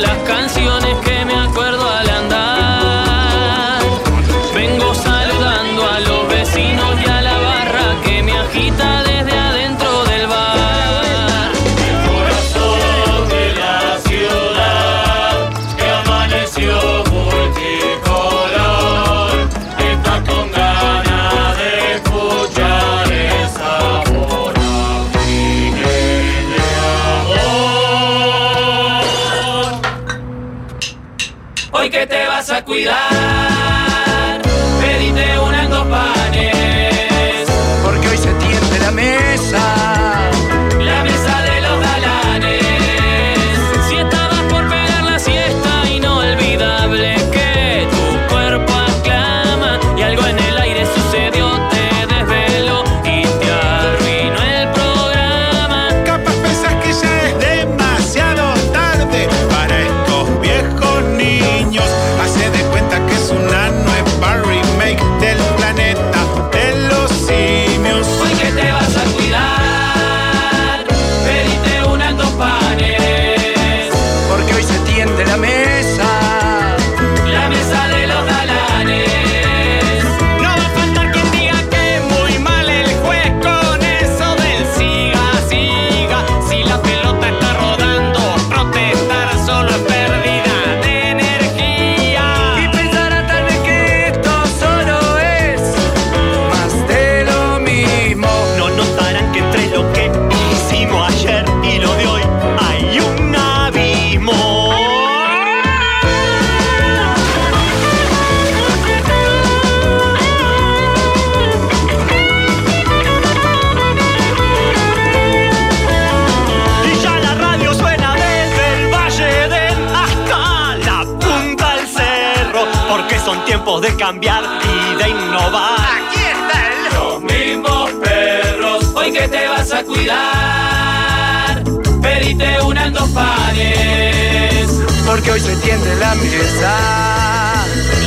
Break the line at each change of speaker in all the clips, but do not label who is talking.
las canciones que me acuerdo al andar. Vengo saludando a los vecinos y a la barra que me agita desde adentro del bar.
Corazón de la ciudad que amaneció multicolor, está con ganas de escuchar esa voz y de amor.
Hoy que te vas a cuidar, pedite una en dos panes.
Porque hoy se tiende la mesa.
La mesa de los galanes. Si estabas por pegar la siesta, inolvidable que tu cuerpo aclama. Y algo en el aire sucedió, te desveló y te arruinó el programa.
Capaz pensás que ya es demasiado tarde para estos viejos niños. Hace de cuenta que es una nueva remake del planeta de los simios.
Hoy que te vas a cuidar, pedite una en dos panes.
Porque hoy se tiende la mesa.
La mesa de los galanes. No va a faltar quien diga que muy mal el juez con eso del siga, siga. Si la pelota está rodando, protestar solo es pérdida de
Y
energía.
pensará tal vez que esto solo es más de lo mismo.
No notarán que entre lo que hicimos ayer y lo de hoy hay un abismo. Y ya la radio suena desde el Valle del hasta la punta al cerro, porque son tiempos de cambiar y de innovar.
Los mismos perros
Hoy que te vas a cuidar, pedite una en dos panes.
Porque hoy se tiende la mesa.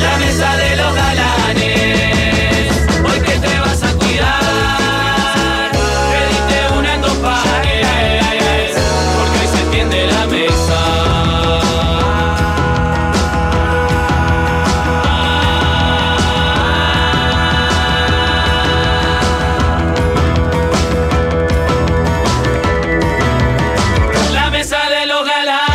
La mesa de los galanes. Hoy que te vas a cuidar. Pediste una en dos pares. Porque hoy se tiende la mesa. La mesa de los galanes.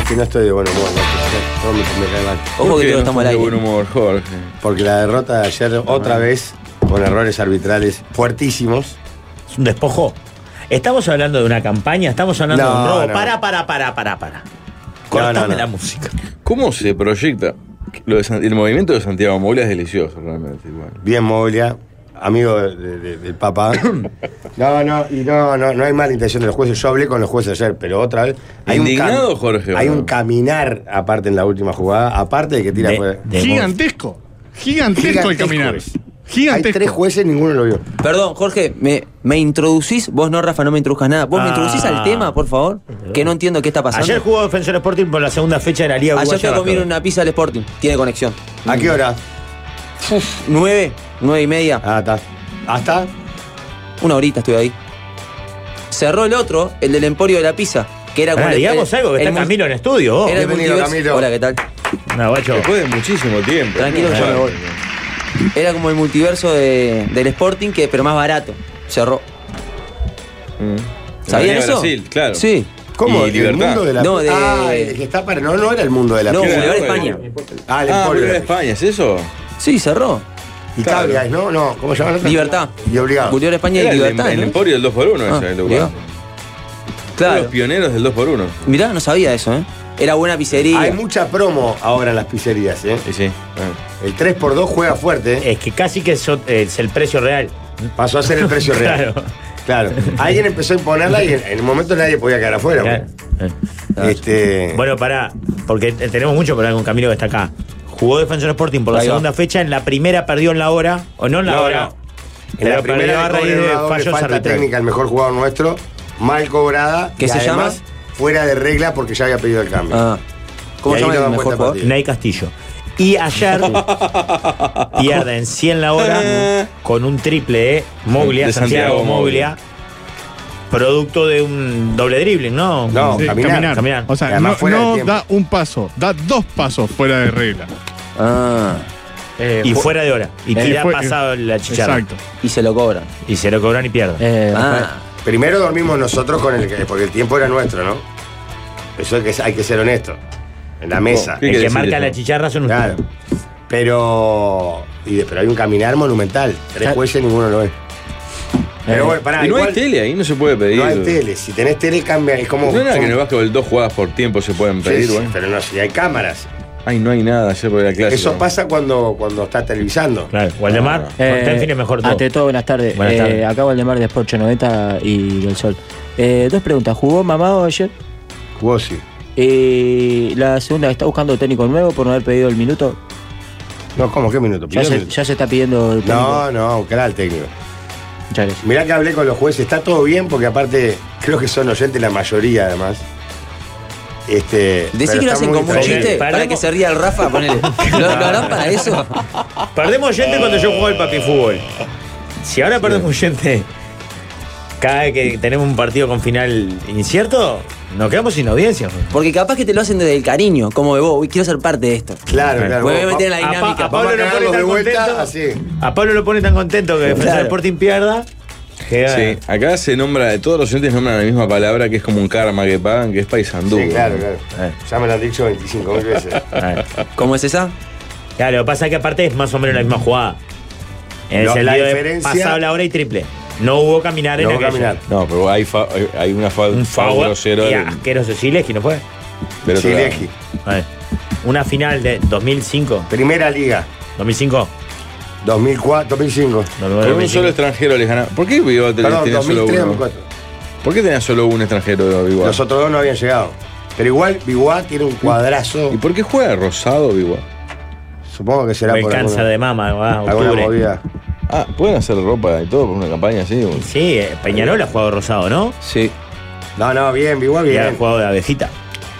Es que no estoy de buen humor, ¿no? Todo me, me cae mal.
Ojo
¿Por
que todo
qué no
estamos al
estás
aire.
de buen humor, Jorge.
Porque la derrota de ayer, otra vez, con errores arbitrales fuertísimos.
Es un despojo. Estamos hablando de una campaña, estamos hablando de un
No,
robo.
no.
Para, para, para, para, para.
No,
Cortame
no,
la
no.
música.
¿Cómo se proyecta? Lo de San- el movimiento de Santiago Mola es delicioso, realmente. igual.
Bien Molia, amigo de- de- del papá. No, no, y no, no, no hay mala intención de los jueces. Yo hablé con los jueces ayer, pero otra vez. Hay un cam-
Indignado, Jorge,
Hay
¿no?
un caminar aparte en la última jugada, aparte de que tira
De-
fuera.
de
Gigantesco. Gigantesco, el caminar.
es. Hay
Gigantesco.
tres jueces, ninguno lo vio.
Perdón, Jorge, me, me introducís, vos no, Rafa, no me introduzcas nada. Vos me
Ah.
introducís al tema, por favor, que no entiendo qué está pasando. Ah,
Ayer jugó Defensor Sporting por la segunda fecha de la Liga
Ayer fui
Uruguaya.
a comer
Amateur.
una pizza al Sporting, tiene conexión.
¿A qué hora?
Nueve, nueve y media.
Ah, está. ¿Hasta?
Una horita estuve ahí. Cerró el otro, el del Emporio de la Pizza, que era como
Ah,
el-
digamos
el-
algo, que
el
está
mu-
Camilo en estudio. vos.
Era el
Bienvenido,
multiverso-
Camilo.
Hola, ¿qué tal?
No, guacho.
Después de muchísimo tiempo.
Tranquilo, que yo me voy. Era como el multiverso de- del Sporting, que, pero más barato. Cerró. ¿Sabían
Avenida
eso?
Brasil, claro.
Sí.
¿Cómo?
Y
¿El
libertad.
mundo de la
No, de-
Ah, el que está para. No, no era el mundo de la
No,
pizza.
Era
Boulevard
el
España.
Ah, el
Ah,
Emporio.
Boulevard España, ¿es eso?
Sí, cerró.
Y
Claro.
Cable Guys, ¿no? No, ¿cómo se llama? la otra?
Libertad.
Y obligado.
Bolívar España
Era
y
el, em,
Libertad.
el
¿no?
Emporio del 2x1
Ah,
ese, el lugar.
mirá.
Fueron
Claro.
Los pioneros del 2x1.
Mirá, no sabía eso, ¿eh? Era buena pizzería.
Hay mucha promo ahora en las pizzerías, ¿eh?
Sí, sí.
El 3x2 juega fuerte. ¿eh?
Es que casi que eso eh, es el precio real.
Pasó a ser el precio real.
Claro.
Claro. Alguien empezó a imponerla y en, en el momento nadie podía quedar afuera.
Claro. Eh.
Ah,
güey. Este,
Bueno, pará, porque te- tenemos mucho pero con Camilo que está acá. Jugó Defensor Sporting por la
Ahí va.
segunda fecha, en la primera perdió en la hora, o no en la
No,
hora.
no. en
pero
la
perdió
primera
a
le
raíz
cobran
de
una doble
fallos
falta
arbitrales.
técnica, el mejor jugador nuestro, mal cobrada.
¿Qué
y
se llama?
además, Fuera de regla porque ya había pedido el cambio.
Ah. ¿Cómo
Y ahí
se llama
no
el
dan
mejor
cuenta
jugador?
partido.
Nay Castillo. Y ayer pierden 100 la hora con un triple de Moglia,
De Santiago
Santiago Moglia,
Moglia.
producto de un doble dribbling, ¿no?
No,
Sí.
caminar.
caminar. caminar.
O sea,
Además,
no,
fuera
no
de tiempo.
da un paso, da dos pasos fuera de regla.
Ah,
Eh,
y
ju-
fuera de hora. Y
Eh,
te ha
fue-
pasado la chicharra.
Exacto.
y se lo cobran.
Y se lo cobran y pierden.
eh,
Ah,
Primero dormimos nosotros con el porque el tiempo era nuestro, ¿no? Eso hay que, hay que ser honesto. En la mesa.
¿Qué
El que
decir
marca
eso?
la chicharra son ustedes.
Claro. Pero. y de- pero hay un caminar monumental. Tres
Claro.
jueces ninguno lo ve. Pero bueno, pará,
Ah. Eh, y no
igual,
hay tele ahí, no se puede pedir.
no hay tele. Si tenés tele, cambia. Es como.
No era que en el
son-
básquetbol dos jugadas por tiempo se pueden
Sí,
pedir,
sí,
güey.
Pero no, si hay cámaras.
Ay, no hay nada ayer por la clase. Ah.
Eso pasa cuando, cuando estás televisando.
Claro, Waldemar,
eh,
Tenfin es mejor todo.
Ante todo, buenas tardes.
Buenas
Eh,
tardes.
Acá Valdemar de Sport 890 y del Sol. Eh, dos preguntas. ¿Jugó mamado ayer?
Jugó sí.
Eh, la segunda, ¿está buscando técnico nuevo por no haber pedido el minuto?
No, ¿cómo? ¿Qué minuto?
Ya,
¿Pidió
se,
minuto?
ya se está pidiendo el técnico.
No, no, claro, el técnico.
Muchas gracias.
Mirá que hablé con los jueces, está todo bien porque aparte creo que son oyentes la mayoría además. Este, pero
Decí que lo
está
hacen
muy
como un
tranquilo.
chiste para
Paremos.
que se ría el Rafa, ponele. ¿Lo, lo harán para eso?
Perdemos oyente cuando yo juego al papi fútbol. Si ahora perdemos oyente, cada vez que tenemos un partido con final incierto, nos quedamos sin audiencia. güey.
Porque capaz que te lo hacen desde el cariño, como de vos, uy, quiero ser parte de esto.
Claro, claro.
Me voy a
vos-
meter en la
a, Pa-
dinámica.
a
Vamos
Pablo
a
lo pone
cagarlos de
tan
vuelta,
contento.
así.
A Pablo lo pone tan contento que defensa
Claro.
del Sporting pierda. que,
Sí,
ah,
acá se nombra, todos los oyentes nombran la misma palabra que es como un karma que pagan, que es paisandú.
Sí, claro,
¿no?
claro.
Eh.
Ya me lo han dicho 25 mil veces.
ah.
¿Cómo es esa?
Claro, lo que pasa es que aparte es más o menos la misma jugada. En el
No, la
sentido de
diferencia-
pasado la hora y triple. No hubo caminar
No
en
voy a
aquello.
caminar.
No, pero hay, fa- hay- hay una fa-
Un
foul
foul
grosero
y
del-
asqueroso Sileski, ¿no fue?
del otro lado.
Sileski.
Ah, Una final de 2005,
Primera liga,
2005.
2004, 2005.
Con un solo extranjero les gana. ¿Por qué Bigote
Perdón,
tenía solo
2003,
uno?
2004.
¿Por qué tenía solo un extranjero Biguá?
Los otros dos no habían llegado. Pero igual, Biguá tiene un cuadrazo.
¿Y por qué juega Rosado Biguá?
Supongo que será
Me
por
cáncer
alguna,
de mama, ah,
alguna
octubre.
movida.
Ah, pueden hacer ropa y todo por una campaña así. güey?
Sí, eh, Peñarol ha jugado rosado, ¿no?
Sí.
No, no, bien, Biguá,
Y ha
bien.
jugado de abejita.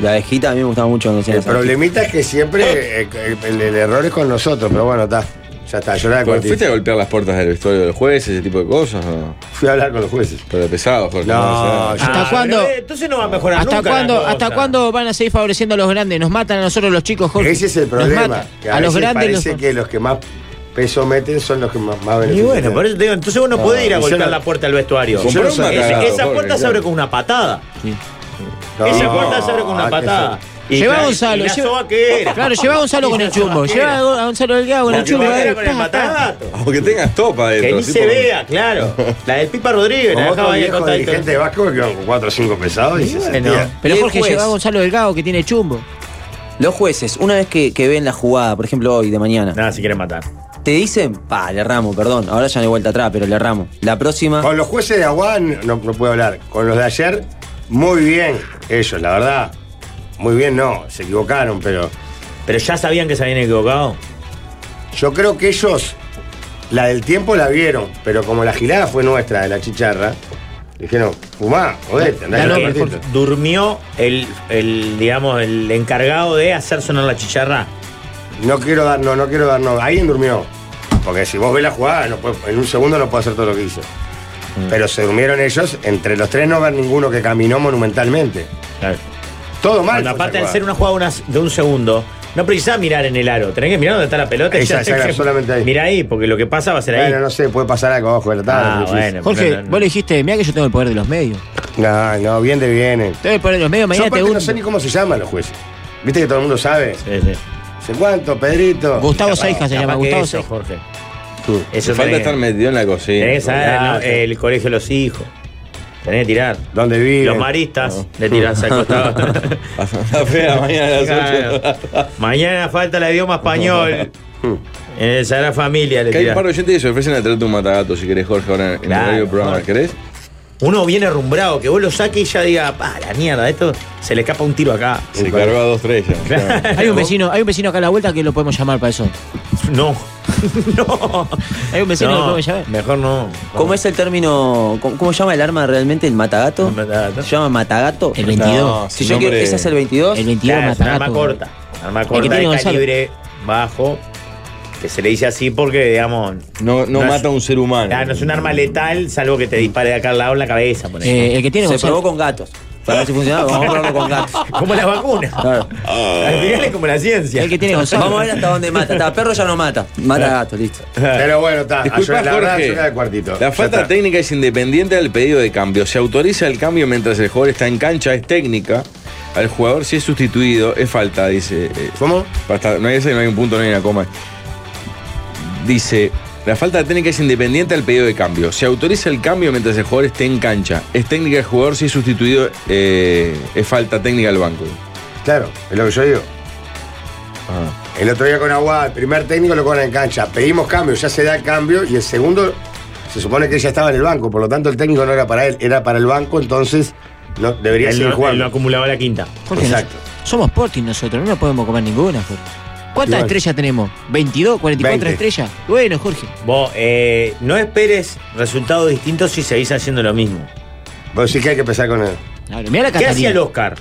La abejita a mí me gustaba mucho cuando hacían
El
esa.
problemita es que siempre eh, el, el- el error es con nosotros, pero bueno, está. Ya está, Ah, yo la
Pero,
cuantifico.
¿Fuiste a golpear las puertas del vestuario del juez, ese tipo de cosas? o no?
Fui a hablar con los jueces.
Pero pesado, Jorge.
No,
o sea,
yo-
¿Hasta
Ah,
cuándo?
pero, eh, Entonces no va a mejorar
¿Hasta
nunca.
cuándo,
la
¿Hasta
cosa.
cuándo van a seguir favoreciendo a los grandes? Nos matan a nosotros los chicos, Jorge.
Ese es el
Nos
problema.
matan.
que
a, los grandes
Parece
los-
que los que más peso meten son los que más, más
Y
beneficios
bueno,
tienen.
por eso te digo, entonces vos no podés ir a
yo
golpear
no-
la puerta del vestuario.
Compró
Yo-
un
esa-
macarazo,
esa
pobre,
puerta se
claro.
abre con una patada.
No,
esa puerta se abre con
ah,
una
qué
patada.
feo.
Y
Lleva a
claro,
Gonzalo,
y la
lleva-
soba que era.
Claro, lleva a Gonzalo
Y
con el
la soba
chumbo.
que
Lleva a
era.
Gon- a Gonzalo Delgado con
La
el chumbo.
soba que
eh,
era con
pa,
el
pa.
matadazo.
Aunque tengas topa
Que
dentro.
ni
así
se
por-
vea, claro. La del Pipa Rodríguez, la
Como otro
dejaba ahí
viejo
contadito.
dirigente de básquetbol que iban con 4 o 5 pesados y se sentía.
Y
Pero
el
Jorge
juez.
lleva a Gonzalo Delgado que tiene chumbo.
Los jueces, una vez que, que ven la jugada, por ejemplo hoy de mañana,
Nada, si quieren matar.
te dicen, pa, le erramos, perdón, ahora ya no hay vuelta atrás, pero le erramos. La próxima,
Con los jueces de Aguán no, no puedo hablar. Con los de ayer, muy bien ellos, la verdad. Muy bien, no, se equivocaron, pero
Pero ya sabían que se habían equivocado.
yo creo que ellos, la del tiempo la vieron, pero como la gilada fue nuestra de la chicharra, dijeron, fumá, joder, andá
Porque
a jugar partido".
durmió el, el, digamos, el encargado de hacer sonar la chicharra.
No quiero dar, Ah, no, no quiero dar, no. Alguien durmió. Porque si vos ves la jugada, no puede- en un segundo no puedo hacer todo lo que hizo.
Mm.
Pero se durmieron ellos, entre los tres no ver ninguno que caminó monumentalmente.
Claro.
Todo mal.
Cuando
fue
aparte
esa
de ser
jugada.
una jugada unas- de un segundo, no precisás mirar en el aro, tenés que mirar dónde está la pelota. y
Esa-
ya sé
esa,
que-
solamente ahí.
Mira ahí, porque lo que pasa va a ser ahí.
Bueno, no sé, puede pasar algo abajo de la tarde.
Ah,
difícil.
bueno.
Jorge,
No, no, no.
vos le dijiste, mira que yo tengo el poder de los medios.
No, no, bien de viene.
Tengo el poder de los medios,
Yo
mañana te
aparte no
hundo.
sé ni cómo se llaman los jueces. Viste que todo el mundo sabe.
Sí, sí.
¿Sé cuánto, Pedrito?
Gustavo Seijas se
Capaz
llama,
que
Gustavo
eso,
Seijas.
Jorge.
Tú.
Eso
Falta
tenés-
estar metido en la cocina.
tenés que saber, ¿no? el colegio de los hijos. Tenés que tirar.
¿Dónde vive?
Los maristas le tirás al costado.
La fea mañana a las 8.
Mañana falta la idioma español. en el Sagrada Familia le
Que hay un
tirás.
par de oyentes que se ofrecen a traerte un matagato si querés, Jorge, ahora en el
Claro,
horario del programa.
Jorge.
¿Querés?
Uno viene rumbrado, que vos lo saques y ya diga, pa, la mierda, esto se le escapa un tiro acá.
Se cargó a dos tres ya.
Hay un vecino, hay un vecino acá a la vuelta que lo podemos llamar para eso.
No.
Hay un vecino que lo
No,
podemos llamar.
Mejor no.
¿Cómo es el término? ¿Cómo, cómo llama el arma realmente? ¿El matagato? ¿Se llama matagato?
El 22. No,
Si
sin
yo quiero-
nombre-
¿Ese es el 22?
El 22
Claro, es un
matagato.
arma corta. Arma
El que
corta
tiene
de
Gonzalo.
calibre bajo. Que se le dice así porque, digamos.
No, no
es-
mata a un ser humano.
Claro, no es un arma letal, salvo que te dispare de acá al lado en la cabeza. por ejemplo.
Eh, el que tiene
Se
Gonzalo.
probó con gatos. Para ver si funcionaba, vamos a probarlo con gatos.
Como la vacuna.
Claro.
Al final es como la ciencia.
El que tiene Gonzalo.
Vamos a ver hasta dónde mata. Está, perro ya no mata. Mata gatos, listo.
Pero bueno, está.
Disculpa,
ayuda- La verdad,
Jorge.
ayuda de cuartito.
La
Ya
falta
está.
técnica es independiente al pedido de cambio. Se autoriza el cambio mientras el jugador está en cancha, es técnica. Al jugador si es sustituido, es falta, dice. eh,
¿Cómo?
basta- no hay ese, no hay un punto, no hay una coma. Dice, la falta técnica es independiente al pedido de cambio. Se autoriza el cambio mientras el jugador esté en cancha. Es técnica el jugador si es sustituido, eh, es falta técnica al banco.
Claro, es lo que yo digo. El otro día con Agua, el primer técnico lo cobran en cancha. Pedimos cambio, ya se da el cambio y el segundo se supone que ya estaba en el banco, por lo tanto el técnico no era para él, era para el banco, entonces no, debería
Él
seguir
no, él no
jugando.
acumulaba la quinta.
Jorge,
Exacto.
nos- somos Sporting nosotros, no nos podemos comer ninguna, Jorge. ¿Cuántas
Igual.
estrellas tenemos? ¿22, 44
20.
estrellas? Bueno, Jorge.
Vos, eh, no esperes resultados distintos si seguís haciendo lo mismo.
Vos sí que hay que empezar con él.
Claro, mirá la
¿Qué hacía
Catalina.
el Oscar?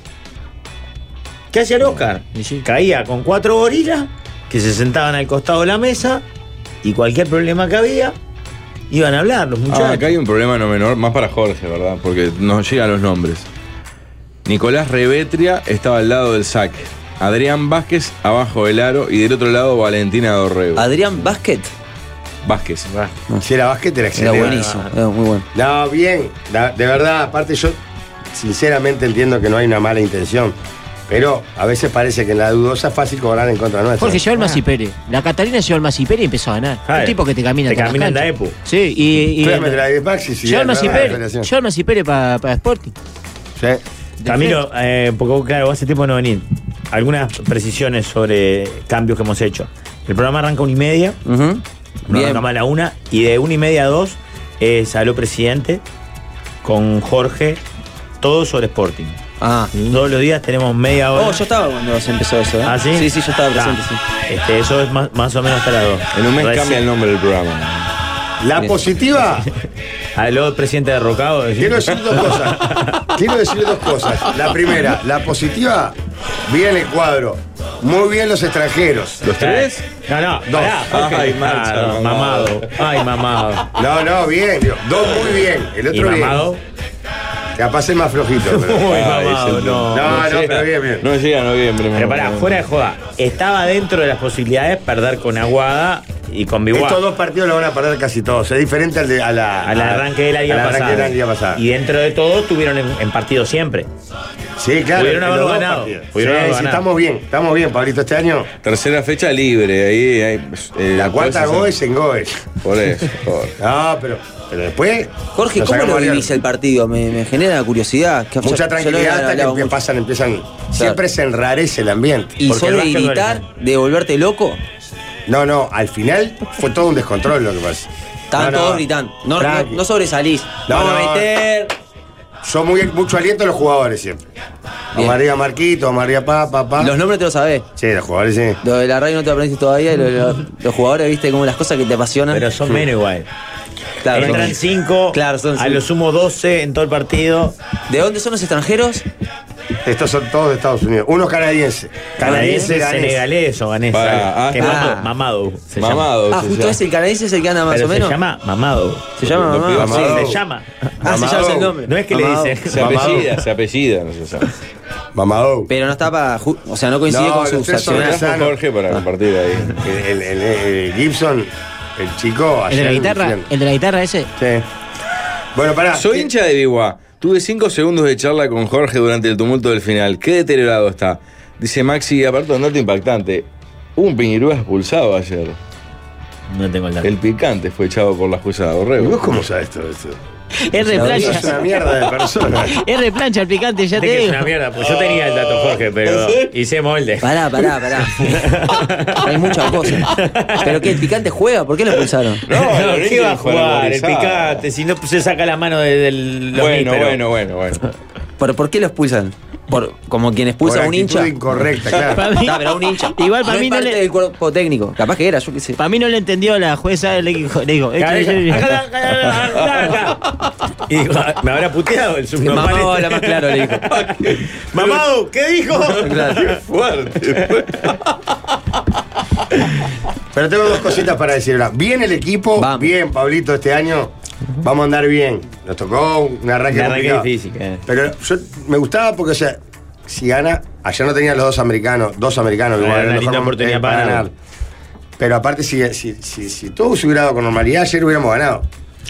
¿Qué hacía el Oscar?
Y sí.
Caía con cuatro gorilas que se sentaban al costado de la mesa y cualquier problema que había iban a hablar los
Ah, acá
muchachos.
hay un problema no menor, más para Jorge, ¿verdad? Porque nos llegan los nombres. Nicolás Revetria estaba al lado del saque. Adrián Vázquez abajo del aro y del otro lado Valentina Dorrego.
Adrián Basket.
Vázquez.
Si era básquet, era
Era
excelente.
buenísimo. Era muy bueno.
No, bien, da- de verdad, aparte yo sinceramente entiendo que no hay una mala intención, pero a veces parece que en la dudosa es fácil cobrar en contra nuestra.
Jorge llevó el
Ah.
Masipere. La Catalina llevó el Masipere y empezó a ganar.
Claro.
Un tipo que te camina.
Ah, Te
todas
camina en
las
la
canchas.
EPU.
Sí, y. y
Claramente, la de Maxi, si
llevó el
bien, la
Masipere.
federación.
Llevó el Masipere para Sporting.
Sí.
Camilo, eh, porque vos, claro, hace tiempo no venís. Algunas precisiones sobre cambios que hemos hecho. El programa arranca una y media,
Ujú.
no
Bien.
arranca más a la una, y de una y media a dos eh, salió presidente con Jorge, todo sobre Sporting.
Ah.
Todos los días tenemos media hora.
Oh, yo estaba cuando se empezó eso. ¿eh?
¿Ah, sí?
Sí, sí, yo estaba presente, sí.
Ah, Este, eso es más, más o menos hasta las dos.
En un mes
Reci-
cambia el nombre del programa.
La positiva.
A los presidente derrocado. decís.
Quiero decir dos cosas. Quiero decir dos cosas. La primera, la positiva, bien el cuadro. Muy bien los extranjeros. Eh,
¿Los tres?
No, no,
Dos.
pará, Jorge.
Ay, macho,
Ah, no, mamado.
mamado.
Ay, mamado.
No, no, bien. digo, Dos muy bien. El
Y
otro bien.
mamado.
Capaz es más flojito. pero-
Uy,
Ay,
mamado,
ese-
No,
no.
no,
llega-
pero bien, bien.
No llega a noviembre.
Pero
mamá.
pará, fuera de joda. Estaba dentro de las posibilidades perder con Aguada y con Biguá.
Estos dos partidos los van a perder casi todos. Es diferente al de, a la,
Al arranque de la liga
Ah, al
pasada.
arranque de la liga pasada.
Y dentro de todo estuvieron en, en partido siempre.
Sí, claro.
Pudieron
en los
haberlo
dos
ganado.
partidos.
Pudieron
Sí,
haberlo
sí,
ganado.
estamos bien. Estamos bien, Pablito. Este año,
Tercera fecha libre. Ahí, ahí, eh,
la cuarta Ah,
puedes
Goes
hacer-
en Goes.
Por eso, Jorge.
No, pero, pero después.
Jorge, ¿cómo lo
nos sacamos varias-
vivís el partido? Me, me genera curiosidad. Que- yo- yo
Mucha
lo
tranquilidad hasta que
hablaba
empie-
mucho.
pasan, empiezan. Siempre se enrarece el ambiente.
¿Y
porque
sos
el
de
básquet no
gritar, de volverte loco?
No, no, al final fue todo un descontrol lo que pasa.
Estaban
No, no,
todos gritando. No, no,
tranqui.
no sobresalís.
No,
Vamos
no.
a meter.
Yo muy, mucho aliento a los jugadores siempre. A
Bien.
María Marquito, a María Pa, Pa, Pa.
Los nombres te los sabés.
Sí, los jugadores sí.
Lo de la radio no te lo aprendiste todavía. y lo de la- los jugadores, viste, como las cosas que te apasionan.
Pero son menos igual.
Claro,
Entran
son-
5,
Claro, son
a
cinco.
lo sumo 12 en todo el partido.
¿De dónde son los extranjeros?
Estos son todos de Estados Unidos. Unos canadienses. Canadienses, ganés.
senegalés o ganés.
Para,
Que
ah.
ah,
mamado, mamado. se llama.
Mamado.
Ah,
se
justo
llama.
ese, el canadiense es el que anda más
Pero
o menos.
Se llama mamado.
Se llama
Lo pido
mamá.
mamá.
Sí,
Mamado.
se llama.
Ah, se llama el
Mamado.
nombre.
No es que
Mamado.
le dicen.
Se apellida, se apellida. No se sabe.
Mamadou.
Pero no está para. ju- O sea, no coincide
No,
con
los
sus
tres son
acciones.
grandes.
Gracias,
Sano.
Jorge, para compartir ahí.
El, el- el- el Gibson, el chico.
El de la
ayer
guitarra,
diciendo-
el de la guitarra ese.
Sí. Bueno, pará.
Soy
¿Qué-
hincha de Biguá. Tuve cinco segundos de charla con Jorge durante el tumulto del final. Qué deteriorado está. Dice Maxi, aparte un dato impactante. Hubo un piñirúa expulsado ayer.
No tengo el dato.
El picante fue echado por la jueza
¿Y vos
Borrego.
cómo sabes todo esto?
Es
No,
replancha.
Es una mierda de persona.
Es replancha el picante, ya te
De que es
digo.
una mierda, pues yo tenía el dato, Jorge, pero hice molde.
Pará, pará, pará. Hay muchas cosas. Pero que el picante juega, ¿por qué lo expulsaron?
No, ¿qué va a jugar? El
paralizado.
picante, si no pues, se saca la mano de- del. los
Bueno,
mísperos.
bueno,
bueno,
¿Por, por qué lo expulsan? Por, como quien expulsa
Por
a un
actitud
hincha.
incorrecta, claro.
Pa' mí-
No, pero a un hincha.
Igual para
No
mí
es
no
parte
le-
del cuerpo técnico. Capaz que era, yo qué sé.
Para mí no le entendió la jueza, le dijo. Le dijo
Acá, acá, acá,
Y dijo, "Ah, me habrá puteado el subnormal.
Mamá
este".
habla más claro, le dijo.
Mamau, ¿qué dijo?
Qué
fuerte.
Pero tengo dos cositas para decir ahora. Bien el equipo, bien, Pablito, este año. Vamos a andar bien. Nos tocó un arranque,
Un arranque
complicado.
difícil, eh.
Pero yo me gustaba porque, o sea, si gana, ayer no tenía los dos americanos, dos americanos,
Era
igual,
Ah, una
a lo
linda
mejor,
oportunidad
eh,
para ganar.
Pero aparte, si, si, si, si todo hubiese dado con normalidad, ayer hubiéramos ganado.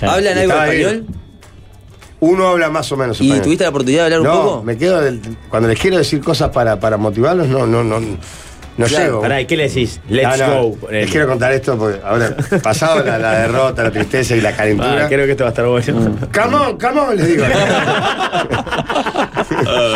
¿Hablan
Y
algo
estaba bien.
español?
Uno habla más o menos.
¿Y
español.
tuviste la oportunidad de hablar un
no,
poco?
Me quedo del- cuando les quiero decir cosas para, para motivarlos, no, no, no, no llego.
Pará, ¿y qué le decís? Let's
No, no,
go. ponele.
Les quiero contar esto porque ahora, pasado la, la derrota, la tristeza y la calentura.
Ah, creo que esto va a estar bueno.
Mm.
Come on, come on, les digo.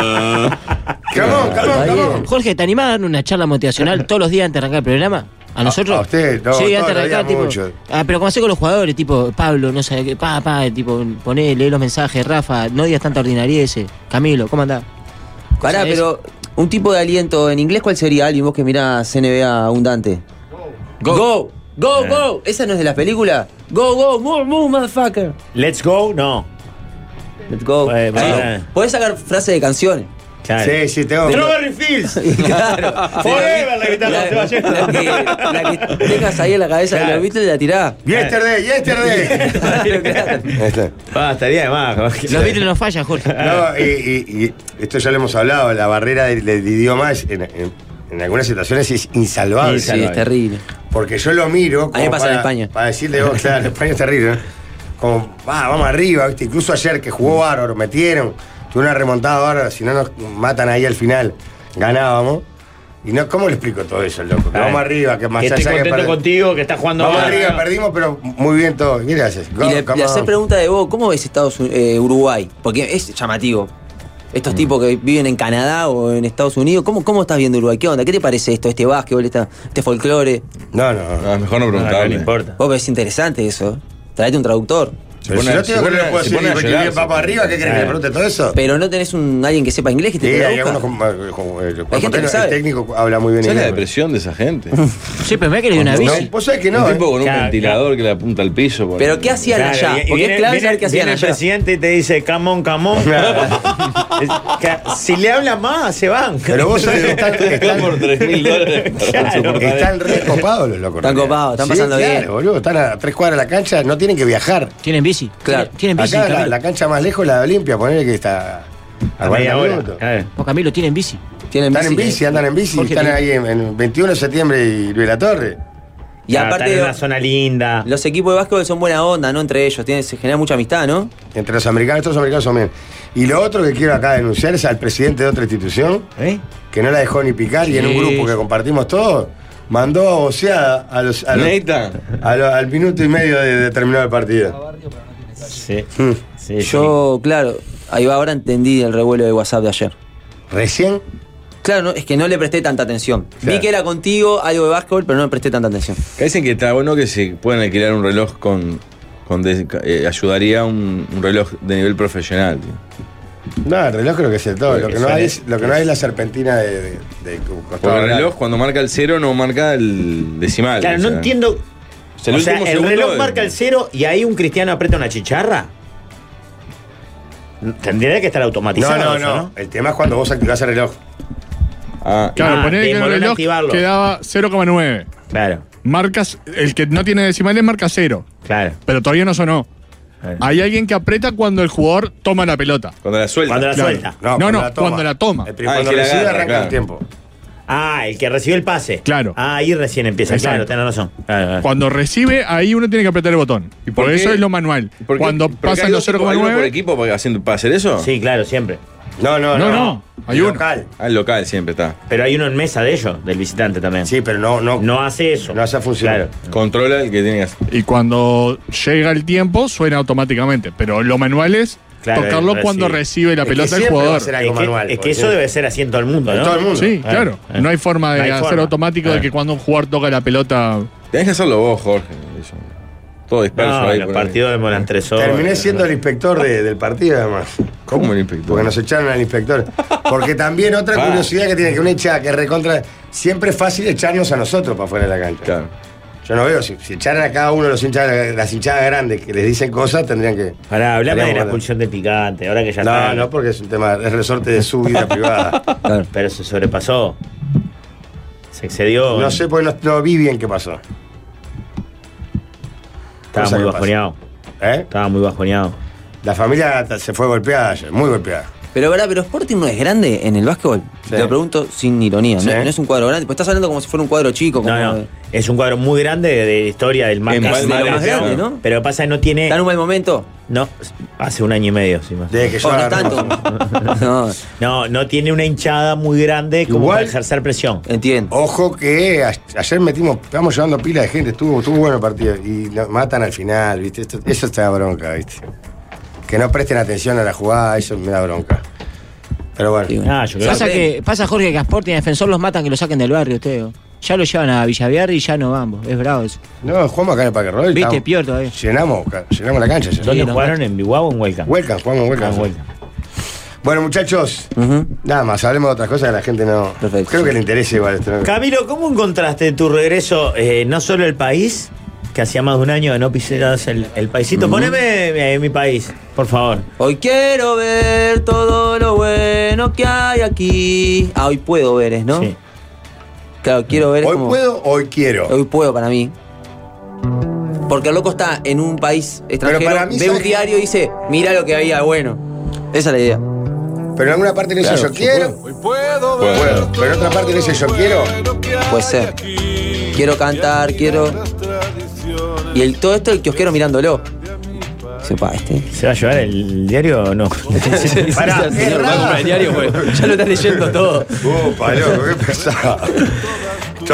come on, come on, come on.
Jorge, ¿te animás a dar una charla motivacional todos los días antes de arrancar el programa? ¿A nosotros?
Ah, a usted, no,
Sí,
todos
antes de
los días
arrancar, tipo.
mucho.
Ah, pero como hace con los jugadores, tipo, Pablo, no sé qué, pa, pa, tipo, poné, lee los mensajes, Rafa, no digas tanta ese Camilo, ¿cómo andás?
Pará,
¿Sabés?
pero un tipo de aliento en inglés, ¿cuál sería alguien vos que mirás NBA abundante? Go. Go. Go,
Eh.
go. ¿Esa no es de las películas? Go, go, move, move, motherfucker.
Let's go, no.
Let's go.
Eh,
Ahí.
pará.
Podés sacar frases de canciones.
Sí, sí, tengo.
Strawberry Fields.
Claro.
Forever la guitarra se va
La que, la que tengas ahí en la cabeza de los Beatles la tirás.
Yesterday, yesterday.
Ah, estaría de más.
Los Beatles no fallan, Jorge.
No, y, y- y esto ya lo hemos hablado, la barrera del, del idioma es- en, en- en algunas situaciones es insalvable.
Sí, sí, es terrible.
Porque yo lo miro.
A mí me
como
pasa en
para,
España.
Para decirle, vos, claro, en España es terrible. ¿no? Como, va, vamos arriba, ¿viste? Incluso ayer que jugó bárbaro, metieron, tuvo una remontada bárbara, si no nos matan ahí al final, ganábamos. ¿Y no, cómo le explico todo eso, loco? Que
Ah,
vamos arriba, que más
que estoy
allá que
contento
perd-
contigo, que estás jugando
Vamos
mal.
arriba, perdimos, pero muy bien todo. ¿Qué le haces? Go,
y le,
come
le haces
on.
pregunta de vos, ¿cómo ves Estados Uni- eh, Uruguay? Porque es llamativo.
Mm.
Estos tipos que viven en Canadá o en Estados Unidos, ¿cómo, cómo estás viendo Uruguay? ¿Qué onda? ¿Qué te parece esto? ¿Este básquetbol, esta, este folclore?
No, no.
Ah, mejor no
preguntarle.
no
importa.
Vos ves interesante eso. Traete un traductor.
Pero si no te digo que no le puedo decir, digo, que viene papo arriba, ¿qué querés que le pregunte todo eso?
Pero no tenés un, alguien que sepa inglés que te
Sí, hay
traduzca.
algunos como- eh, como el-
Hay gente que
el
sabe.
técnico habla muy bien
¿Sabes la
inglés.
depresión de esa gente?
Sí, pero me ha querido una
No,
bici.
Vos sabés que
un
no.
tipo
¿eh?
con un
Claro,
ventilador que le apunta al piso. por
Pero
ejemplo.
¿qué hacían
Claro,
allá?
y- y
Porque
viene-
es clave
viene-
saber qué hacían
viene el
allá.
presidente y te dice, camón, camón. si le habla más, se van.
Pero vos sabés que están, están,
por 3 mil dólares.
Claro.
están re copados los locos.
Están copados, están
Sí,
pasando
claro,
bien.
boludo, están a tres cuadras de la cancha, no tienen que viajar.
Tienen bici.
Claro.
Tienen bici,
Acá la,
Camilo.
la cancha más lejos, la de Olimpia, ponele que está a
A
40
media hora.
minutos.
claro.
No, Camilo, tienen bici.
Tienen eh.
Están en bici, andan en bici,
Jorge,
están
tiene-
ahí en, en 21 de septiembre y Luis La Torre.
Y
Claro,
aparte,
están en
lo-
una zona linda.
los equipos de básquetbol son buena onda, ¿no? Entre ellos, tienen, se genera mucha amistad, ¿no?
Entre los americanos, estos americanos son bien. Y lo otro que quiero acá denunciar es al presidente de otra institución,
¿Eh?
que no la dejó ni picar, y en un
Sí.
grupo que compartimos todos, mandó a boceada a los, a los-
Neta.
a lo- al minuto y medio de, de terminar el partido.
Sí,
Hmm.
Mm.
sí,
Yo, claro, ahí va, ahora entendí el revuelo de WhatsApp de ayer.
Recién
Claro, no, es que no le presté tanta atención.
Claro.
Vi que era contigo, algo de básquetbol, pero no le presté tanta atención.
Acá Dicen que está bueno que se puedan alquilar un reloj con. con des- eh, ayudaría un, un reloj de nivel profesional. tío.
No, el reloj creo que es el todo. Lo que, no
suena-
hay es, lo que no hay es la serpentina de, de, de tu costado.
Porque el
oral.
reloj, cuando marca el cero, no marca el decimal.
sí. Claro,
o
no
sea,
entiendo.
o sea,
o
el
sea,
último
el
segundo
reloj
es-
marca el cero y ahí un cristiano aprieta una chicharra. Tendría que estar automatizado.
No, no,
eso,
no. El tema es cuando vos activás el reloj.
Ah,
Claro,
Ah,
poner que en
demoró en
el reloj
activarlo.
quedaba 0,9.
Claro,
Marcas, el que no tiene decimales marca 0,
claro.
pero todavía no sonó.
claro.
Hay alguien que aprieta cuando el jugador toma la pelota.
cuando la suelta.
Cuando la
Claro.
suelta.
No, no, cuando la toma.
El prim-
Ah,
cuando
que la
recibe
agarra,
arranca
claro.
el tiempo.
Ah, el que recibió el pase.
Claro.
Ah, ahí recién empieza.
Exacto.
Claro, tenés razón. Claro, claro.
Cuando recibe, ahí uno tiene que apretar el botón. Y por,
por qué?
eso es lo manual.
¿Por qué-
Cuando
por qué
pasan
hay
los
dos equipos- hay uno por
0,9,
equipo para, haciendo- para hacer eso?
Sí, claro, siempre.
No, no,
No,
no.
no, hay
El
uno.
Local.
Al Ah, local siempre está.
Pero hay uno en mesa de ellos, del visitante también.
Sí, pero no, no,
No hace eso.
no hace función.
Claro.
Controla el que tiene que hacer.
Y cuando llega el tiempo, suena automáticamente. Pero lo manual es
Claro,
tocarlo
recibe.
cuando recibe la
Es que
pelota el
siempre va a
jugador.
ser algo
Es que,
manual,
es que
porque- Eh,
eso debe ser así en todo el mundo,
En
¿no?
todo el mundo.
Sí,
Ah,
claro.
ah.
No hay forma de
No hay
hacer
forma.
automático de
Eh.
Ah.
que cuando un jugador toca la pelota.
Tenés que hacerlo vos, Jorge. Eso. Todo disperso
No,
ahí.
los
por ahí.
partidos demoran tres horas.
Terminé siendo el inspector de- del partido, además.
¿Cómo el inspector?
Porque nos echaron al inspector. Porque también otra
Ah.
curiosidad que tiene que una hinchada que recontra. Siempre es fácil echarnos a nosotros para fuera de la cancha.
Claro.
Yo no veo, si, si echaran a cada uno de los hinchas, las hinchadas grandes que les dicen cosas, tendrían que.
Pará, hablame de la
Estaríamos
expulsión de Picante, ahora que ya está.
No, no, porque es un tema, es resorte de su vida privada.
Claro.
Pero se sobrepasó. Se excedió.
No sé, porque no, no vi bien qué pasó.
Estaba
cosa
muy
que pasa.
bajoneado.
¿Eh?
Estaba muy bajoneado.
La familia ta- se fue golpeada ayer, muy golpeada.
Pero verdad, pero Sporting no es grande en el básquetbol.
Sí.
Te lo pregunto sin ironía.
Sí.
No, no es un cuadro grande. Pues estás hablando como si fuera un cuadro chico. Como
No, no. Es un cuadro muy grande de, de la historia del más,
En
grande,
Palma
de la
lo más
nación.
grande, ¿no?
Pero pasa que no tiene.
Está en un mal momento.
No, hace un año y medio, sí más.
Desde que yo
Oh, no
agarré-
tanto. no,
No, no tiene una hinchada muy grande como
Igual-
para ejercer presión.
entiendo.
Ojo que a- ayer metimos, estábamos llevando pila de gente, estuvo, estuvo bueno el partido. Y nos matan al final, ¿viste? Esto- eso está bronca, ¿viste? Que no presten atención a la jugada, eso me da bronca. Pero bueno.
Sí, bueno.
Ah, yo creo
Pasa
que.
Sorprende.
Pasa, que, pasa Jorge que a Sporting a Defensor los matan que lo saquen del barrio, ustedes. Ya lo llevan a Villaviar y ya no vamos. Es bravo eso.
No, jugamos acá en el Parque Rodel.
Viste,
estamos-
peor todavía.
Llenamos, ca- llenamos la cancha. ayer.
¿Dónde
Sí, nos
jugaron? ¿En Biguá o en Huelca?
Welcome, jugamos en
Ah,
Welcome.
en Huelca.
Bueno, muchachos,
Ujú.
nada más, hablemos de otras cosas que la gente no.
Perfecto.
Creo que le interesa igual esto. ¿no?
Camilo, ¿cómo encontraste tu regreso eh, no solo al país, que hacía más de un año que no pisabas el, el paisito? Poneme eh, mi país, por favor.
Hoy quiero ver todo lo bueno que hay aquí. Ah, hoy puedo ver, es, ¿no?
Sí.
Claro, quiero ver. es
Hoy
como-
puedo, hoy quiero.
Hoy puedo para mí. Porque el loco está en un país extranjero,
para mí,
ve un
¿sabes qué?
diario y dice, mira lo que había bueno. Esa es la idea.
Pero en alguna parte le dice yo quiero.
Puede ser.
Puedo. Pero en otra parte le dice yo quiero.
Puede ser. Quiero cantar, quiero. Y el, todo esto el kiosquero mirándolo. Sepa, este.
¿Se va a llevar el diario o no? Pará,
señor, va a comprar el diario, güey.
Ya lo estás leyendo todo.
Upa, loco, qué pesado.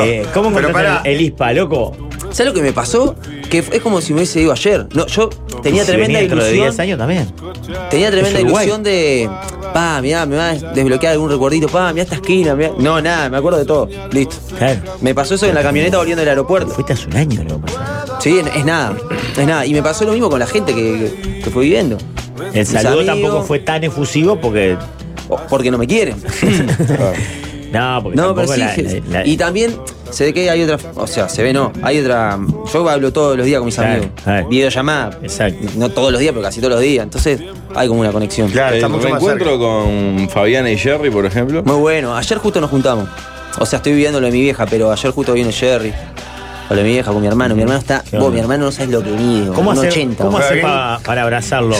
eh, ¿Cómo
Pero
encontraste
pará.
el, el ISPA, loco?
¿Sabes lo que me pasó? Que es como si me hubiese ido ayer. No, yo tenía
Si
tremenda
venía dentro de 10
ilusión.
años también.
Tenía tremenda
Es Uruguay.
ilusión de. Pa, mirá, me va a desbloquear algún recuerdito. Pa, mirá esta esquina. mirá- No, nada, me acuerdo de todo. Listo.
Claro.
Me pasó eso en la camioneta volviendo del aeropuerto.
Fuiste hace un año, loco.
Sí, es nada. Es nada. Y me pasó lo mismo con la gente que, que- que fue viviendo.
El
Mis
saludo
amigos,
tampoco fue tan efusivo porque.
o- Porque no me quieren.
No, porque
No, pero
tampoco
sí.
la-
je-
la- la-
y también se ve que hay otra. O sea, se ve no. Hay otra. Yo hablo todos los días con mis
Claro,
amigos.
claro.
Videollamada.
Exacto.
No todos los días, pero casi todos los días. Entonces hay como una conexión.
Claro, está
El
mucho más cerca.
reencuentro Eh, con Fabiana y Jerry, por ejemplo.
Muy bueno. Ayer justo nos juntamos. O sea, estoy viviendo lo de mi vieja, pero ayer justo vino Jerry. O lo de mi vieja con mi hermano. Mi hermano está.
Qué
Vos,
bueno.
mi hermano no sabes lo que mide.
¿Cómo
un
hace,
80.
cómo
vos.
hace pa- para abrazarlo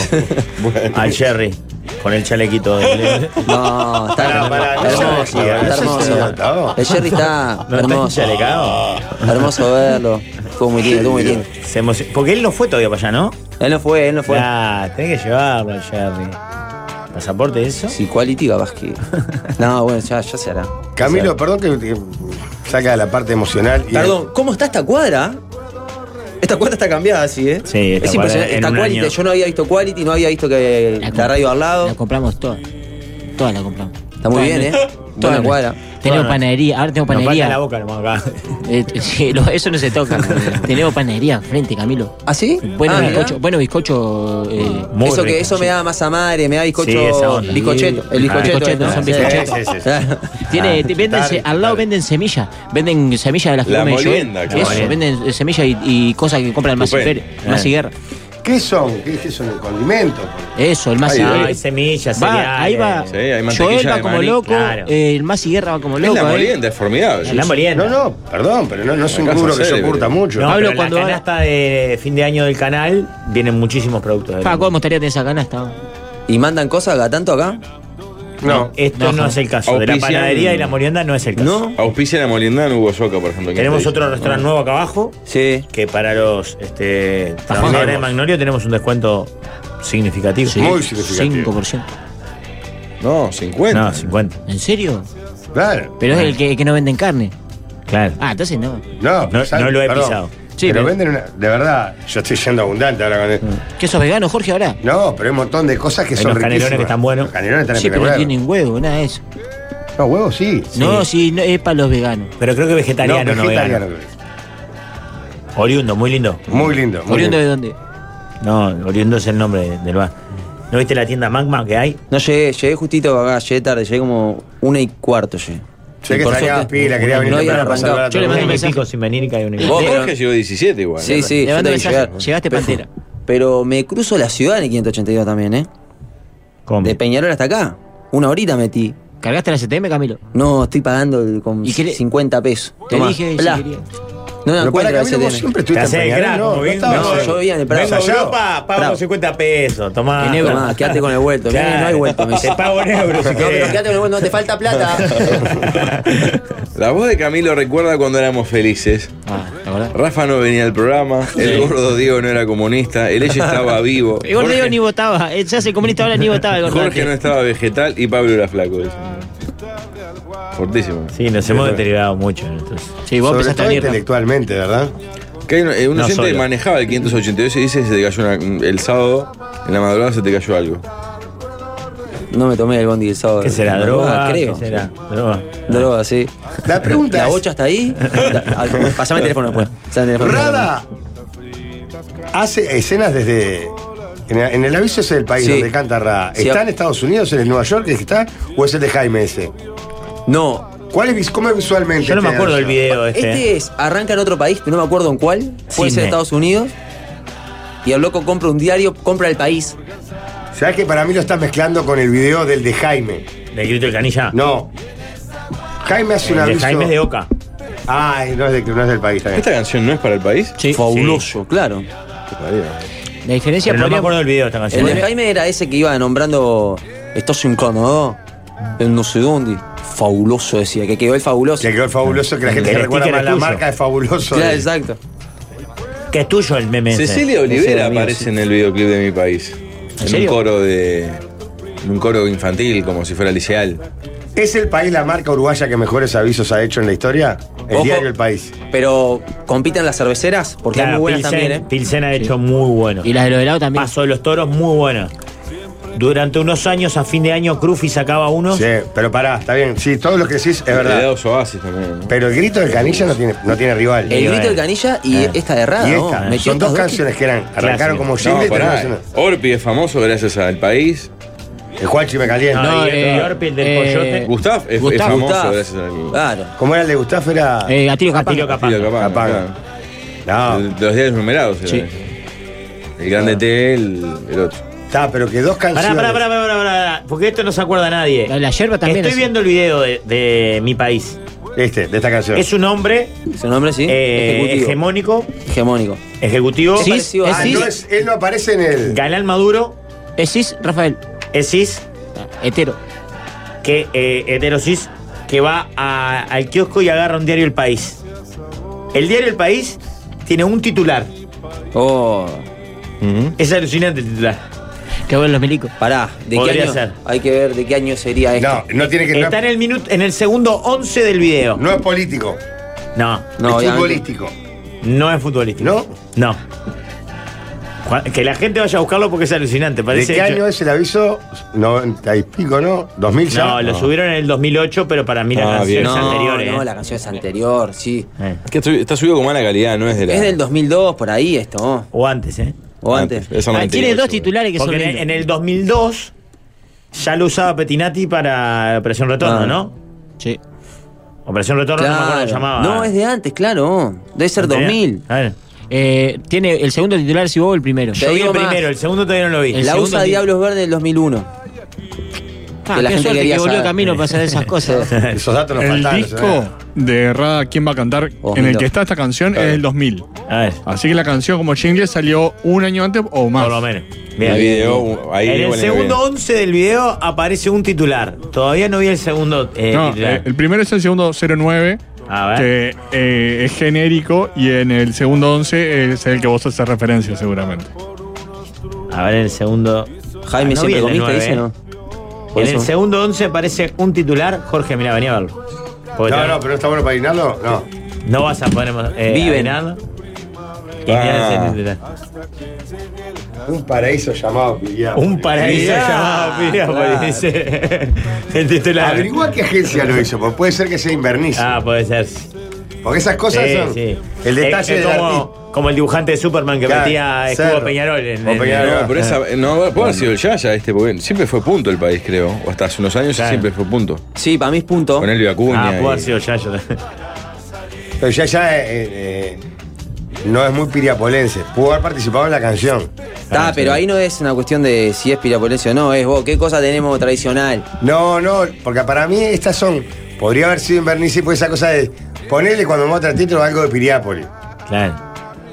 al Jerry? Con el chalequito.
No, está
Pará, pará, no
hermoso.
seas idiota,
está
no
seas idiota,
hermoso.
vos.
El Jerry está
¿No está
hermoso.
chalecado?
Hermoso verlo. Estuvo muy lindo, estuvo muy lindo.
Se emocion- Porque él no fue todavía para allá, ¿no?
Él no fue, él no fue.
Ah, tenés que llevarlo al Jerry. ¿Pasaporte eso?
Si quality capaz que. No, bueno, ya, ya se hará.
Camilo, perdón que, que saca la parte emocional. y-
Perdón, ¿cómo está esta cuadra? Esta cuadra está cambiada así, ¿eh?
Sí, esta
es
cuadra
impresionante.
en
Esta
un
quality,
año.
yo no había visto quality, no había visto que la,
com-
radio al lado.
La compramos toda. Toda la compramos.
Está muy bien, ¿eh? Toda la cuadra.
Tenemos
Bueno.
panadería, ahora tenemos
Nos falta la
panadería.
boca, hermano, acá.
Eh, t- sí, lo- eso no se toca. tenemos panadería frente, Camilo.
¿Ah, sí?
Bueno
Ah, mirá.
bizcocho, bueno bizcocho. eh,
Muy
eso
rico,
que eso
sí.
me da masa madre, me da bizcocho,
Sí, esa onda.
bizcocheto,
Sí.
el bizcocheto, este.
Ah,
¿no?
son
Sí. Ah,
bizcochetos.
Sí, sí, sí.
Claro.
Tiene,
Ah,
te- venden se- al lado venden semillas, venden semillas de las que
La
come Joel.
molienda, claro.
Eso,
Molienda.
venden eh, semillas y, y cosas que compran el Masi
Estupendo. Ah.
Fer- Masi Guerra.
¿Qué son? ¿Qué, qué son? ¿Condimentos?
Eso, el Masi
Ahí va.
Guerra.
Hay semillas,
Va, ahí va.
Sí, hay mantequilla
Joel va
de
como
maní,
loco,
claro.
eh, el Masi Guerra va como
Es
loco.
la
eh.
molienda, es formidable.
La molienda.
No, no, perdón, pero no, no es un
Acá
rubro
son
que yo
célebres.
curta mucho.
No,
Hablo
pero en
cuando
la
van a-
canasta de fin de año del canal vienen muchísimos productos. del-
Pa, ¿cómo me gustaría tener esa canasta?
¿Y mandan cosas cada tanto acá?
No.
Esto no,
No,
es el caso. De la
Auspician-
panadería y la molienda no es el caso.
¿No?
Auspicia la molienda en Hugo Soca, por ejemplo. que
Tenemos
está ahí.
otro restaurante nuevo acá abajo
Sí.
que para los este, trabajadores de Magnorio tenemos un descuento significativo.
Muy significativo.
5%.
No, 50.
No, 50.
¿En serio?
Claro.
Pero es el que, que no venden carne.
Claro.
Ah, entonces no.
No,
No-
¿saben?
no lo he
Perdón.
pisado.
Sí,
pero
pero-
venden una. De verdad, yo estoy siendo abundante ahora con esto.
¿Qué sos vegano, Jorge, ahora?
No, pero hay un montón de cosas que
Hay
son
unos canelones
riquísimas.
que están buenos.
Los canelones están
Sí, pero no
espectaculares.
tienen huevo, nada de eso.
No, huevos sí.
No, sí, no, es para los veganos.
Pero creo que vegetariano, no,
vegetariano
vegano.
que es.
Oriundo, muy lindo.
Muy lindo. Muy
¿Oriundo de
lindo.
dónde?
No, Oriundo es el nombre de- del bar. ¿No viste la tienda Magma que hay?
No llegué, llegué justito acá, llegué tarde, llegué como una y cuarto llegué.
Sé
Y
que
por
extrañabas
suerte,
pila, quería venir
no habían
temprano para
arrancado.
saludar a
Yo le mando
todo el
un
mundo.
Un
mensaje.
pico sin venir y cae un
Vos,
Jorge
pero-
llegó 17 igual.
Sí, sí,
Le
yo
mando
tengo que
mensaje.
llegar.
Llegaste pantera.
Pero me cruzo la ciudad en el 582 también, ¿eh?
¿Cómo?
De Peñarol hasta acá. Una horita metí.
¿Cargaste la CTM, Camilo?
No, estoy pagando el- con
¿Y qué le-
50 pesos.
Te
Tomá,
dije si
plá.
quería.
No la
Pero para
encuentro la
Camilo, vos
STN.
siempre
Te
estuviste
haces
en
el
Peñarol,
crack,
¿no?
como
No
bien-
estabas-
no, yo vivía en el Prado.
Vengo a
Allá.
Europa, pago
Prado.
50 pesos, tomá.
En euros.
Tomá, quédate con el vuelto.
Claro.
Mirá, no hay vuelto. me dice.
Te pago en euros si
No, pero
querés.
quédate con el vuelto, no te falta plata.
La voz de Camilo recuerda cuando éramos felices.
Ah, ¿te acordás?
Rafa no venía al programa, el gordo Diego no era comunista, el ella estaba vivo.
El gordo Diego ni votaba. Él se hace comunista ahora ni votaba el gordo
Jorge no
antes.
estaba vegetal y Pablo era flaco. dice.
Ah.
Fortísimo.
Sí, nos hemos deteriorado mucho. entonces.
Sí, vos
Sobre
empezaste a
todo
venir.
intelectualmente, ¿verdad?
Que hay un- eh, un
No
oyente
solo.
manejaba el 582 y dice que se te cayó una- el sábado, en la madrugada se te cayó algo.
No me tomé el bondi el sábado.
¿Qué será?
La
¿Droga?
creo.
¿Qué será? ¿Droga?
Droga, sí.
La pregunta
La
es-
bocha está ahí. Da- al- Pasame el teléfono después. Pasame el teléfono.
Rada hace escenas desde. En el, en el aviso es el país
Sí.
donde canta Rada.
Sí,
¿Está
a-
en Estados Unidos, en el Nueva York, el que está? ¿O es el de Jaime ese?
No.
¿Cuál es, vis- ¿Cómo es visualmente?
Yo no me
este
acuerdo del
aviso?
video este.
Este es, arranca en otro país, pero no me acuerdo en cuál. Puede ser
Sydney.
Estados Unidos. Y el loco compra un diario, compra el país.
¿Sabes que para mí lo estás mezclando con el video del de Jaime?
¿Del grito de canilla?
No. Jaime hace un
El de
aviso.
Jaime de Oca.
Ay, no es, de- no es del país también.
¿Esta canción no es para el país?
Sí.
Fabuloso, claro.
Qué parido.
La diferencia
Pero no me
podría-
acuerdo del video de esta
El
canción.
de Jaime era ese que iba nombrando. Estás incómodo. En no sé dónde. Fabuloso decía, que quedó el fabuloso.
Que quedó el fabuloso, que la gente
El
que recuerda
sticker
más
es
la
tuyo.
marca de fabuloso.
Claro,
de-
exacto.
Que es tuyo el meme ese.
Cecilia
ese
Olivera
era mío,
aparece
sí.
en el videoclip de mi país. En un
serio?
coro de. en un coro infantil, como si fuera liceal.
¿Es el país la marca uruguaya que mejores avisos ha hecho en la historia? El
Ojo.
diario El País.
Pero compiten las cerveceras, porque
Claro,
hay muy buenas
Pilsen,
también, ¿eh?
Pilsen ha hecho muy bueno.
Y las de los helados también.
Paso de los toros, muy buena. Durante unos años, a fin de año, Crufi sacaba uno.
Sí, pero pará, está bien. Sí, todo lo que decís es
Le da
verdad.
dos oasis también. ¿no?
Pero el grito del canilla no tiene, no tiene rival.
El
Y
grito de
bueno.
Canilla y
Eh.
esta de Rada,
y
¿no?
esta,
Metió
son
estas
dos canciones que eran, arrancaron
Clásicos.
como
No,
single y
pará.
terminaron
Orpi es famoso gracias al país.
siendo- El Juanchi me calienta.
No, y el
eh,
peor, el del
eh,
coyote.
Gustav es, es
Gustav,
famoso
Gustavo.
gracias al
Claro.
Como era el de Gustavo, era.
Eh, gatillo capaz.
Gatillo capaz.
Filo Ah. Capanga,
Capanga.
claro.
No,
De Los días numerados era
Sí.
ese. El grande T, el, el otro.
está, pero que dos canciones.
Pará, pará, pará, pará, pará, pará, porque esto no se acuerda a nadie.
La- la yerba también
Estoy
es-
viendo el video de, de mi país.
Este, de esta canción.
Es un hombre
Su nombre Ah, sí.
eh,
Hegemónico.
hegemónico,
Hegemónico.
ejecutivo,
Sí,
parecido
es
a-
Ah,
cis,
no es- él no aparece en el.
Galán Maduro,
es cis, Rafael. Ah,
es cis,
Hetero.
que, eh, heterosis, que va a- al kiosco y agarra un diario El País. El diario El País tiene un titular.
Oh.
Es alucinante el titular.
Que bueno los milicos.
Pará, ¿de qué
Podría
año?
ser.
Hay que ver de qué año sería esto.
No, no tiene que. No,
Está en el, minuto, en el segundo 11 del video.
no es político,
No,
No,
es
obviamente.
futbolístico.
no es futbolístico.
¿No?
No. Juan- Que la gente vaya a buscarlo porque es alucinante.
¿De
Parece
qué
hecho-
año es el aviso? 90 y pico, ¿no? ¿2000 ya?
No, lo subieron en el 2008, pero para mí las
Ah, bien.
canciones
no,
anteriores.
no,
¿eh?
la canción es anterior, sí.
Eh,
Es que estoy- está subido con mala calidad, no es de la.
Es del 2002, por ahí esto, ¿no?
O antes, ¿eh?
o antes.
Eso no
Ah,
me
tiene
interesa,
dos
güey.
titulares que
Porque
son
en el,
lindos.
en el 2002 ya lo usaba Petinati para Operación Retorno,
Ah.
¿no?
Sí.
Operación Retorno no me acuerdo
Claro.
cómo llamaba.
No, es de antes, claro. Debe ser
¿No tenía?
2000.
A ver.
Eh, tiene el segundo titular si vos el primero.
Te
Yo vi
digo
el
más.
primero, el segundo todavía no lo vi.
El
la
segundo
usa
es-
Diablos Verdes del 2001.
Ah,
que la
qué
gente
suerte
quería
que volvió
saber.
camino para hacer esas cosas.
Esos datos nos
El
faltaron.
disco de Rada, ¿quién va a cantar? En el
2002.
que está esta canción es el 2000.
Oh, A ver,
Así que la canción como jingle salió un año antes o más.
por lo menos.
El
Bien.
video, ahí
en
igual
el
es
segundo
bien.
11 del video aparece un titular. Todavía no vi el segundo eh,
No,
titular.
eh, el primero es el segundo 09,
A ver.
que eh, es genérico, y en el segundo 11 es el que vos haces referencia seguramente.
A ver el segundo.
Jaime
Ah, no vi
siempre
el del
comiste,
nueve,
dice,
eh.
¿no?
En el segundo 11 aparece un titular. Jorge, mira, venía a verlo. Porque
No,
te-
no, pero está bueno para Aguinaldo. No.
No vas a poner más. Eh,
Viven.
Aguinaldo. Y
Ah.
mirá ese titular.
Un paraíso llamado Piriápolis.
Un paraíso llamado Piriápolis. El titular.
Averigua qué agencia lo hizo, porque puede ser que sea Invernizo.
Ah, puede ser.
Porque esas cosas
Sí,
son.
sí.
El detalle
Es- es
del artista.
como, como el dibujante de Superman que
Claro,
metía escudo
Cerro.
Peñarol en, Ah. en-
No, pero esa, no, puede haber sido el Yaya este, porque siempre fue punto el país, creo. O hasta hace unos años siempre fue punto.
Sí, para mí es punto.
Con Elvio Acuña.
Ah, puede haber
y-
sido Yaya.
Pero ya ya eh, eh, no es muy piriapolense. Pudo haber participado en la canción.
Está, Ah, pero ahí no es una cuestión de si es pirapolense o no, es vos, qué cosa tenemos tradicional.
No, no, porque para mí estas son. Podría haber sido Invernizo y pues esa cosa de. Ponerle cuando muestra el título algo de Piriápolis.
Claro.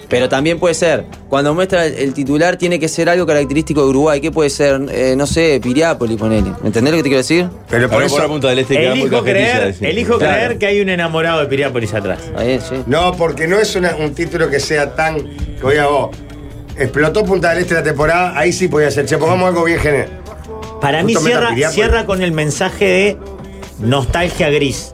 Pero también puede ser, cuando muestra el, el titular tiene que ser algo característico de Uruguay, ¿qué puede ser? Eh, no sé, Piriápolis, ponele. ¿Entendés lo que te quiero decir?
Pero
por Paró por eso- la Punta del Este, que era muy
elijo
cafetiza,
creer,
decía.
elijo
Claro.
creer que hay un enamorado de Piriápolis atrás.
No, porque no es una- un título que sea tan. Que oiga vos. Explotó Punta del Este la temporada, ahí sí podía ser. Che, pues pongamos algo bien general.
Para mí
Justo meta
cierra,
Piriápolis.
cierra con el mensaje de nostalgia gris.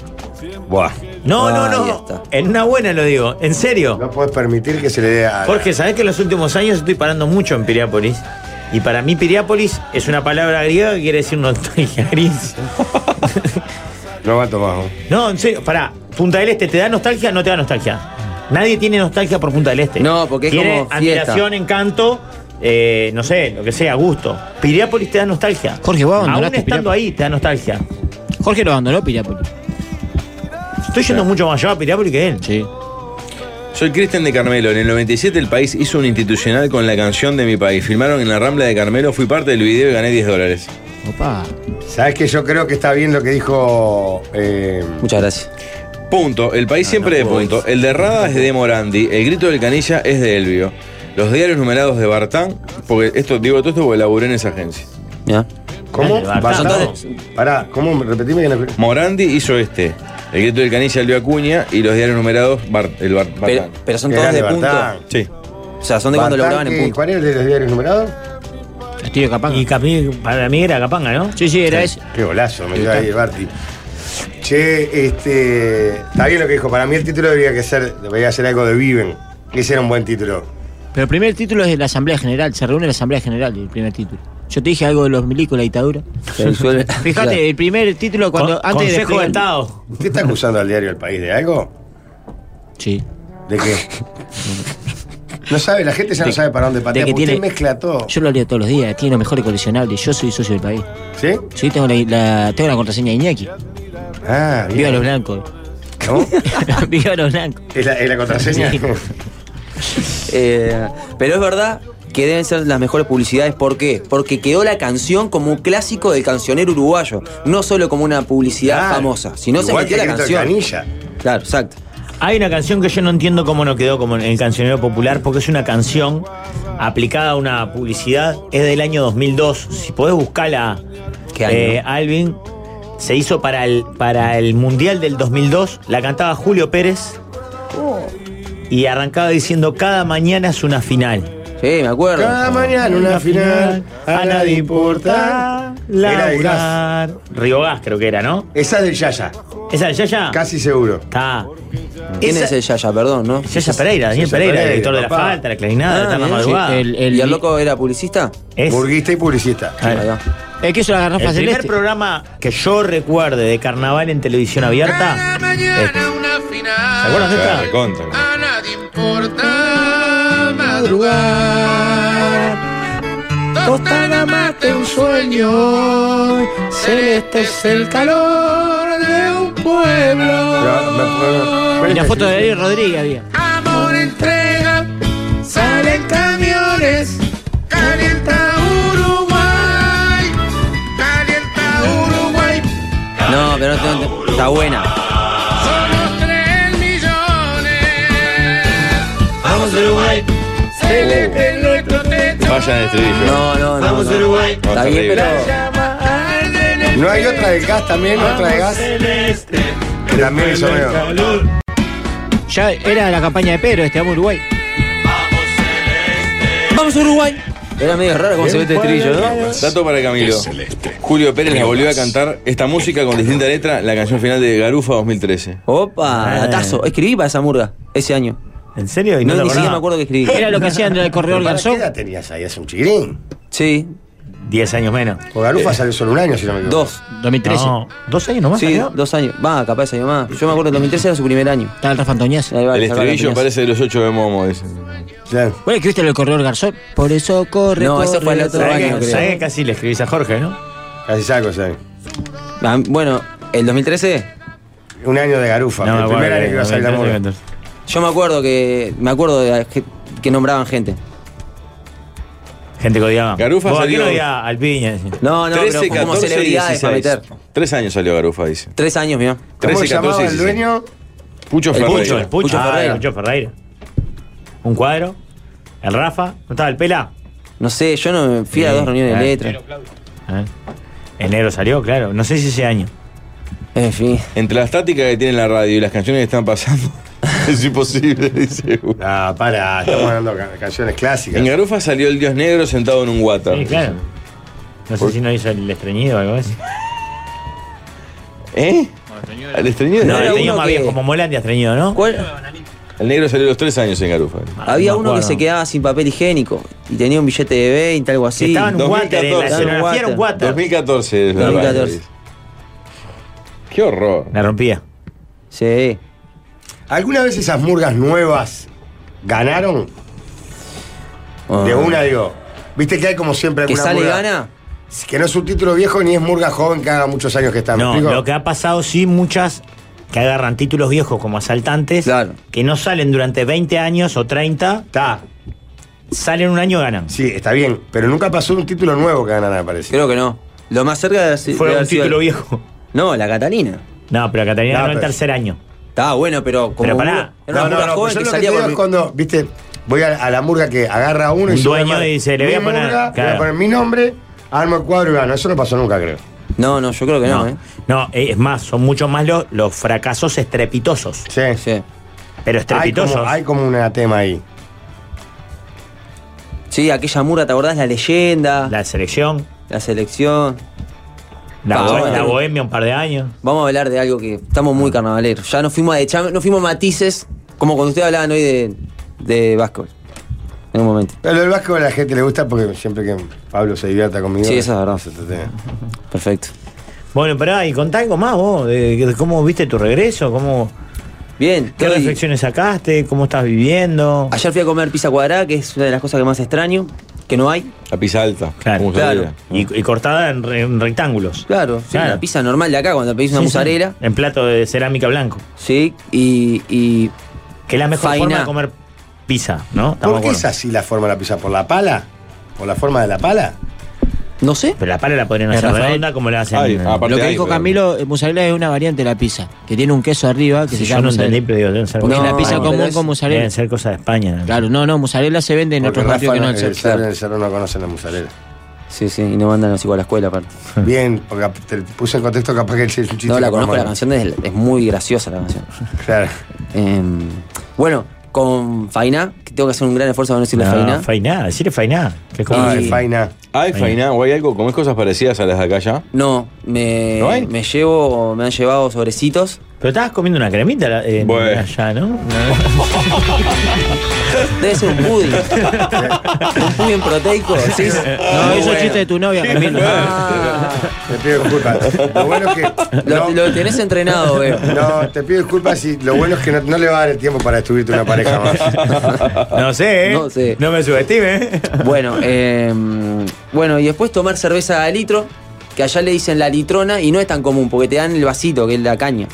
Buah.
No,
Ah,
no,
ahí
no. En una buena lo digo, en serio. No
puedes permitir que se le dé a.
Jorge, ¿sabés que en los últimos años estoy parando mucho en Piriápolis? Y para mí Piriápolis es una palabra griega que quiere decir nostalgia gris.
No va a tomar.
No, en serio, pará. Punta del Este, ¿te da nostalgia o no te da nostalgia? Nadie tiene nostalgia por Punta del Este.
No, porque es
tiene
como fiesta.
admiración, encanto, eh, no sé, lo que sea, gusto. Piriápolis te da nostalgia.
Jorge, vos
Aún
abandonaste
estando ahí, te da nostalgia.
Jorge lo abandonó Piriápolis.
Estoy yendo mucho más allá a Piriápolis que él.
Sí.
Soy Cristian de Carmelo. En el 97 el país hizo un institucional con la canción de mi país. Filmaron en la Rambla de Carmelo, fui parte del video y gané 10 dólares.
Opa.
¿Sabes que yo creo que está bien lo que dijo. eh,
Muchas gracias.
Punto. El
Ah,
país siempre de punto. El de Rada es de Morandi. El grito del canilla es de Elvio. Los diarios numerados de Bartán. Porque esto, digo todo esto porque laburé en esa agencia.
¿Cómo?
Dale,
Basado-
Bartán.
Pará, ¿cómo? Repetime que no.
Morandi hizo este. El grito del canilla, Elvio Acuña. Y los diarios numerados, Bar- el Bar-
Pero-
Bartán.
pero son Qué todos de grande, punto. Bartán.
Sí.
O sea, son de cuando
Bartán,
lograban en
¿qué-
punto.
¿Cuál era el de los diarios numerados?
Estudio Capanga.
Y Capi- para mí era Capanga, ¿no?
Sí, sí, era
eso.
Qué golazo, me dio ahí, Barti. Che, este. Está bien lo que dijo. Para mí el título debería que ser. Debería ser algo de Viven. Que ese era un buen título.
Pero el primer título es de la Asamblea General, se reúne la Asamblea General, el primer título. Yo te dije algo de los milicos, la dictadura.
Se disuelve. Claro.
Fíjate, el primer título cuando antes de despegar-
¿Usted está acusando al diario El País de algo?
Sí.
¿De qué? No sabe, la gente ya no
De-
sabe para dónde
de
patear.
que
porque
tiene-
Usted mezcla todo.
Yo lo haría todos los días, tiene los mejores coleccionables. Yo soy socio del país.
¿Sí?
Sí, tengo la, la- tengo la contraseña de Iñaki.
Ah,
Viva los blancos.
¿Cómo?
Viva los blancos.
¿Es la, es la contraseña?
Sí.
Eh, pero es verdad que deben ser las mejores publicidades. ¿Por qué? Porque quedó la canción como un clásico del cancionero uruguayo. No solo como una publicidad famosa, sino se
Igual
metió la
que Grito de
canción.
Canilla.
Claro, exacto.
Hay una canción que yo no entiendo cómo no quedó como en el cancionero popular, porque es una canción aplicada a una publicidad, es del año 2002. Si podés buscarla,
¿Qué año?
eh, Alvin, se hizo para el, para el Mundial del 2002, la cantaba Julio Pérez y arrancaba diciendo, cada mañana es una final.
Sí, me acuerdo.
Cada mañana una final, a nadie importa. Era de Gas.
laburar. Riogás creo que era, ¿no?
Esa es del Yaya.
¿Esa del Yaya?
Casi seguro.
Está.
¿Quién
Esa-
es el Yaya, perdón, no?
Yaya Pereira, Daniel
Yaya
Pereira, director de La
papá.
Falta, La Clarinada, La Eterna
mirá,
Madrugada.
sí, el- el- ¿Y el loco era publicista?
Es-
Burguista y publicista.
Es que eso la
El
garrafa
primer
celeste.
programa que yo recuerde de carnaval en televisión abierta. este. ¿Se acuerdan de esta?
A nadie importa madrugar. Tostada mate un sueño. Celeste es el calor de un pueblo.
Y la foto de Ariel Rodríguez había.
Amor entrega, salen camiones, calienta Uruguay, calienta Uruguay,
No, pero no, no, está buena.
somos tres millones.
Vamos Uruguay.
Celeste en nuestro techo.
Vayan al estribillo.
No, no, no.
Vamos,
no.
Uruguay.
Está bien,
Terrible.
pero.
¿No hay otra del gas también? ¿Otra de gas? Que también hizo medio.
Ya era la campaña de Pedro, este, vamos a Uruguay.
Vamos Uruguay. Era medio raro cómo se ve este trillo, ¿no?
Dato para Camilo.
este.
Julio Pérez la volvió a cantar esta música con distinta letra, la canción final de Garufa 2013.
Opa,
Ah.
datazo. Escribí para esa murga ese año.
Eh. ¿En serio?
Y no, ni siquiera me acuerdo que escribí.
Pero para, ¿Qué edad tenías ahí? ¿Hace un chiquirín?
Sí.
Diez años menos.
O Garufa salió solo un año, si no me equivoco.
Dos.
2013.
No, ¿Dos años nomás
Sí,
salió?
dos años. Va, capaz año más. Yo me acuerdo que 2013 era su primer año.
Estaba el Rafa Antoñez.
El estribillo parece de los ocho de Momo, dice.
Bueno, escribiste lo del corredor Garzón. Por eso corre.
No, eso
corre,
fue el otro
corre.
año, creo.
¿Sabes que casi le escribís a Jorge, no?
Casi saco, ¿sabes?
Ah, Bueno, el 2013.
Un año de Garufa.
No,
el
bueno,
primer año que iba a salir la
2013,
murga.
Yo me acuerdo que. Me acuerdo de, que, que nombraban gente.
Gente que odiaba.
Garufa
¿Por qué
salió-
no odiaba al piña?
No, no, pero como celebridades para meter.
Tres años salió Garufa, dice.
Tres años, mira.
Trece,
¿Cómo se llamaba
catorce,
el
dieciséis.
dueño?
Pucho
el Pucho,
Ferreira.
el Pucho,
Pucho
ah,
Ferreira.
el Pucho Ferreira. Un cuadro. El Rafa. ¿No estaba el Pela?
No sé, yo no fui a
Sí,
dos reuniones de
eh.
letras.
¿Eh? El negro salió, claro. No sé si ese año.
En fin.
Entre la estática que tiene la radio y las canciones que están pasando, es imposible, dice uno.
Ah, para, estamos hablando de ca- canciones clásicas.
En Garufa salió el dios negro sentado en un water.
Sí, claro. No sé si no hizo el estreñido o algo así.
¿Eh? El estreñido
No, el
era
estreñido
uno
más
que-
viejo, como Molandia estreñido, ¿no? Ah,
¿Cuál?
El negro salió a los tres años en Garufa.
Había
no me
uno que
acuerdo.
se quedaba sin papel higiénico y tenía un billete de 20, algo así.
Estaba en un water, en la
2014.
escenografía era un water.
2014 es la
2014.
radio, dice. Qué horror.
La rompía.
Sí.
¿Alguna vez esas murgas nuevas ganaron?
Ah.
De una, digo. ¿Viste que hay como siempre
¿Que
alguna
sale y
murga-
gana?
Que no es un título viejo ni es murga joven que haga muchos años que está. ¿me
No,
explico?
lo que ha pasado sí, muchas que agarran títulos viejos como asaltantes, que no salen durante 20 años o 30,
Está.
salen un año y ganan.
Sí, está bien. Pero nunca pasó un título nuevo que ganara, me parece.
Creo que no. Lo más cerca de haber- de
Fue un
haber sido-
título viejo.
No, la Catalina.
No, pero Catalina
No,
ganó el
pero-
tercer año.
Estaba bueno, pero como.
Pero
una-
pará.
Era
Pues. No,
una
no,
murga
no.
joven
Yo
que
lo que te
salía
digo
por.
es cuando, viste, voy a, a la murga que agarra a uno
Un
y se
dueño
llama-
dice, le voy
mi
a poner-
murga,
claro.
voy a poner mi nombre, armo el cuadro y gano. Eso no pasó nunca, creo.
No, no, yo creo que no,
No,
¿eh?
no, eh, es más, son muchos más los, los fracasos estrepitosos.
Sí.
Sí.
Pero
Hay
estrepitosos.
como, hay como un tema ahí.
Sí, aquella murga, ¿te acordás? La leyenda, la,
La selección,
selección.
la,
Ah,
bo-
bueno.
la bohemia un par de años.
Vamos a hablar de algo que estamos muy carnavaleros. Ya nos fuimos a, de cham- nos fuimos a matices, como cuando ustedes hablaban hoy de, de básquetbol. En un momento.
Pero lo del vasco a la gente le gusta porque siempre que Pablo se divierta conmigo.
Sí, eso es verdad.
se entretiene.
Perfecto.
Bueno, pará, y contá algo más vos, de, de cómo viste tu regreso, cómo,
Bien,
qué
Terry,
reflexiones sacaste, cómo estás viviendo.
ayer fui a comer pizza cuadrada, que es una de las cosas que más extraño, que no hay.
La pizza alta.
Claro,
como se
claro.
diría.
Y, y cortada en, re- en rectángulos.
Claro, sí,
Claro.
la pizza normal de acá, cuando pedís una
Sí, sí.
mozzarella.
En plato de cerámica blanco.
Sí, y, y
Que es la mejor
Faina.
forma de comer pizza, ¿no? Estamos
¿Por qué
de acuerdo.
es así la forma de la pizza? ¿Por la pala? ¿Por la forma de la pala?
no sé.
Pero la pala la podrían
Eh,
hacer
Rafael.
redonda como la hacen.
Ah,
Ay,
eh,
aparte
Lo que
hay,
dijo
pero-
Camilo, eh, mozzarella es una variante de la pizza, que tiene un queso arriba que
si
se
yo
llama
no
mozzarella.
entendí, pero digo, deben ser
Porque
No,
cosas-
la pizza
no, pero
común
es-
con mozzarella.
deben ser cosas de España. ¿no?
Claro, no, no, mozzarella se vende en
Porque
otros
Rafa
patios que no
no,
en Sal-
el salón, en el salón no conoce la mozzarella.
Sí, sí, y no mandan así igual a la escuela, aparte.
Bien, porque te puse en contexto capaz que el chiste.
No, la
capaz
conozco la
malo.
canción, es, es muy graciosa la canción.
Claro.
Em, bueno, con Faina, que tengo que hacer un gran esfuerzo para no decirle
No,
Faina.
fainá, decirle fainá. Que es como-
Ah,
Y-
de faina.
Hay fainá o hay algo, comés cosas parecidas a las de acá ya.
No, me,
¿No hay?
me llevo, me han llevado sobrecitos.
Pero estabas comiendo una cremita la- en-
Bueno.
allá, ¿no?
Debe ser un pudding. un pudding proteico. ¿sí?
No,
Muy
eso
bueno.
es chiste de tu novia, Camilo.
Ah,
Te pido disculpas. Lo bueno es que.
lo,
no,
lo tenés entrenado, veo.
no, te pido disculpas y lo bueno es que no, no le va a dar el tiempo para destruirte una pareja más.
No sé, ¿eh?
No sé.
No me subestime. ¿eh?
Bueno, em, bueno, y después tomar cerveza a litro, que allá le dicen la litrona y no es tan común, porque te dan el vasito, que es la caña.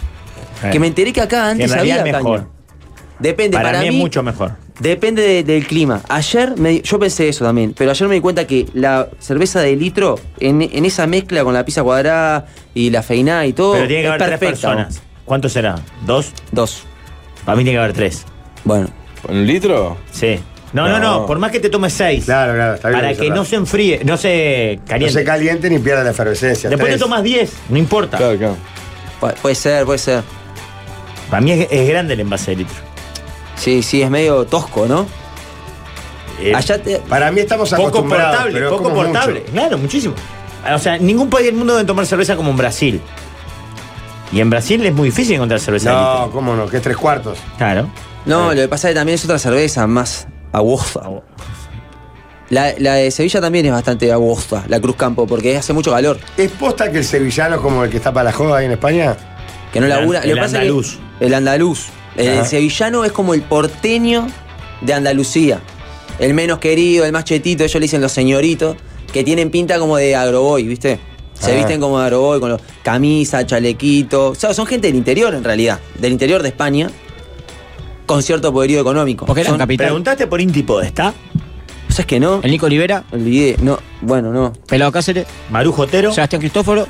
Que me enteré que acá
Que Eh.
antes
en realidad
había
es
caña.
mejor.
Depende,
Para,
para,
mí es mucho mejor.
Depende de- del clima. Ayer me di- yo pensé eso también, pero ayer me di cuenta que la cerveza de litro, en, en esa mezcla con la pizza cuadrada y la feiná y todo,
Pero tiene que
es
haber tres
perfecta.
personas. ¿Cuántos será? ¿Dos?
Dos.
Para mí tiene que haber tres.
Bueno,
¿Un litro?
Sí. No, no, no,
No.
Por más que te tomes seis.
Claro, claro, está bien.
para
eso,
que
claro.
no se enfríe, no se
No
caliente.
se caliente ni pierda la efervescencia.
Después
Tres.
te tomas diez, no importa. pues,
Claro, claro.
pu- puede ser, puede ser.
Para mí es, es grande el envase de litro.
Sí, sí, es medio tosco, ¿no?
para mí estamos
Eh, Poco
acostumbrados.
portable,
pero
poco
como
portable.
mucho.
Claro, muchísimo. O sea, ningún país del mundo debe tomar cerveza como en Brasil. Y en Brasil es muy difícil encontrar cerveza.
No,
cómo no, que es tres cuartos.
Claro.
No, lo que pasa es que también es otra cerveza más aguosa. La, la de Sevilla también es bastante aguosa, la Cruz Campo, porque hace mucho calor.
¿Es posta que el sevillano es como el que está para la joda ahí en España?
Que no
El an-
labura. Lo
el
que pasa es que
andaluz.
el andaluz. eh, El,
Ajá.
sevillano es como el porteño de Andalucía. El menos querido, el más chetito, ellos le dicen los señoritos, que tienen pinta como de agroboy, ¿viste? Se
Ah.
visten como de agroboy, con los, camisa, chalequito. O sea, son gente del interior en realidad, del interior de España, con cierto poderío económico.
Porque eran
Son-
capital.
¿Preguntaste por Inti Podestá?
Pues es que no.
El Nico Olivera.
Olvidé, Eh, no, bueno, no. Oh.
Pelado Cáceres.
Marujo Otero.
Sebastián Cristóforo.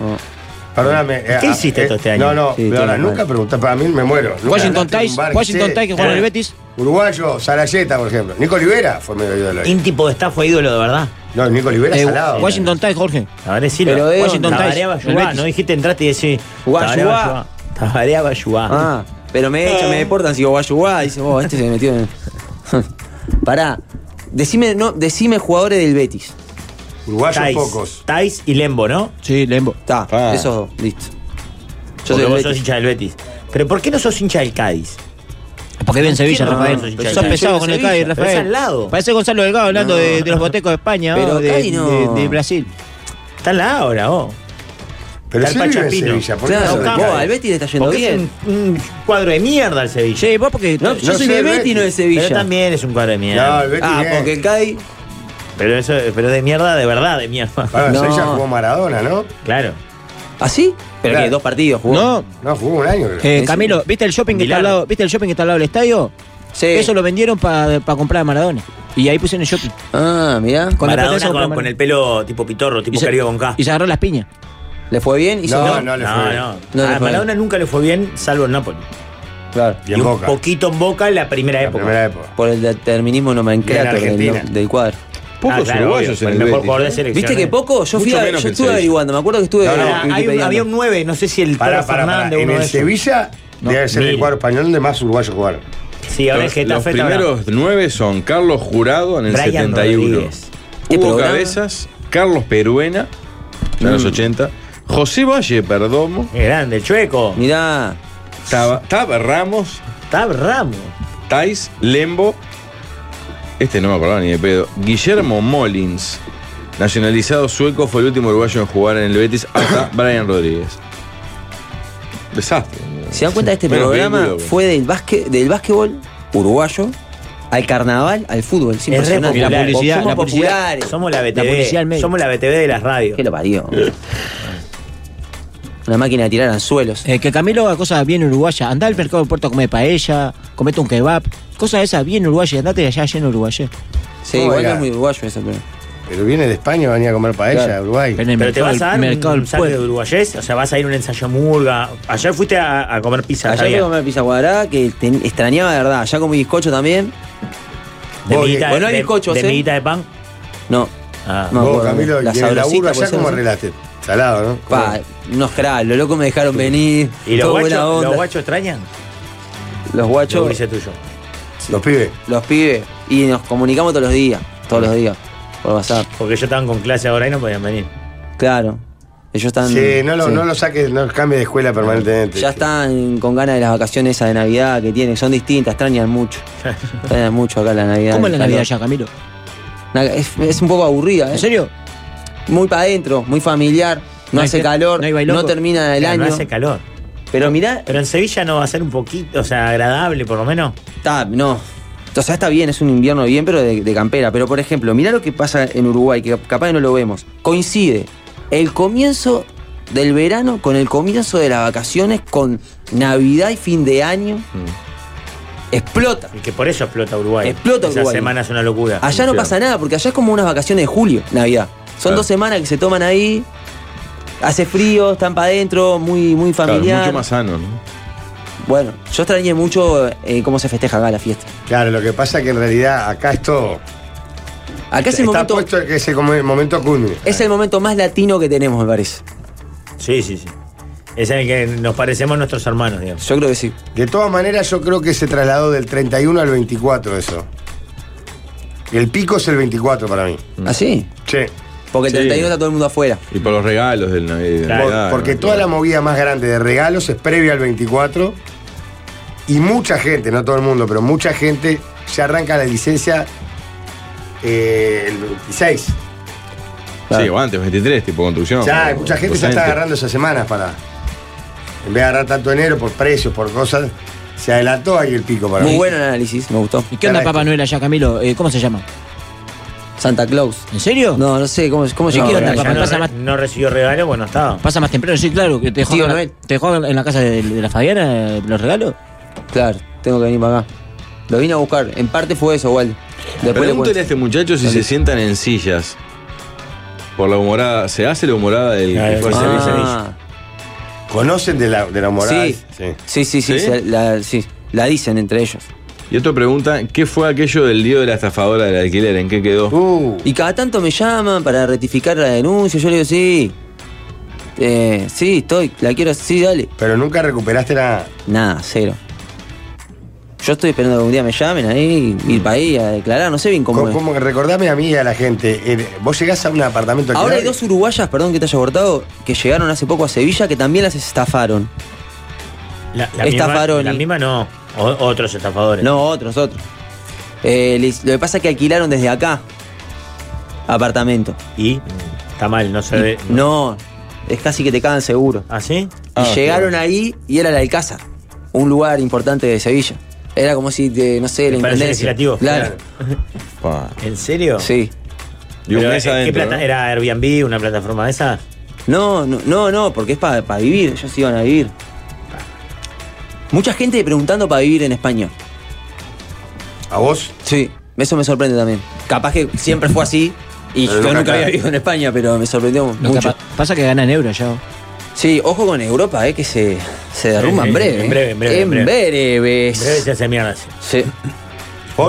Perdóname. eh,
¿Qué
ah,
hiciste
eh,
todo este año?
No, no,
Sí,
pero ahora
todo mal.
nunca pregunté, para mí me muero. Nunca
Washington
andaste en
Tice,
un bar,
Washington
che,
Tice, que juega en el Betis.
Uruguayo, Sarayeta, por ejemplo. Nico Olivera fue medio ídolo. ahí.
Inti Podestá fue ídolo de verdad.
No, Nico Olivera
Eh,
salado.
Washington Tice, Jorge.
Tabaré Silva.
Pero de
Washington
dónde?
Tabareaba
El
Yuá,
Betis.
Ah, no dijiste entraste y decís.
Guá,
Tabareaba
Yuá.
Yuá. Tabareaba Yuá.
Ah, pero me echan,
Eh.
me deportan, si digo Guayuá, dice, vos, este se metió en. Pará. Decime, no, decime jugadores del Betis.
Uruguayos
Tais.
pocos. Ah.
Tais y Lembo, ¿no?
Sí, Lembo.
Está, esos dos, listo.
Yo
soy del
vos
Betis.
sos hincha del Betis. Pero ¿por qué no sos hincha del Cádiz?
Porque vive en Sevilla,
No,
Rafael.
no, no, no,
Sos
Sevilla,
pesado con el
Sevilla,
Cádiz,
pero
Rafael.
es al lado.
Parece Gonzalo Delgado hablando de, de los botecos de España,
Pero
o de,
Cádiz no.
de- de Brasil.
Está al lado ahora, vos.
Pero
Está
si
el
él vive en
Pachapino.
Sevilla, ¿por qué
Claro,
no
Cádiz.
vos, al Betis le está yendo
Porque es
bien.
Eh,
un, un cuadro de mierda el Sevilla.
Che, vos porque.
No, yo
no
soy
sé
de
del
Betis,
Betis.
no de
Pero
Sevilla.
también es un cuadro de
No,
mierda.
el Betis
Ah,
bien.
porque el Cádiz.
pero eso, pero de mierda, de verdad, de mierda.
Bueno, en
No.
Ah, Sevilla jugó Maradona, ¿no?
Claro.
¿Así? Pero
Claro.
que dos partidos jugó.
¿Ah, No,
No, jugó un año, creo.
eh,
Sí.
Camilo, ¿viste el shopping que está al
Milagro.
lado? ¿Viste el shopping que está al lado del estadio?
Sí.
Eso lo vendieron para comprar a Maradona. Y ahí pusieron el shopping.
Ah, mirá.
Con la
Maradona
potencia
con,
de
con
Maradona.
el pelo tipo pitorro, tipo
Y se-
Caribe Bonca.
Y se agarró las piñas.
¿Le fue bien? ¿Hizo
No,
gol?
no le fue
No,
bien.
no.
No le
a
fue
Maradona nunca le fue bien, salvo en Napoli.
Claro.
Y en
un
Boca.
poquito en Boca en la primera
La
época.
primera época.
Por el determinismo nomenclátor
Bien,
del,
Argentina.
del cuadro.
Pocos
Ah, claro,
uruguayos
obvio,
en
el
el
mejor
Betis,
jugador de
¿eh?
selección.
¿Viste que poco? Yo, fui
Mucho
a- yo
menos que el
estuve
Sevilla.
averiguando, me acuerdo que estuve.
No, no,
eh,
Pará, hay un-
Wikipediando.
había un 9, no sé si el
Para,
Toro
para, para.
Fernández,
En
uno
el
de esos.
Sevilla debe ser el
mil.
cuadro español donde más uruguayos jugaron.
Sí, ahora
Los,
el
los
Getafe está
primeros nueve son Carlos Jurado en el
Brian
71.
Rodríguez.
¿Qué
Hugo
programa? Mm.
Cabezas, Carlos Peruena, en los 80. José Valle Perdomo,
bravo. Grande, el chueco.
Mirá.
Taba, Taba Ramos,
Tab Ramos.
Tais, Lembo, este no me acordaba ni de pedo, Guillermo Molins, nacionalizado sueco, fue el último uruguayo en jugar en el Betis hasta Brian Rodríguez. Desastre.
¿Se dan cuenta? Este
Menos
programa
ridículo, güey.
pues.
fue del, básquet, del básquetbol uruguayo al carnaval, al fútbol. Es
Es re
impresionante.
popular.
La publicidad,
Somos
la publicidad.
populares.
Somos
La
la
policía al
BTV.
medio.
Somos la BTV de las radios.
¿Qué lo parió? Una máquina de tirar anzuelos.
Eh, que Camilo haga cosas bien uruguayas. Andá al mercado de puerto a comer paella, comete un kebab. Cosas esas bien uruguayas. Andate allá lleno uruguayo.
Sí,
Oh,
igual
oiga.
no es muy uruguayo eso, pero.
Pero viene de España, venía a comer paella,
Claro.
Uruguay.
Pero en el
Pero te
mercado,
vas a dar
el mercado
un
del
salto de
puerto.
uruguayés, o sea, vas a ir a un ensayo murga. Ayer fuiste a, a comer pizza.
Allá fui a
Javier.
comer pizza cuadrada que te extrañaba de verdad. Allá comí bizcocho también.
De
Vos,
miguita,
bueno, hay
de,
bizcochos,
de
¿eh?
miguita de pan.
No.
Ah.
No,
Vos,
por-
Camilo,
la
y en el
sabrosita,
laburo pues
puede
allá,
ser,
¿cómo
¿no?
arreglaste? Salado, ¿no? ¿Cómo?
Pa, unos cracks, los locos me dejaron venir.
¿Y los
todo
guachos,
buena onda.
los guachos extrañan?
Los
Yo
guachos,
gurises tuyo.
Los pibes.
los pibes. Y nos comunicamos todos los días. Todos los días. Por WhatsApp.
Porque ellos estaban con clase ahora y no podían venir.
Claro. Ellos están.
Sí, no lo,
sí.
no lo saques, no cambies de escuela permanentemente.
Ya están con ganas de las vacaciones esas de Navidad que tienen, son distintas, extrañan mucho. extrañan mucho acá la Navidad.
¿Cómo es la
el
Navidad
calor.
allá, Camilo?
Na- Es, es un poco aburrida,
¿En
¿eh?
serio?
Muy para adentro, muy familiar, no,
No hay
hace
fe-
calor,
no hay
no,
bailoco.
termina el
Claro,
año.
No hace calor.
Pero mirá,
Pero en Sevilla no va a ser un poquito, o sea, agradable por lo menos.
está, no. O sea, está bien, es un invierno bien, pero de, de campera. Pero por ejemplo, mirá lo que pasa en Uruguay, que capaz que no lo vemos. Coincide el comienzo del verano con el comienzo de las vacaciones, con Navidad y fin de año. Explota.
Y que por eso explota Uruguay.
Explota
Esa
Uruguay.
semana es una locura.
Allá no
Infierno.
pasa nada, porque allá es como unas vacaciones de julio, Navidad. Son
Claro.
dos semanas que se toman ahí, hace frío, están para adentro, muy, muy
Claro,
familiar.
mucho más sano, ¿no?
Bueno, yo extrañé mucho eh, cómo se festeja acá la fiesta.
Claro, lo que pasa es que en realidad acá es todo.
Acá es
Está
el momento,
puesto que es el como- el momento cumbre.
es el momento más latino que tenemos, me parece.
Sí, sí, sí. Es en el que nos parecemos a nuestros hermanos, digamos.
Yo creo que sí.
De todas maneras, yo creo que se trasladó del 31 al 24 eso. El pico es el 24 para mí.
¿Ah, sí?
Sí.
Porque el
Sí.
31 está todo el mundo afuera.
Y por los regalos del Navidad.
Por- porque toda la movida más grande de regalos es previa al 24 y mucha gente, no todo el mundo, pero mucha gente se arranca la licencia eh, el 26.
Sí, o antes, 23, tipo construcción.
ya, hay mucha gente ya está agarrando esas semanas para. En vez de agarrar tanto enero por precios, por cosas, se adelantó ahí el pico para
Muy
mí.
bueno el análisis, me gustó.
¿Y qué onda Papá Noel allá, Camilo? Eh, ¿Cómo se llama?
Santa Claus.
¿En serio?
No, no sé, ¿cómo, cómo
¿Y qué onda,
ahora?
papá? Pasa más,
No recibió regalo, bueno, estaba.
pasa más temprano, sí, claro. que ¿Te dejó,
Tío
en la,
Noel.
te dejó en la casa de, de la Fabiana eh, los regalos?
Claro, tengo que venir para acá. Lo vine a buscar, en parte fue eso, igual. Después le
Pregúntale a
cuento.
este muchacho si se sientan en sillas. Por la humorada. ¿Se hace la humorada del
Ah,
que fue
sí,
al
sí,
servicio?
Ah,
¿Conocen de la, de la moral?
sí, sí, sí, sí,
¿Sí?
se- la, sí, la dicen entre ellos.
Y otro pregunta, ¿qué fue aquello del lío de la estafadora del alquiler? ¿En qué quedó?
Uh,
Y cada tanto me llaman para rectificar la denuncia, yo le digo, sí, eh, sí, estoy, la quiero, sí, dale.
pero nunca recuperaste la.
Nada, Ah, cero. Yo estoy esperando que un día me llamen ahí, ir para ahí a declarar, no sé bien cómo,
Como,
es.
que recordame a mí y a la gente, eh, vos llegás a un apartamento
Ahora hay
alquilado-
dos uruguayas, perdón que te haya abortado, que llegaron hace poco a Sevilla que también las estafaron.
La, la
Estafaron
Misma, la
y-
misma no. o- otros estafadores.
No, otros, otros. Eh, les- lo que pasa es que alquilaron desde acá apartamento.
Y mm, está mal, no se ve.
No, es casi que te cagan seguro.
¿Ah, sí?
Y llegaron ahí y era el Alcázar, un lugar importante de Sevilla. Era como si, te, no sé, la
El Palacio
intendencia.
Legislativo.
Claro,
Pa.
¿En serio?
sí.
Y un
Pero,
mes
eh, ¿qué
adentro,
plata-
¿no?
¿Era Airbnb, una plataforma de esas?
No, no, no, no, porque es para vivir, ellos iban a vivir. Mucha gente preguntando para vivir en España.
¿A vos?
Sí, eso me sorprende también. Capaz que siempre fue así y
Pero
yo
nunca
nunca había
acá.
vivido en España, pero me sorprendió
Lo que
mucho.
pa- pasa que ganan euros ya.
Sí, ojo con Europa, eh, que se, se derrumba
Sí,
en breve.
en
eh.
breve, en breve, en
En breves.
En breve se hace mierda. sí.
Sí.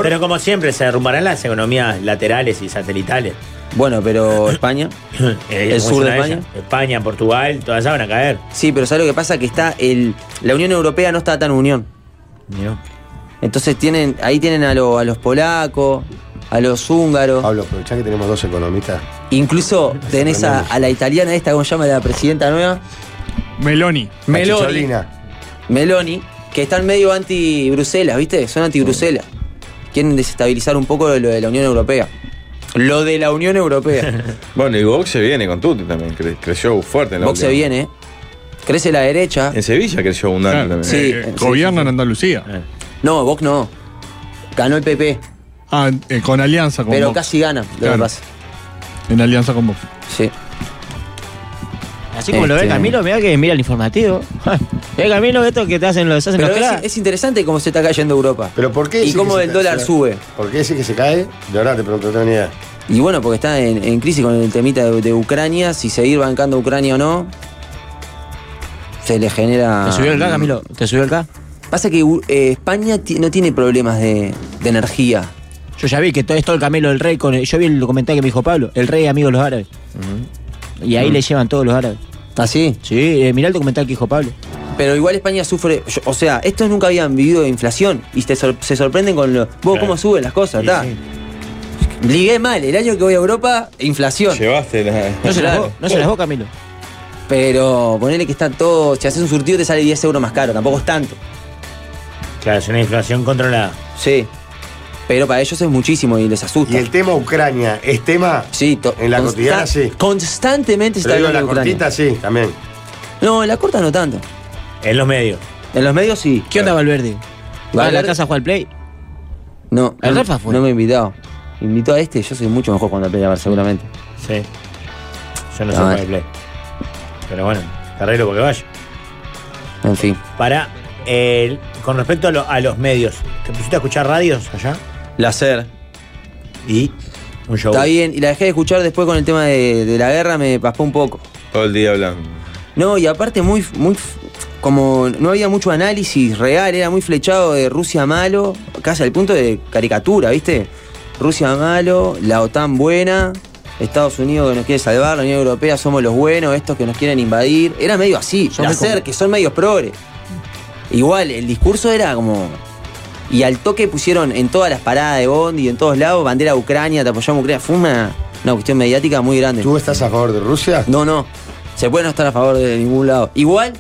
Pero como siempre, se derrumbarán las economías laterales y satelitales.
Bueno, pero España.
Eh,
¿El
como
sur de
es una
España?
ellas. España, Portugal, todas esas van a caer.
Sí, pero ¿sabes lo que pasa? Que está el. La Unión Europea no está tan unión. Entonces tienen, ahí tienen a, lo- a los polacos, a los húngaros.
Pablo, aprovechá que tenemos dos economistas.
Incluso tenés a, a la italiana esta, ¿cómo se llama la presidenta nueva?
Meloni.
Meloni.
Chicholina.
Meloni, que están medio anti-Bruselas, ¿viste? Son anti-Bruselas. Quieren desestabilizar un poco lo de la Unión Europea. Lo de la Unión Europea.
Bueno, y Vox se viene con Tuti también. cre- creció fuerte en la
Vox se
última.
viene, crece la derecha.
En Sevilla creció un año
Claro.
también.
Sí.
Eh,
sí,
gobierna en Andalucía.
No, Vox no. Ganó el PP,
Ah, eh, con alianza con
pero
Vox.
casi gana, lo que
Claro.
pasa.
En alianza con Vox.
Sí.
Así como lo ve
Este-
Camilo, mira que mira el informativo. Ve Camilo, esto que te hacen los, hacen
Pero
los
es,
crack.
es interesante cómo se está cayendo Europa.
¿Pero por qué?
Y
decís que
cómo
se
el
cae?
dólar
¿Sí?
sube.
¿Por qué decís que se cae? De verdad te pregunto, no tengo ni idea.
Y bueno, porque está en, en crisis con el temita de, de Ucrania, si seguir bancando a Ucrania o no. Se le genera.
¿Te subió el K, Camilo? ¿Te subió el K?
Pasa que uh, eh, España ti- no tiene problemas de, de energía.
Yo ya vi que todo esto el Camilo del Rey con el- yo vi el comentario que me dijo Pablo, el Rey amigo de los árabes. Y
Mm.
ahí le llevan todos los árabes.
¿Ah,
Así.
Sí, eh, mirá el documental que dijo Pablo.
Pero igual España sufre. yo- o sea, estos nunca habían vivido de inflación y te sor- se sorprenden con lo. Vos,
Claro.
cómo suben las cosas,
Y
¿tá?
sí.
Ligué mal. El año que voy a Europa, inflación.
Llevaste la.
No se las
Claro.
vos, no se las vos, Camilo.
Pero ponele que está todo. Si haces un surtido, te sale 10 euros más caro. Tampoco es tanto.
Claro, es una inflación controlada.
Sí. Pero para ellos es muchísimo y les asusta.
Y el tema Ucrania, ¿es tema?
Sí, to-
En la
consta-
cotidiana, sí.
Constantemente se
Pero
está
digo,
hablando
la
de Ucrania.
cortita, sí, también.
No, en la corta no tanto.
En los medios.
En los medios sí.
¿Qué onda Valverde? ¿Va a la
Valverde-
casa a jugar al play?
No.
El
no-
Rafa fue.
No me invitado. Invitó a este, yo soy mucho mejor cuando pelea seguramente. eh.
Sí. Yo no
Ah, vale.
sé para el play. Pero bueno, te arreglo porque vaya.
En fin.
Para, el- con respecto a, lo- a los medios, ¿te pusiste a escuchar radios allá?
Lacer.
Y un show.
Está bien, y la dejé de escuchar después con el tema de, de la guerra, me paspó un poco.
Todo el día hablando.
No, y aparte muy, muy como no había mucho análisis real, era muy flechado de Rusia malo, casi al punto de caricatura, ¿viste? Rusia malo, la OTAN buena, Estados Unidos que nos quiere salvar, la Unión Europea somos los buenos, estos que nos quieren invadir. Era medio así,
Somos
Lacer,
como-
que son medios progres. Igual, el discurso era como Y al toque pusieron en todas las paradas de Bond y en todos lados bandera de Ucrania, te apoyamos Ucrania. Fue una, una cuestión mediática muy grande. ¿Tú
estás a favor de Rusia?
No, no. Se puede no estar a favor de ningún lado. Igual,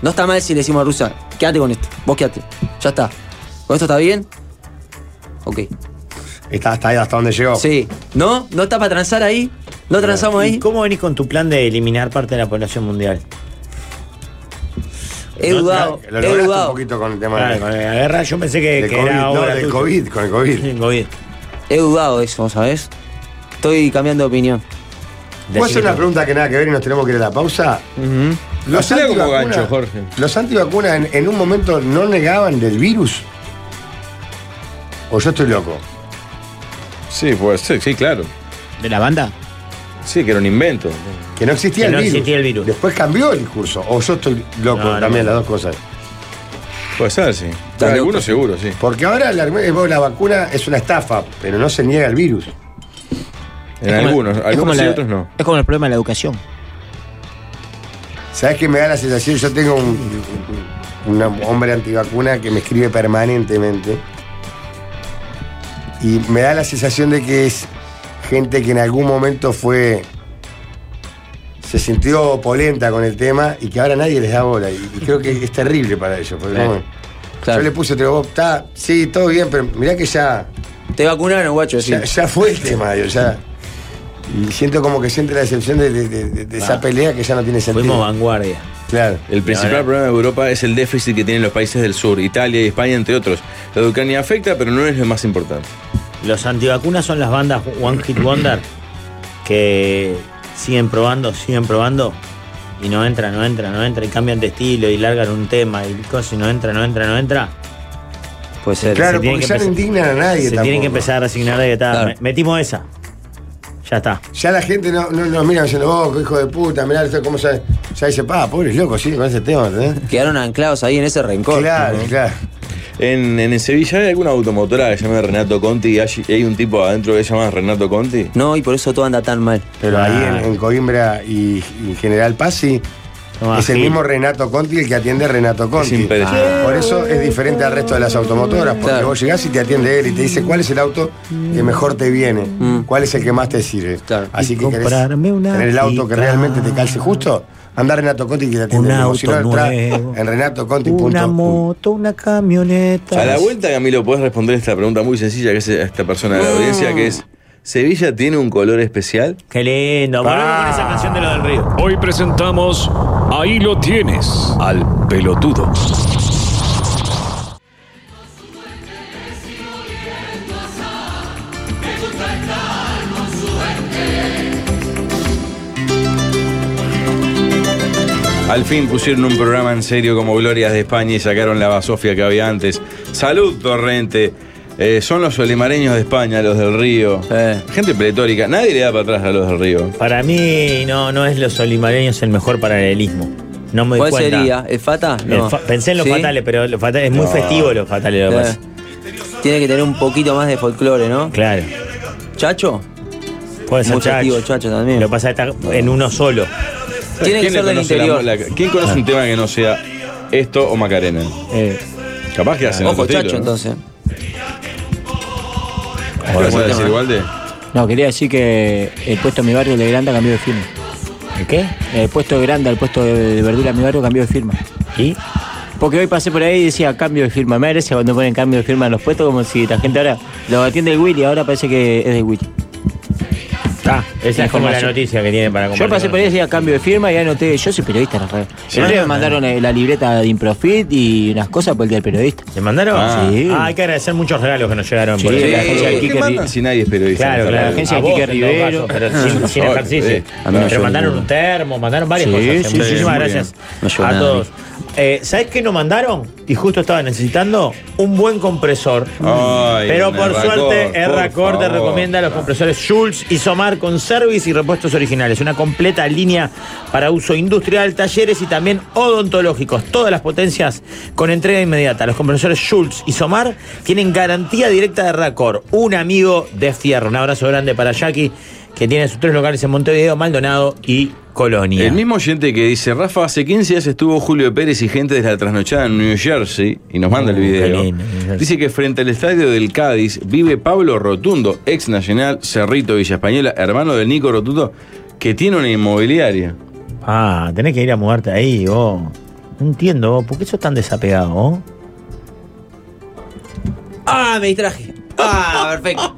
no está mal si le decimos a Rusia, quédate con esto, vos quédate. Ya está. ¿Con esto está bien? Ok.
Está hasta ahí, hasta donde llegó.
Sí. ¿No? ¿No está para transar ahí? ¿No transamos
ahí? ¿Cómo venís con tu plan de eliminar parte de la población mundial?
He
No,
dudado,
lo
he
lograste
dudado.
un poquito con el tema de- Claro, con la guerra, yo pensé que-
Del
que
COVID,
era
no,
obra
del
tuya.
COVID, con el COVID.
He dudado de eso, ¿sabes? Estoy cambiando de opinión.
¿Puedo hacer una pregunta que nada que ver y nos tenemos que ir a la pausa?
Hacela como
antivacunas-
gancho, Jorge.
¿Los antivacunas en, en un momento no negaban del virus? ¿O Pues yo estoy loco?
Sí, pues sí, sí, claro.
¿De la banda?
Sí, que era un invento.
Que no existía,
Que
el,
no
virus.
existía el virus.
Después cambió el discurso. ¿O yo estoy loco
No, no,
también,
no.
las dos cosas?
Puede ser, sí.
Está loco.
algunos seguro, sí.
Porque ahora la, eh, vos, la vacuna es una estafa, pero no se niega el virus.
En algunos, algunos y otros no.
Es como el problema de la educación.
¿Sabes qué me da la sensación? Yo tengo un, un hombre antivacuna que me escribe permanentemente. Y me da la sensación de que es gente que en algún momento fue. se sintió polenta con el tema y que ahora nadie les da bola. Y, y creo que es terrible para ellos. porque
Claro.
no- Yo le puse otro, vos, está, sí, todo bien, pero mirá que ya.
Te vacunaron, guacho, sí.
Ya, ya fue el tema, yo ya. Y siento como que siente la decepción de, de- de- de- de esa pelea que ya no tiene sentido.
Fuimos
vanguardia.
Claro.
El principal
Ahora-
problema de Europa es el déficit que tienen los países del sur, Italia y España, entre otros. La de Ucrania afecta, pero no es lo más importante.
Los antivacunas son las bandas One Hit Wonder que siguen probando, siguen probando y no entra, no entra, no entra y cambian de estilo y largan un tema y cosas y no entra, no entra, no entra.
Pues
ser. Claro, porque ya no indignan a nadie
Se tienen
tampoco.
que empezar a resignar de que está,
Claro.
me- metimos esa. Ya está.
Ya la gente no, no nos mira diciendo, oh, qué hijo de puta, mirá esto, cómo ya. Ya dice, pa, Ah, pobres locos, sí, con ese tema, ¿entendés?
Quedaron anclados ahí en ese rencor.
Claro, claro.
En, en Sevilla hay alguna automotora que se llama Renato Conti y hay, hay un tipo adentro que se llama Renato Conti.
No, y por eso todo anda tan mal.
Pero ahí en, en Coimbra y, y General Paz, sí.
No,
es el
sí.
mismo Renato Conti el que atiende Renato Conti.
Es impresionante.
Ah. Por eso es diferente al resto de las automotoras, porque vos llegás y te atiende él y te dice cuál es el auto que mejor te viene,
Mm.
cuál es el que más te sirve. Así que querés
comprarme una
tener el auto que
guitarra.
realmente te calce justo, anda Renato Conti que te atiende.
Un
Como si
auto
no, entrá
nuevo.
En Renato Conti.
Una
punto.
moto, una camioneta.
A la vuelta, Camilo, podés responder esta pregunta muy sencilla que hace esta persona de la audiencia, que es, ¿Sevilla tiene un color especial?
Qué lindo,
Ah.
volvemos
esa canción de lo del río.
Ah. Hoy presentamos Ahí lo tienes, al pelotudo.
Al fin pusieron un programa en serio como Glorias de España y sacaron la basofia que había antes. Salud, Torrente. Eh, son los solimareños de España, los del río. Gente pletórica. Nadie le da para atrás a los del río.
Para mí no, no es los olimareños el mejor paralelismo. No me
¿Cuál
doy cuenta.
sería? ¿El Fata?
El
No.
fa- pensé en los
¿Sí?
fatales, pero los fatales es muy
No.
festivo los fatales lo que
Claro.
pasa.
Tiene que tener un poquito más de folclore, ¿no?
Claro.
¿Chacho?
Puede ser
Muy festivo,
chacho. también. Lo que pasa es que está en uno solo.
¿Quién le conoce la mola? ¿Quién conoce un tema que no sea esto o Macarena?
Eh.
Capaz que hacen
Ojo,
otro
Chacho,
estilo, ¿no?
entonces.
¿Qué vas a decir, Walde?
No, quería decir que el puesto de mi barrio, el de Granda, cambió de firma.
¿El qué?
El puesto de Granda, el puesto de, de verdura de mi barrio cambió de firma.
¿Y?
Porque hoy pasé por ahí y decía cambio de firma. Me parece cuando ponen cambio de firma en los puestos, como si la gente ahora lo atiende el Willy, ahora parece que es de Willy.
Ah, esa es como la
Información.
noticia que tiene para
Yo
compartir.
pasé por ahí y decía cambio de firma y anoté. Yo soy periodista en las redes.
Sí,
Anoté, me
¿no?
mandaron eh, la libreta de Improfit y unas cosas por el día del periodista.
¿Te mandaron?
Ah. Sí.
Ah, hay que agradecer muchos regalos que nos llegaron
Sí,
por
sí,
la agencia
sí.
de Quique
¿Qué mandan
Ri-
Si nadie es periodista.
Claro,
no está
claro, la
mal.
agencia de Quique Rivero. Pero sin, sin
Ah,
ejercicio.
eh, a mí no
Pero
llegó
mandaron
ninguno.
un termo, mandaron varias
Sí,
cosas. ¿eh?
sí, sí,
Muchísimas
muy
gracias
bien. No llegó
a
nada.
todos. Eh, ¿Sabés qué nos mandaron? Y justo estaba necesitando un buen compresor.
Ay,
Pero
un
por
Erracor,
suerte,
por
Erracor te
favor.
recomienda los compresores Schultz, Isomar con service y repuestos originales. Una completa línea para uso industrial, talleres y también odontológicos. Todas las potencias con entrega inmediata. Los compresores Schultz y Somar tienen garantía directa de Erracor. Un amigo de fierro. Un abrazo grande para Jackie, que tiene sus tres locales en Montevideo, Maldonado y Colonia.
El mismo oyente que dice, Rafa, hace 15 días estuvo Julio Pérez y gente de la trasnochada en New Jersey, y nos
Oh,
manda el video. dice que frente al estadio del Cádiz vive Pablo Rotundo, ex nacional, Cerrito Villa Española, hermano del Nico Rotundo, que tiene una inmobiliaria.
Ah, tenés que ir a mudarte ahí, vos. No entiendo, vos, ¿por qué sos tan desapegado, vos?
Ah, me distraje. Ah, perfecto.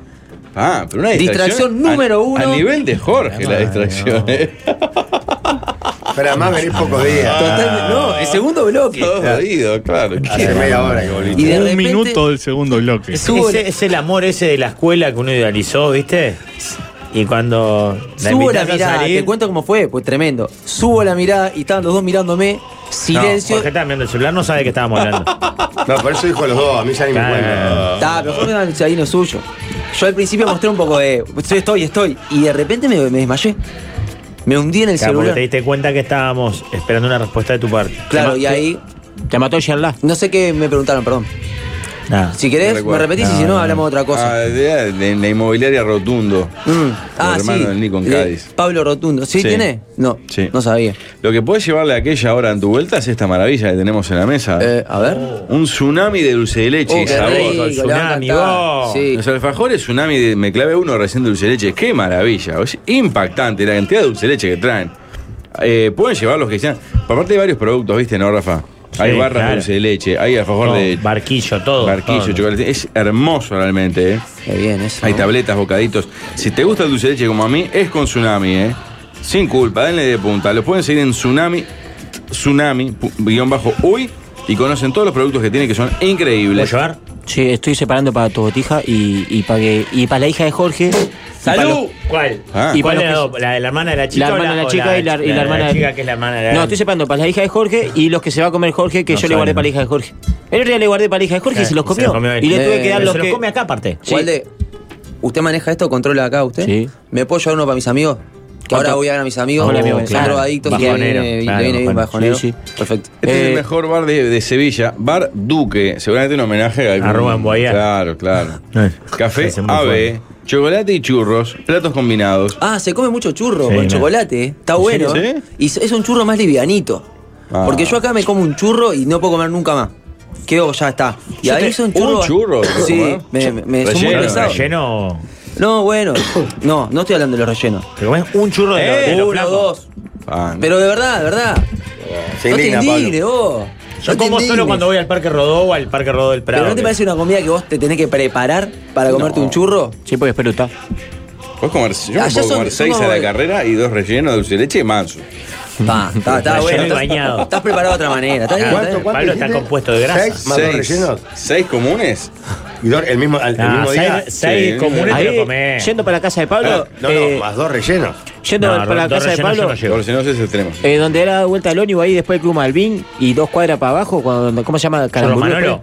Ah, pero una distracción.
Distracción número
a-
uno.
A nivel de Jorge, la distracción. ¿eh?
Pero además venís pocos días.
Total- Ah, no, el segundo bloque.
Todo oído, claro.
Hace media hora que volviste.
de repente-
Un minuto del segundo bloque.
Es, ese- es el amor ese de la escuela que uno idealizó, ¿viste? Y cuando la
Subo la
invitás a
mirada,
salir-
te cuento cómo fue, pues tremendo. Subo la mirada y estaban los dos mirándome, silencio.
No, Jorge está mirando el celular, no sabe que estábamos hablando.
No, por eso dijo los dos, a mí ya ni me
Claro.
cuenta.
Está, pero Jorge era el chavino suyo. Yo al principio mostré un poco de. Estoy, estoy, estoy. Y de repente me, me desmayé. Me hundí en el
Claro, porque
celular.
te diste cuenta que estábamos esperando una respuesta de tu parte.
Claro, y ahí.
Te mató Sherlock.
No sé qué me preguntaron, perdón.
Nada.
Si querés, me
recuerdo.
repetís y si no, hablamos de otra cosa.
Ah, de, de la inmobiliaria Rotundo.
Mm. Ah,
hermano
sí.
del Nico en
Le-
Cádiz.
Pablo Rotundo. ¿Sí,
Sí.
tiene? No,
Sí.
no sabía.
Lo que podés llevarle a aquella hora en tu vuelta es esta maravilla que tenemos en la mesa.
Eh, a ver.
Un tsunami de dulce de leche
Oh,
y
qué
sabor.
rico, le va a
tsunami,
encantar.
vos.
Sí.
Los alfajores tsunami, de- me clavé uno recién de dulce de leche. ¡Qué maravilla! Es impactante la cantidad de dulce de leche que traen. Eh, pueden llevar los que sean. Por aparte hay varios productos, ¿viste, no, Rafa? hay
Sí,
barras
claro.
de dulce de leche, hay alfajor
No,
de
barquillo, todo.
barquillo,
todo.
chocolate. Es hermoso realmente, ¿eh?
Qué bien eso.
Hay
¿no?
tabletas, bocaditos. Si te gusta el dulce de leche como a mí, es con Tsunami, ¿eh? Sin culpa, denle de punta. Los pueden seguir en Tsunami, Tsunami, pu- guión bajo, uy, y conocen todos los productos que tiene que son
¿Puedo
increíbles.
llevar?
Sí, estoy separando para tu botija y, y para que- y para la hija de Jorge.
¡Salud! ¿Cuál?
Ah.
¿Y
Y
cuál
para
era
los
la, dos? ¿La de la hermana de la chica?
La
o
hermana de la
o
chica y la- y la hermana de-
chica que es la hermana de la
No, estoy separando para la hija de Jorge y los que se va a comer Jorge, que
No
yo le guardé
saben.
para la hija de Jorge. El otro día le guardé para la hija de Jorge y
Sí,
se los
y se
comió.
los comió él.
y le tuve que
Eh,
dar
Pero
los
se
que.
lo come acá aparte.
Sí.
Walde, ¿usted maneja esto? ¿Controla acá usted?
Sí.
¿Me puedo llevar uno para mis amigos? Que
¿Cuánto?
ahora voy a ver a mis amigos. Oh,
Hola,
Son
amigo, claro.
drogadictos y
Bajonero,
le viene,
claro,
le viene bien bajonero.
bajonero.
Sí,
Perfecto.
Este es el
Eh,
mejor bar de, de Sevilla, Bar Duque. Seguramente un homenaje a algún-
A Rubén Boyer.
Claro, claro.
Eh.
Café
Ese es muy
AB,
fuerte.
chocolate y churros, platos combinados.
Ah, se come mucho churro
Sí,
con
no.
chocolate. eh. Está bueno.
sí?
¿eh? Y es un churro más livianito.
Ah.
Porque yo acá me como un churro y no puedo comer nunca más. Quedo, ya está. Y
Yo
ahí
te-
es un
¿un
churro.
churro?
Sí,
¿Cómo,
me,
eh?
me- me- son muy
Relleno,
pesados.
Relleno.
No, bueno. No, no estoy hablando de los rellenos.
Te comes un churro de, los- de los
Uno,
flacos.
dos.
Ah, no.
Pero de verdad, de verdad.
Se
no te
indigna,
indignes,
Pablo.
vos.
Yo
No te
como
indignes.
solo cuando voy al Parque Rodó o al Parque Rodó del Prado.
Pero no te
que-
parece una comida que vos te tenés que preparar para comerte un churro?
Sí, porque es peluta.
Podés comer, yo
Ah,
me
Allá
puedo
son-
comer seis
somos-
a la carrera y dos rellenos de dulce de leche y manso.
Va, está, está
Relleno
bueno.
y
Estás,
bañado.
estás preparado de otra manera. Está bien, está
¿Cuánto,
bien.
cuánto
Pablo está
dijiste?
compuesto de grasa.
¿Seis más dos rellenos?
¿Seis comunes?
Y dos- el mismo, al- el
Nah,
Ah,
mismo
Ah, seis,
día.
seis
Sí.
comunes te lo
Ahí,
comés.
yendo para la casa de Pablo,
No,
eh,
no, más dos rellenos.
yendo
No,
para la
dos
casa de
rellenos yo
Pablo,
no llego.
Los rellenos es extremo.
eh, donde era vuelta al ónibus ahí después del Club Malvin y dos cuadras para abajo, cuando, ¿cómo se llama? Carambulú,
Manolo?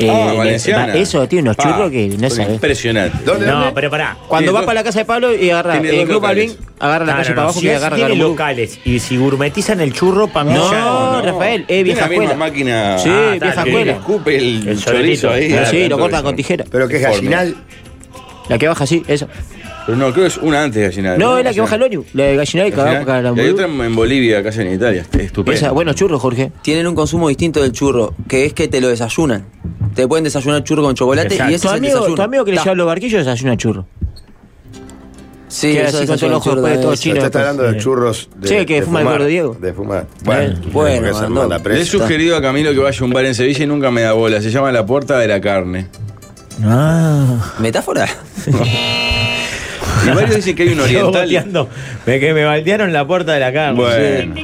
Eh,
ah,
le-
valenciana.
va- eso, tiene unos
Pa,
churros que no
son
sabés.
Impresionante.
¿Dónde?
No,
dónde?
pero pará.
Cuando
Tiene
vas
dos-
para la casa de Pablo y agarra
tiene
el
dos
Club
locales.
Malvin, agarra la
No,
calle para
no, no,
abajo
si
que
es-
agarra
tiene
Carambulú.
locales y si gourmetizan el churro para mí
No,
ya-
Rafael, eh, vieja
Tiene la misma
escuela.
máquina.
Sí,
Ah,
vieja
tal, que
escuela.
Escupe el,
El
chorizo
soletito.
ahí.
Ah,
Sí,
adentro
lo
del
cortan
chorizo.
con tijera.
Pero que es
Informe.
gallinal.
La que baja así, eso.
Pero no, creo que es una antes de gallinal.
No, es la que baja el
Gallinal.
ónibus, la de gallinera y cagaba para
Gallinal. Y Hay otra
Carambulú.
en en Bolivia, casi en Italia. Está Estupendo.
Esa, bueno, churros, Jorge.
Tienen un consumo distinto del churro, que es que te lo desayunan. Te pueden desayunar churro con chocolate
Exacto.
y ese
Tu
es el
amigo,
desayuno.
tu amigo que le
Ta.
lleva los barquillos desayuna churro.
Sí,
queda
eso
así con
desayunan
todo el ojo
churro
después de
también.
todo
Eso.
chino.
Está, está hablando de
Sí.
churros. De,
Sí, que
de
fuma el
fumar,
gordo Diego.
De fumar. Bueno,
Bueno,
porque esa
mandó.
manda
Le he
presa.
sugerido a Camilo que vaya a un bar en Sevilla y nunca me da bola. Se llama La Puerta de la Carne.
Ah.
¿Metáfora?
Y varios dicen que hay un
Yo
oriental.
volteando. Me, que me baldearon la puerta de la casa.
Bueno.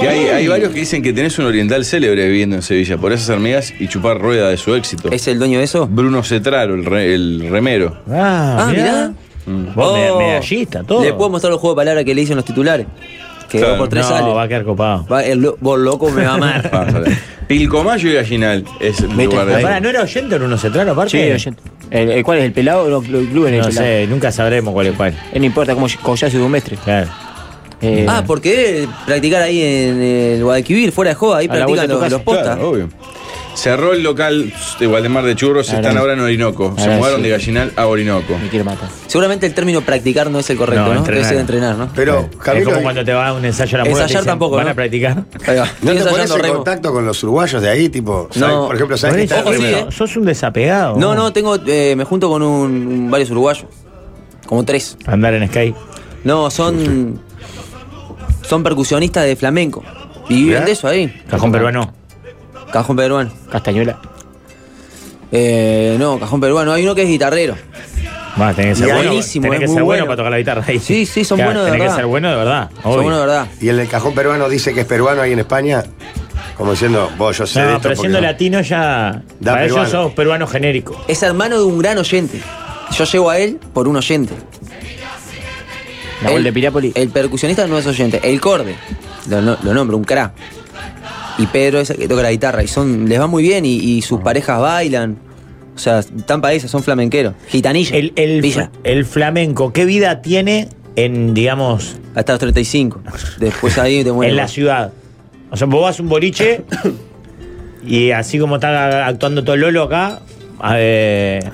Que hay, hay varios que dicen que tenés un oriental célebre viviendo en Sevilla por esas hormigas y chupar rueda de su éxito.
¿Es el dueño de eso?
Bruno Cetraro, el, re- el remero.
Ah,
Ah,
mirá.
mirá.
Vos me-
Oh.
medallista, todo.
Le puedo mostrar los juegos de palabras que le dicen los titulares. Que
Claro.
dos por
no,
tres sale.
va a quedar copado.
Va, el lo- vos loco me va a amar.
Pásale. Pilcomayo y Gallinal es el
Mete
lugar
Pero
de
pará, ¿no era oyente o no se trano aparte?
Sí, oyente. El, el cuál es el pelado, no, el club en el
No
pelado.
sé, nunca sabremos cuál es cuál.
Eh, no importa cómo Collazo y Dumestre.
Claro.
Eh,
Ah, porque practicar ahí en el Guadalquivir, fuera de joda, ahí
A la
practican
vuelta de tu
los,
casa.
los postas.
Claro, obvio. Cerró el local de Gualdemar de Churros,
Ahora
están
sí.
ahora en Orinoco. Se
Ahora
mudaron
sí.
de Gallinal a Orinoco.
Me quiero matar. Seguramente el término practicar no es el correcto,
No,
¿no?
entrenar.
Debe ser entrenar, ¿no?
Pero,
es
Camilo,
como cuando te va a un ensayo a la muerte.
Ensayar tampoco,
¿Van
¿no?
a practicar?
¿No te
Estoy
pones
ensayando
en
remo.
contacto con los uruguayos de ahí? Tipo, ¿sabes? por ejemplo, ¿sabes que
Por
está
eso,
el
sos-
primero?
Sos un desapegado.
Oh, No, no, tengo. eh, me junto con un, un- varios uruguayos. Como tres.
Andar en skate.
No, son. Son percusionistas de flamenco. Y viven
Mirá.
de eso ahí.
Cajón peruano.
Cajón peruano.
Castañuela.
Eh, no, cajón peruano. Hay uno que es guitarrero.
Va, tenés que
Y
ser bueno.
buenísimo,
tenés
es
que
muy
ser bueno,
bueno.
para tocar la guitarra. ahí.
Sí, sí, son
Claro,
buenos de
tenés
verdad.
que ser bueno de verdad.
Son
obvio.
buenos de verdad.
Y el del cajón peruano dice que es peruano ahí en España, como diciendo, vos, yo sé de
No,
esto
pero
porque-
siendo latino ya.
Da
para
peruano.
ellos sos peruano genérico.
Es hermano de un gran oyente. Yo llego a él por un oyente.
Nahuel
El-
de Pirápolis.
El percusionista no es oyente. El corde, lo, no- lo nombro, un cra. Y Pedro es el que toca la guitarra. Y son, les va muy bien y, y
Ah.
sus parejas bailan. O sea, están para esas, son flamenqueros. Gitanilla.
El, el-
Villa.
el flamenco, ¿qué vida tiene en, digamos,
Hasta los 35. Después ahí te mueres.
en la ciudad? O sea, vos vas a un boliche y así como está actuando todo Lolo acá, a ver,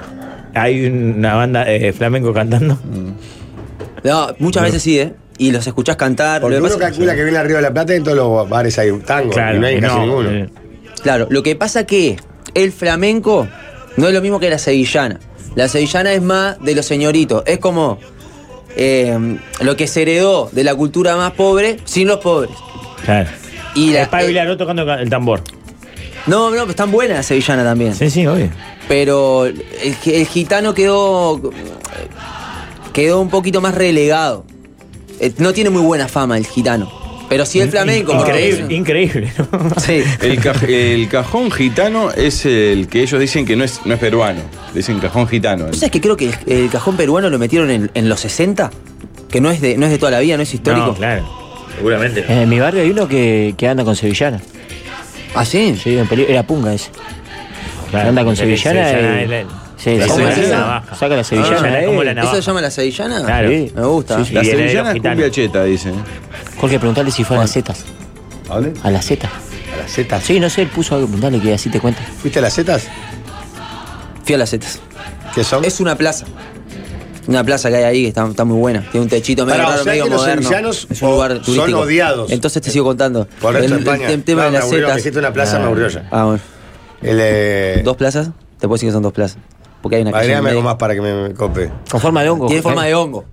hay una banda de flamenco cantando.
Mm. No, muchas veces sí, ¿eh? Y los escuchás cantar.
Porque
Lo que
uno
pasa-
calcula que viene arriba de la plata y en todos los bares hay un tango.
Claro,
y no hay
y
casi
no,
ninguno.
eh.
Claro, lo que pasa que el flamenco no es lo mismo que la sevillana. La sevillana es más de los señoritos. Es como eh, lo que se heredó de la cultura más pobre sin los pobres.
Claro.
Y la, eh,
Es Pablo Vilaró tocando ca- el tambor.
no, no, están buenas la sevillana también.
Sí, sí, obvio.
Pero el, gi- el gitano quedó. quedó un poquito más relegado. Eh, No tiene muy buena fama el gitano. Pero sí el flamenco. porque-
Increíble, increíble, ¿no?
Sí.
El, ca- el cajón gitano es el que ellos dicen que no es, no es peruano. Dicen cajón gitano.
¿Tú sabes que creo que el, el cajón peruano lo metieron en, en los 60? Que no es de, no es de toda la vida, no es histórico.
No, claro. Seguramente.
eh, En mi barrio hay uno que, que anda con sevillana.
¿Ah, sí?
Sí, en peli- era punga ese.
Claro,
anda con
porque
sevillana.
sevillana
y-
es la-
sí,
la
sí,
sevillana
sí,
es la
navaja.
Saca la sevillana.
Sevillana es como la
eh.
navaja.
¿Eso se llama la sevillana?
Claro.
Sí.
Me gusta.
Sí,
La
y era de los
sevillana es
gitanos.
cumbia cheta, dicen.
Jorge, preguntale si fue a la Z.
¿A dónde?
A la Z.
¿A las setas?
Sí, no sé, él puso algo. Preguntale que así te cuenta.
¿Fuiste a las setas?
Fui a las setas.
¿Qué son?
Es una plaza. Una plaza que hay ahí que está, está muy buena. Tiene un techito medio
Pará, o
raro,
sea
medio
que los
moderno.
sevillanos
es un lugar
son
turístico.
odiados.
Entonces te sigo contando.
Por el resto de España.
el tema
No,
de
me
las
aburrió, me
setas.
hiciste una plaza, me aburrió ya.
Ah, bueno.
El, eh,
¿Dos plazas? Te puedo decir que son dos plazas. Porque hay una calle. en
Agregame algo
medio.
más para que me, me cope.
Con forma de hongo.
Tiene
Jorge.
forma de hongo.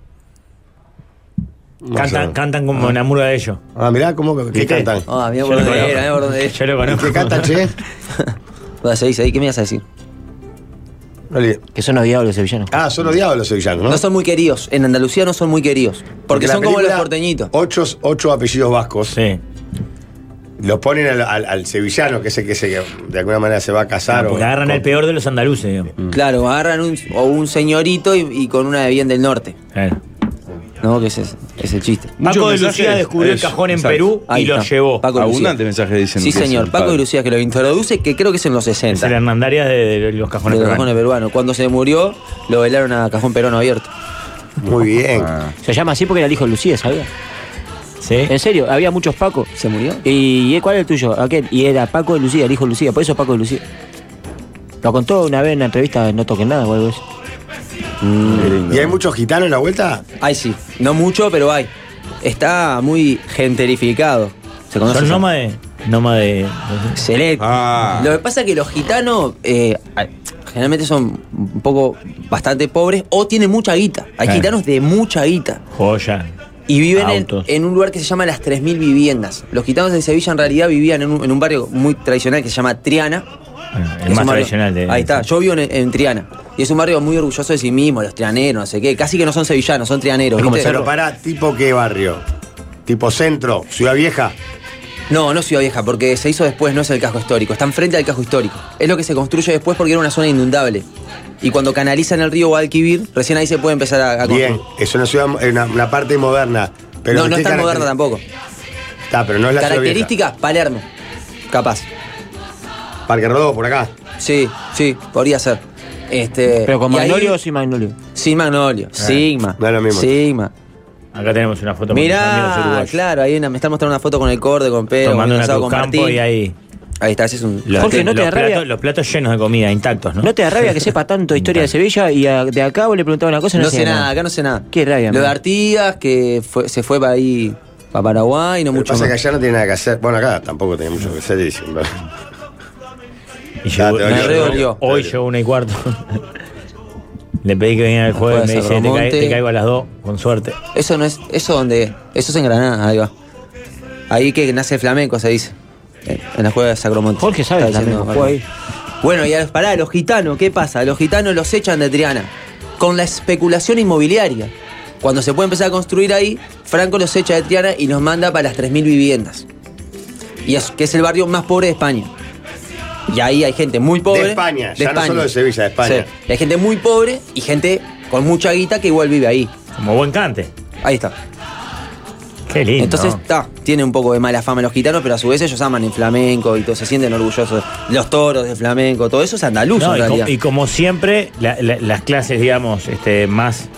Más o
Cantan,
menos.
cantan como enamura de ellos.
Ah, mirá, ¿cómo, ¿qué
¿Viste?
cantan?
Ah, mira
Yo
por
lo
dónde
conozco.
era, mira por dónde
Yo
era.
lo
¿Qué
conozco.
cantan, che?
Vas ahí, ahí, ¿qué me ibas a decir?
No le-
Que son odiados los sevillanos.
Ah, son odiados los sevillanos, ¿no?
No son muy queridos. En Andalucía no son muy queridos. Porque,
la
son como los
película,
porteñitos.
Ocho, ocho apellidos vascos.
Sí.
Los ponen al, al- al sevillano, que es el que se, de alguna manera se va a casar.
Porque
o-
agarran el peor de los andaluces, digo.
Mm. Claro, agarran un, o un señorito y, y con una de bien del norte.
Claro.
No, que ese es, es el chiste.
Muchos
Paco de
mensajes.
Lucía descubrió el
Eso,
cajón en
exacto.
Perú
Ahí
y lo
está.
llevó.
Paco de Lucía.
Abundantes mensajes dicen.
Sí,
que es
señor.
el
Paco
padre.
de Lucía, que lo introduce, que creo que es en los
Es
60.
la
De
hernandaria de, de los cajones
los
peruanos.
cajones peruanos. Cuando se murió, lo velaron a cajón peruano abierto.
Muy bien.
Ah.
Se llama así porque era el hijo de Lucía, ¿sabía?
Sí.
En serio, había muchos Paco.
¿Se murió?
¿Y ¿y cuál era el tuyo? Aquel. Y era Paco de Lucía, el hijo de Lucía. Por eso Paco de Lucía. Lo contó una vez en una entrevista, no toquen nada o algo así.
Mm.
Qué lindo.
¿Y hay muchos gitanos en la vuelta?
Hay sí. No mucho, pero hay. Está muy gentrificado. ¿Se conoce?
Son
eso?
nómades. Nómades.
Excelente.
Ah.
Lo que pasa es que los gitanos eh, ay, generalmente son un poco bastante pobres o tienen mucha guita. Hay
Claro.
gitanos de mucha guita.
Joya.
Y viven en,
Autos.
en un lugar que se llama las 3.000 viviendas. Los gitanos de Sevilla en realidad vivían en un, en un barrio muy tradicional que se llama Triana. Es
Bueno, El
un
más
barrio-
tradicional de.
Ahí está, yo vivo en, en Triana. Y es un barrio muy orgulloso de sí mismo, los trianeros, no sé qué. Casi que no son sevillanos, son trianeros. ¿viste?
Pero para, ¿tipo qué barrio? ¿Tipo centro? ¿Ciudad Vieja?
No, no Ciudad Vieja, porque se hizo después, no es el casco histórico. Está enfrente al casco histórico. Es lo que se construye después porque era una zona inundable. Y cuando canalizan el río Guadalquivir, recién ahí se puede empezar a, a construir.
Bien, es una ciudad, es una, una parte moderna. Pero
no, no
¿qué
es tan
caracter-
moderna tampoco.
Está, pero no es la ciudad vieja.
Características, Palermo. Capaz.
Parque Rodó, por acá.
Sí, sí, podría ser. Este,
Pero con
y ahí-
Magnolio o sin Magnolio.
Sin Magnolio. Sigma.
no es Eh, lo mismo.
Sigma.
Acá tenemos una foto con mis amigos
Mirá,
uruguayos.
claro, ahí una- me están mostrando una foto con el corde, con Pedro,
Tomando
con
una
Gonzalo,
cruz
con
campo
Martín.
y ahí.
Ahí está, ese es un.
Los,
Jorge, ¿no te
los
da rabia?
platos, los platos llenos de comida, intactos, ¿no?
No te da rabia que sepa tanto historia de Sevilla y a- de acá vos le preguntaba una cosa y no,
No
hacía
sé nada, acá no sé nada.
Qué rabia.
Lo de
man.
Artigas, que fue- se fue para ahí, para Paraguay, no
Lo que
mucho
pasa es que
más.
allá no tiene nada que hacer. Bueno, acá tampoco tenía mucho que hacer. Y,
Y llegó-
Ah, te dolió,
me
te
re
dolió.
dolió. Hoy llegó una y cuarto. Le pedí que viniera el jueves, me
Después
dice,
a
te, ca-
Romonte.
te caigo a las dos, con suerte.
Eso no es. Eso donde. Eso es en Granada, ahí va. Ahí que nace el flamenco, se dice. En en la juega de Sacromonte. Jorge
sabe el flamenco, jugó ahí.
Bueno, y a- pará, los gitanos, ¿qué pasa? Los gitanos los echan de Triana. Con la especulación inmobiliaria. Cuando se puede empezar a construir ahí, Franco los echa de Triana y nos manda para las 3.000 viviendas. Y es, que es el barrio más pobre de España. Y ahí hay gente muy pobre.
De España, ya no solo de Sevilla, de España.
Sí. Y hay gente muy pobre y gente con mucha guita que igual vive ahí.
Como buen cante.
Ahí está.
Qué lindo.
Entonces, está, tiene un poco de mala fama los gitanos, pero a su vez ellos aman el flamenco y todo, se sienten orgullosos. Los toros del flamenco, todo eso es andaluz en
No, y, com-
realidad.
y como siempre, la- la- las clases, digamos, este, más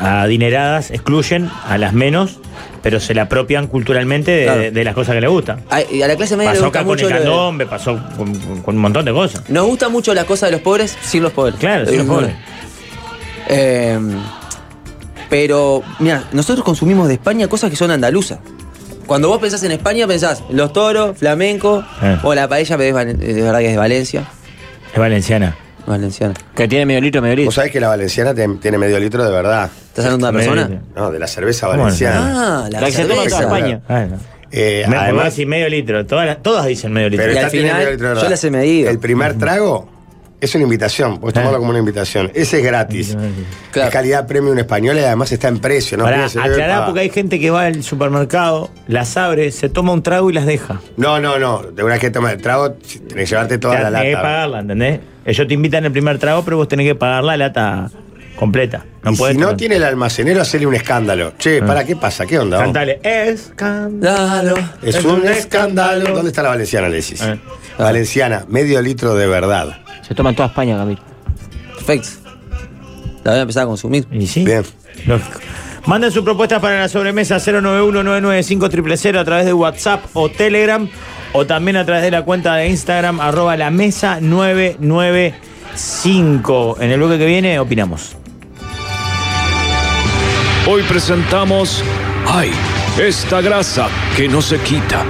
adineradas excluyen a las menos, pero se la apropian culturalmente de,
Claro.
de las cosas que les gustan.
A, y a la clase media le
Pasó
gusta
acá con
mucho.
el
lo de-
candombe, pasó con, con- con un montón de cosas.
nos gusta mucho las cosas de los pobres sin los pobres.
Claro, sin los pobres.
Eh, pero, mira, nosotros consumimos de España cosas que son andaluzas. Cuando vos pensás en España, pensás los toros, flamenco,
Eh.
o la paella, pero es, val- es verdad que es de Valencia.
Es valenciana.
Valenciana.
Que tiene medio litro, medio litro.
Vos sabés que la valenciana te- tiene medio litro de verdad.
¿Estás hablando de una
Medio
persona?
No, de la cerveza
Bueno.
valenciana.
Ah, la,
La que se toma toda
cerveza.
España.
Bueno,
Eh,
Ah, me
además-
además, y medio litro. Todas, las- todas dicen medio litro.
Pero
Y
está
al
teniendo
final,
el otro lado.
yo las he medido.
El primer trago es una invitación, puedes tomarlo como una invitación. Ese es gratis.
Claro.
Es calidad premium española y además está en precio, ¿no?
Pará,
pienses,
aclará
"Epa".
porque hay gente que va al supermercado, las abre, se toma un trago y las deja.
No, no, no. De una vez que tomas el trago, tenés que llevarte toda
Te-
la
tenés que
lata.
pagarla, ¿entendés? Ellos te invitan el primer trago, pero vos tenés que pagar la lata completa. No
Y
puedes.
si no
tomar.
tiene el alcanero, hacele un escándalo. Che, ¿para qué pasa? ¿Qué onda? vos?
Cantale, escándalo.
Claro.
Es,
Es
un
un
escándalo. ¿Dónde está la valenciana, le decís?
Eh.
Valenciana, medio litro de verdad.
Se toma en toda España, Camilo.
Perfecto. La voy a empezar a consumir.
¿Y sí?
Bien.
Lógico. Manden sus propuestas para la sobremesa 091995000 a través de WhatsApp o Telegram o también a través de la cuenta de Instagram arroba la mesa 995. En el bloque que viene opinamos.
Hoy presentamos. ¡Ay! Esta grasa que no se quita.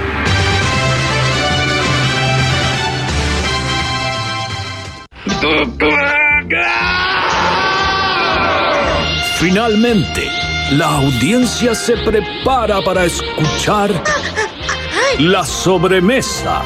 Finalmente, la audiencia se prepara para escuchar la sobremesa.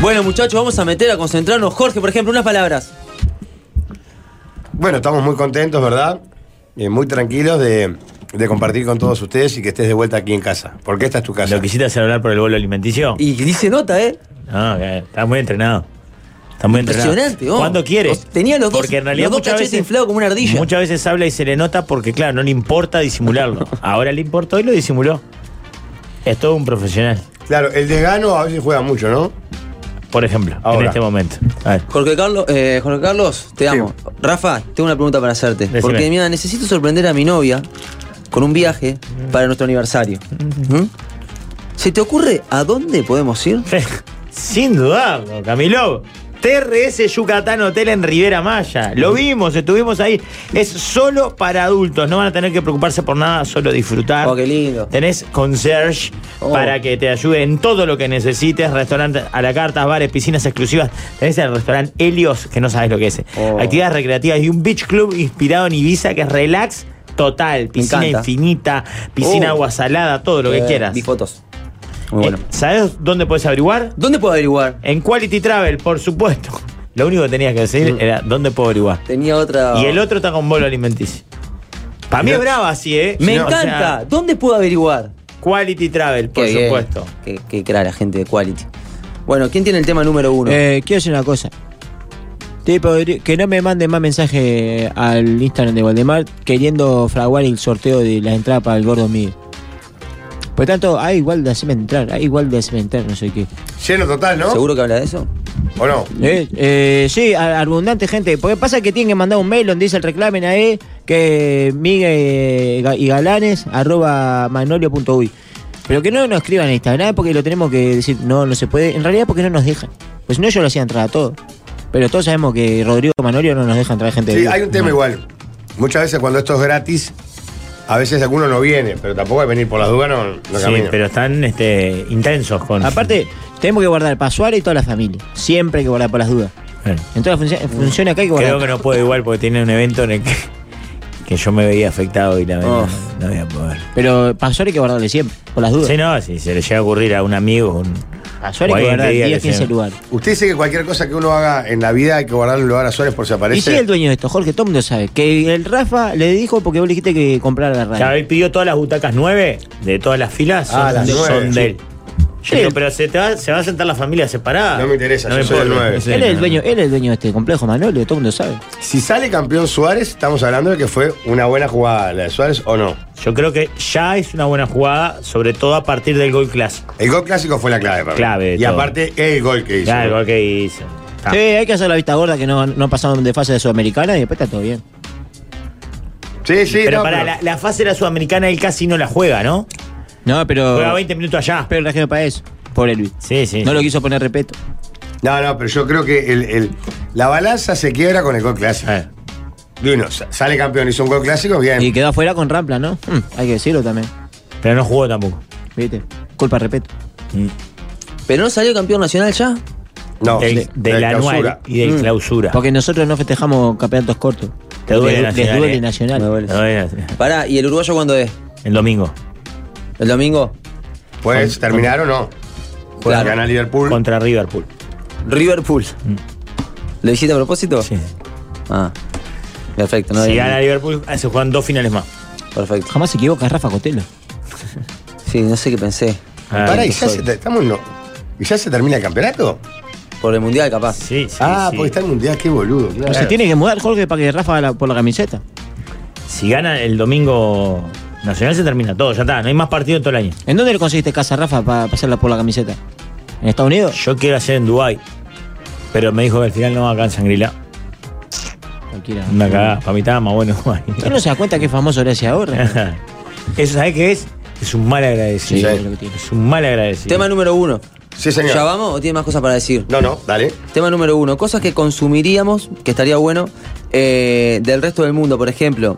Bueno, muchachos, vamos a meter a concentrarnos. Jorge, por ejemplo, unas palabras.
Bueno, estamos muy contentos, ¿verdad? Eh, muy tranquilos de, de compartir con todos ustedes y que estés de vuelta aquí en casa. Porque esta es tu casa.
¿Lo quisiste hacer hablar por el bolo alimenticio?
Y dice nota, ¿eh?
No, que estás muy entrenado. Estás muy entrenado.
Impresionante, oh.
¿Cuándo quieres?
Os- tenía los dos-
Porque en realidad
los dos
muchas
cachetes
veces-
inflados como una ardilla.
Muchas veces habla y se le nota porque, claro, no le importa disimularlo. Ahora le importó y lo disimuló. Es todo un profesional,
Claro, el desgano a veces juega mucho, ¿no?
por ejemplo, en
Ahora.
este momento. A ver.
Jorge Carlos, eh, Jorge Carlos, te amo. Rafa, tengo una pregunta para hacerte.
Decime.
Porque, mira, necesito sorprender a mi novia con un viaje para nuestro aniversario. ¿Mm? ¿Se te ocurre a dónde podemos ir?
Sin dudarlo, Camilo. TRS Yucatán Hotel en Rivera Maya. Lo vimos, estuvimos ahí. Es solo para adultos, no van a tener que preocuparse por nada, solo disfrutar. Oh, qué
lindo. Oh.
Tenés concierge para que te ayude en todo lo que necesites, restaurantes a la carta, bares, piscinas exclusivas. Tenés el restaurante Helios, que no sabes lo que es.
Oh.
Actividades recreativas y un beach club inspirado en Ibiza que es relax total, piscina
encanta.
infinita, piscina
Oh.
agua salada, todo lo
Eh,
que quieras.
vi fotos.
Muy bueno. ¿Sabes dónde puedes averiguar?
¿Dónde puedo averiguar?
En Quality Travel, por supuesto. Lo único que tenías que decir Eh, era dónde puedo averiguar.
Mm. Tenía otra.
Y el otro está con bolo alimenticio. Para mí
Mirá.
es brava así, ¿eh?
Me
O sea,
encanta. ¿Dónde puedo averiguar?
Quality Travel, por supuesto.
Qué, qué cra la gente de Quality. Bueno, ¿quién tiene el tema número uno?
Eh, quiero decir una cosa. Tipo, que no me manden más mensaje al Instagram de Valdemar queriendo fraguar el sorteo de la entrada para el Gordo Miguel. Por tanto, hay igual de hacerme entrar, hay igual de hacerme entrar, no sé qué.
Lleno total, ¿no?
¿Seguro que habla de eso?
¿O no?
Eh, eh, sí, a- abundante gente. Porque pasa que tienen que mandar un mail donde dice el reclamen ahí que Miguel eh, y Galanes arroba manolio.uy. Pero que no nos escriban en Instagram porque lo tenemos que decir, no, no se puede. En realidad porque no nos dejan. Pues si no, yo lo hacía entrar a todo. Pero todos sabemos que Rodrigo Manolio no nos deja entrar gente de
Sí,
Dios.
hay un tema
No.
igual. Muchas veces cuando esto es gratis, a veces alguno no viene, pero tampoco hay que venir por las dudas, no, no
Sí,
camina.
pero están este, intensos con.
Aparte, tenemos que guardar para Suárez y toda la familia. Siempre hay que guardar por las dudas.
Bueno.
En todas las funci- funciones acá hay que guardar.
Creo que no puedo igual porque tiene un evento en el que, que yo me veía afectado y
Oh.
la verdad no, no voy a poder.
Pero para Suárez hay que guardarle siempre, por las dudas.
Sí, no, si se le llega a ocurrir a un amigo. Un,
a Suárez hay que guardar 10, 15 lugares.
Usted dice que cualquier cosa que uno haga en la vida hay que guardar en un lugar a Suárez por si
Y sí,
aparece.
el dueño de esto, Jorge, todo el mundo sabe. Que el Rafa le dijo porque vos le dijiste que comprara la radio.
él pidió todas las butacas nueve de todas las filas son,
Ah, las
de,
nueve,
son
sí.
de él. Yo digo, pero se, te va, se va a sentar la familia separada.
No me interesa, yo soy
importa.
el nueve.
Sí,
él, es el
no.
dueño, él es el dueño de este complejo, Manolio, todo el mundo sabe.
Si sale campeón Suárez, estamos hablando de que fue una buena jugada la de Suárez o no.
Yo creo que ya es una buena jugada, sobre todo a partir del gol clásico.
El gol clásico fue la clave para mí.
Clave de
Y
todo.
aparte, el gol que hizo.
Ya, el gol que hizo. Ah.
Sí, hay que hacer la vista gorda que no, no pasaron de fase de Sudamericana y después está todo bien.
Sí, sí,
pero
no,
para
pero-
La, la fase era sudamericana, él casi no la juega, ¿no?
No, pero.
Juega 20 minutos allá.
Pero trajeron para eso. Pobre Luis.
Sí, sí.
No lo quiso poner respeto.
No, no, pero yo creo que el- el- la balanza se quiebra con el gol clásico.
Eh.
De uno, sa- sale campeón, hizo un gol clásico, bien. Mm.
Y quedó afuera con Rampla, ¿no? Hmm, hay que decirlo también.
Pero no jugó tampoco. Mm.
¿Viste? Culpa respeto.
¿Pero no salió campeón nacional ya?
No,
Del-
sí,
del
de
anual
clausura.
y del
Mm.
clausura.
Porque nosotros no festejamos campeonatos cortos.
Te
les,
duele
les
Nacional,
duele
eh.
Nacional.
No, no, no.
Pará, ¿y el uruguayo cuándo es?
El domingo.
¿El domingo?
Pues terminar o no. Juega
Claro.
ganar Liverpool.
Contra Liverpool.
Liverpool.
Mm.
¿Lo hiciste a propósito?
Sí.
Ah. Perfecto, no
si
hay-
gana Liverpool, ah, se juegan dos finales más.
Perfecto.
Jamás se equivoca Rafa Cotelo.
Sí, no sé qué pensé.
Pará, ¿y ya,
soy.
se, te- estamos, no- ¿y ya se termina el campeonato?
Por el mundial, capaz.
Sí, sí,
ah,
sí.
porque está el mundial, qué boludo. claro.
Pero Pues se tiene que mudar Jorge para que Rafa la- por la camiseta.
Si gana el domingo Nacional, se termina todo. Ya está, no hay más partido en todo el año.
¿En dónde le conseguiste casa, Rafa, para pasarla por la camiseta? ¿En Estados Unidos?
Yo quiero hacer en Dubai pero me dijo que al final no acá en Sangrila.
Cualquiera.
Una cagada. Para mí estaba más bueno Dubái.
Mm. ¿Él no se da cuenta que es famoso le hace ahora?
¿Eso sabés qué es? Es un mal
Sí,
agradecido.
es lo que tiene.
Es un mal agradecido.
Tema número uno.
Sí, señor.
¿Ya vamos o tiene más cosas para decir?
No, no, dale.
Tema número uno, cosas que consumiríamos, que estaría bueno, eh, del resto del mundo, por ejemplo,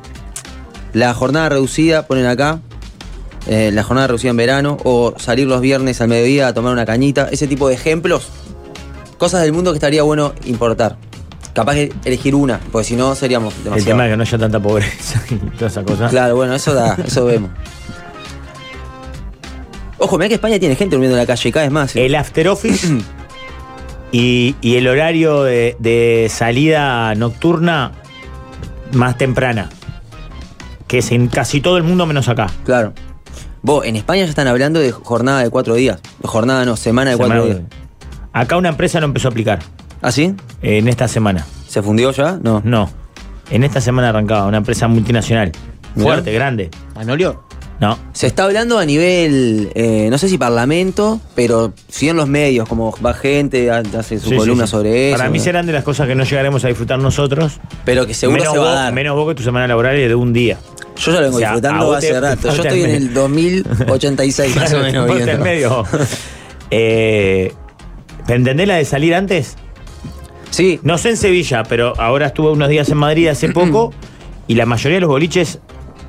la jornada reducida, ponen acá, eh, la jornada reducida en verano, o salir los viernes al mediodía a tomar una cañita, ese tipo de ejemplos, cosas del mundo que estaría bueno importar. Capaz que elegir una, porque si no seríamos demasiado.
El tema es que no haya tanta pobreza y toda esa cosa.
Claro, bueno, eso da, eso vemos. Ojo, mirá que España tiene gente durmiendo en la calle, cada vez más. ¿eh?
El after office y, y el horario de, de salida nocturna más temprana. Que es en casi todo el mundo menos acá.
Claro. Vos, en España ya están hablando de jornada de cuatro días. Jornada no, semana de
Semana
cuatro días.
de- Acá una empresa lo empezó a aplicar
¿Ah, sí?
en esta semana.
¿Se fundió ya? No.
No. En esta semana arrancaba una empresa multinacional.
Mirá.
Fuerte, grande.
¿Manolio?
No.
Se está hablando a nivel, eh, no sé si parlamento, pero sí en los medios, como va gente, ha- hace su
Sí, sí,
columna
sí.
sobre eso.
Para mí
¿no?
serán de las cosas que no llegaremos a disfrutar nosotros.
Pero que seguro
menos,
se va
vos,
a dar.
menos vos que tu semana laboral es de un día.
Yo ya lo vengo
o sea, a
disfrutando
vos
hace
te-
rato.
vos
Yo
te
estoy en
medio.
el 2086, más o
Claro,
menos.
te corta
viendo.
en medio. Eh, ¿Te entendés la de salir antes?
Sí.
No sé en Sevilla, pero ahora estuve unos días en Madrid hace poco y la mayoría de los boliches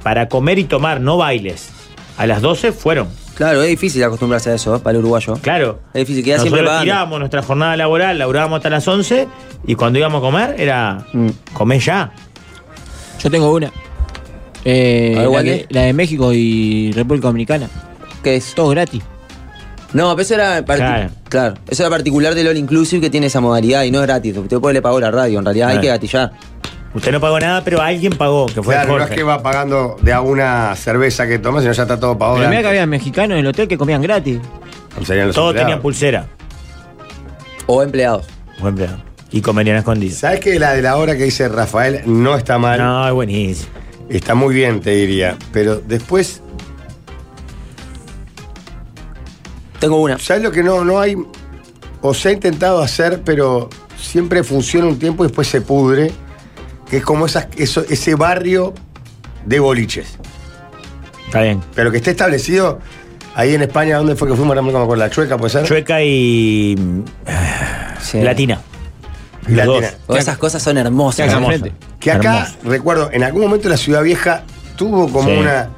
para comer y tomar, no bailes. A las 12 fueron.
Claro, es difícil acostumbrarse a eso ¿eh? para el uruguayo.
Claro.
Es difícil, queda siempre
Nosotros
pagando.
tirábamos nuestra jornada laboral, laburábamos hasta las 11 y cuando íbamos a comer era
Mm.
comer ya.
Yo tengo una. Eh,
A ver,
la,
Walde.
que- la de México y República Dominicana.
¿Qué es?
Todo gratis.
No, pero eso era, parti-
Claro.
claro. eso era particular del All Inclusive que tiene esa modalidad y no es gratis. Usted puede le pagó la radio, en realidad
Claro.
hay que gatillar.
Usted no pagó nada, pero alguien pagó, que
Claro, no es que va pagando de a una cerveza que toma, sino ya está todo pagado.
Pero mirá que
antes.
había mexicanos en el hotel que comían gratis.
Serían los
Todos
empleados.
tenían pulsera.
O empleados.
O empleados. Y comerían escondidos.
¿Sabes que la de la hora que dice Rafael no está mal? No,
es buenísimo.
Está muy bien, te diría. Pero después.
Tengo una.
¿Sabes lo que no, no hay? O se ha intentado hacer, pero siempre funciona un tiempo y después se pudre. Que es como esas, eso- ese barrio de boliches.
Está bien.
Pero que esté establecido ahí en España, ¿dónde fue que fuimos? No me acuerdo, la Chueca, puede ser.
Chueca y. mm, Latina.
Y Latina.
Todas Oh, esas cosas son hermosas.
Que acá, recuerdo, en algún momento la Ciudad Vieja tuvo como
Sí.
una.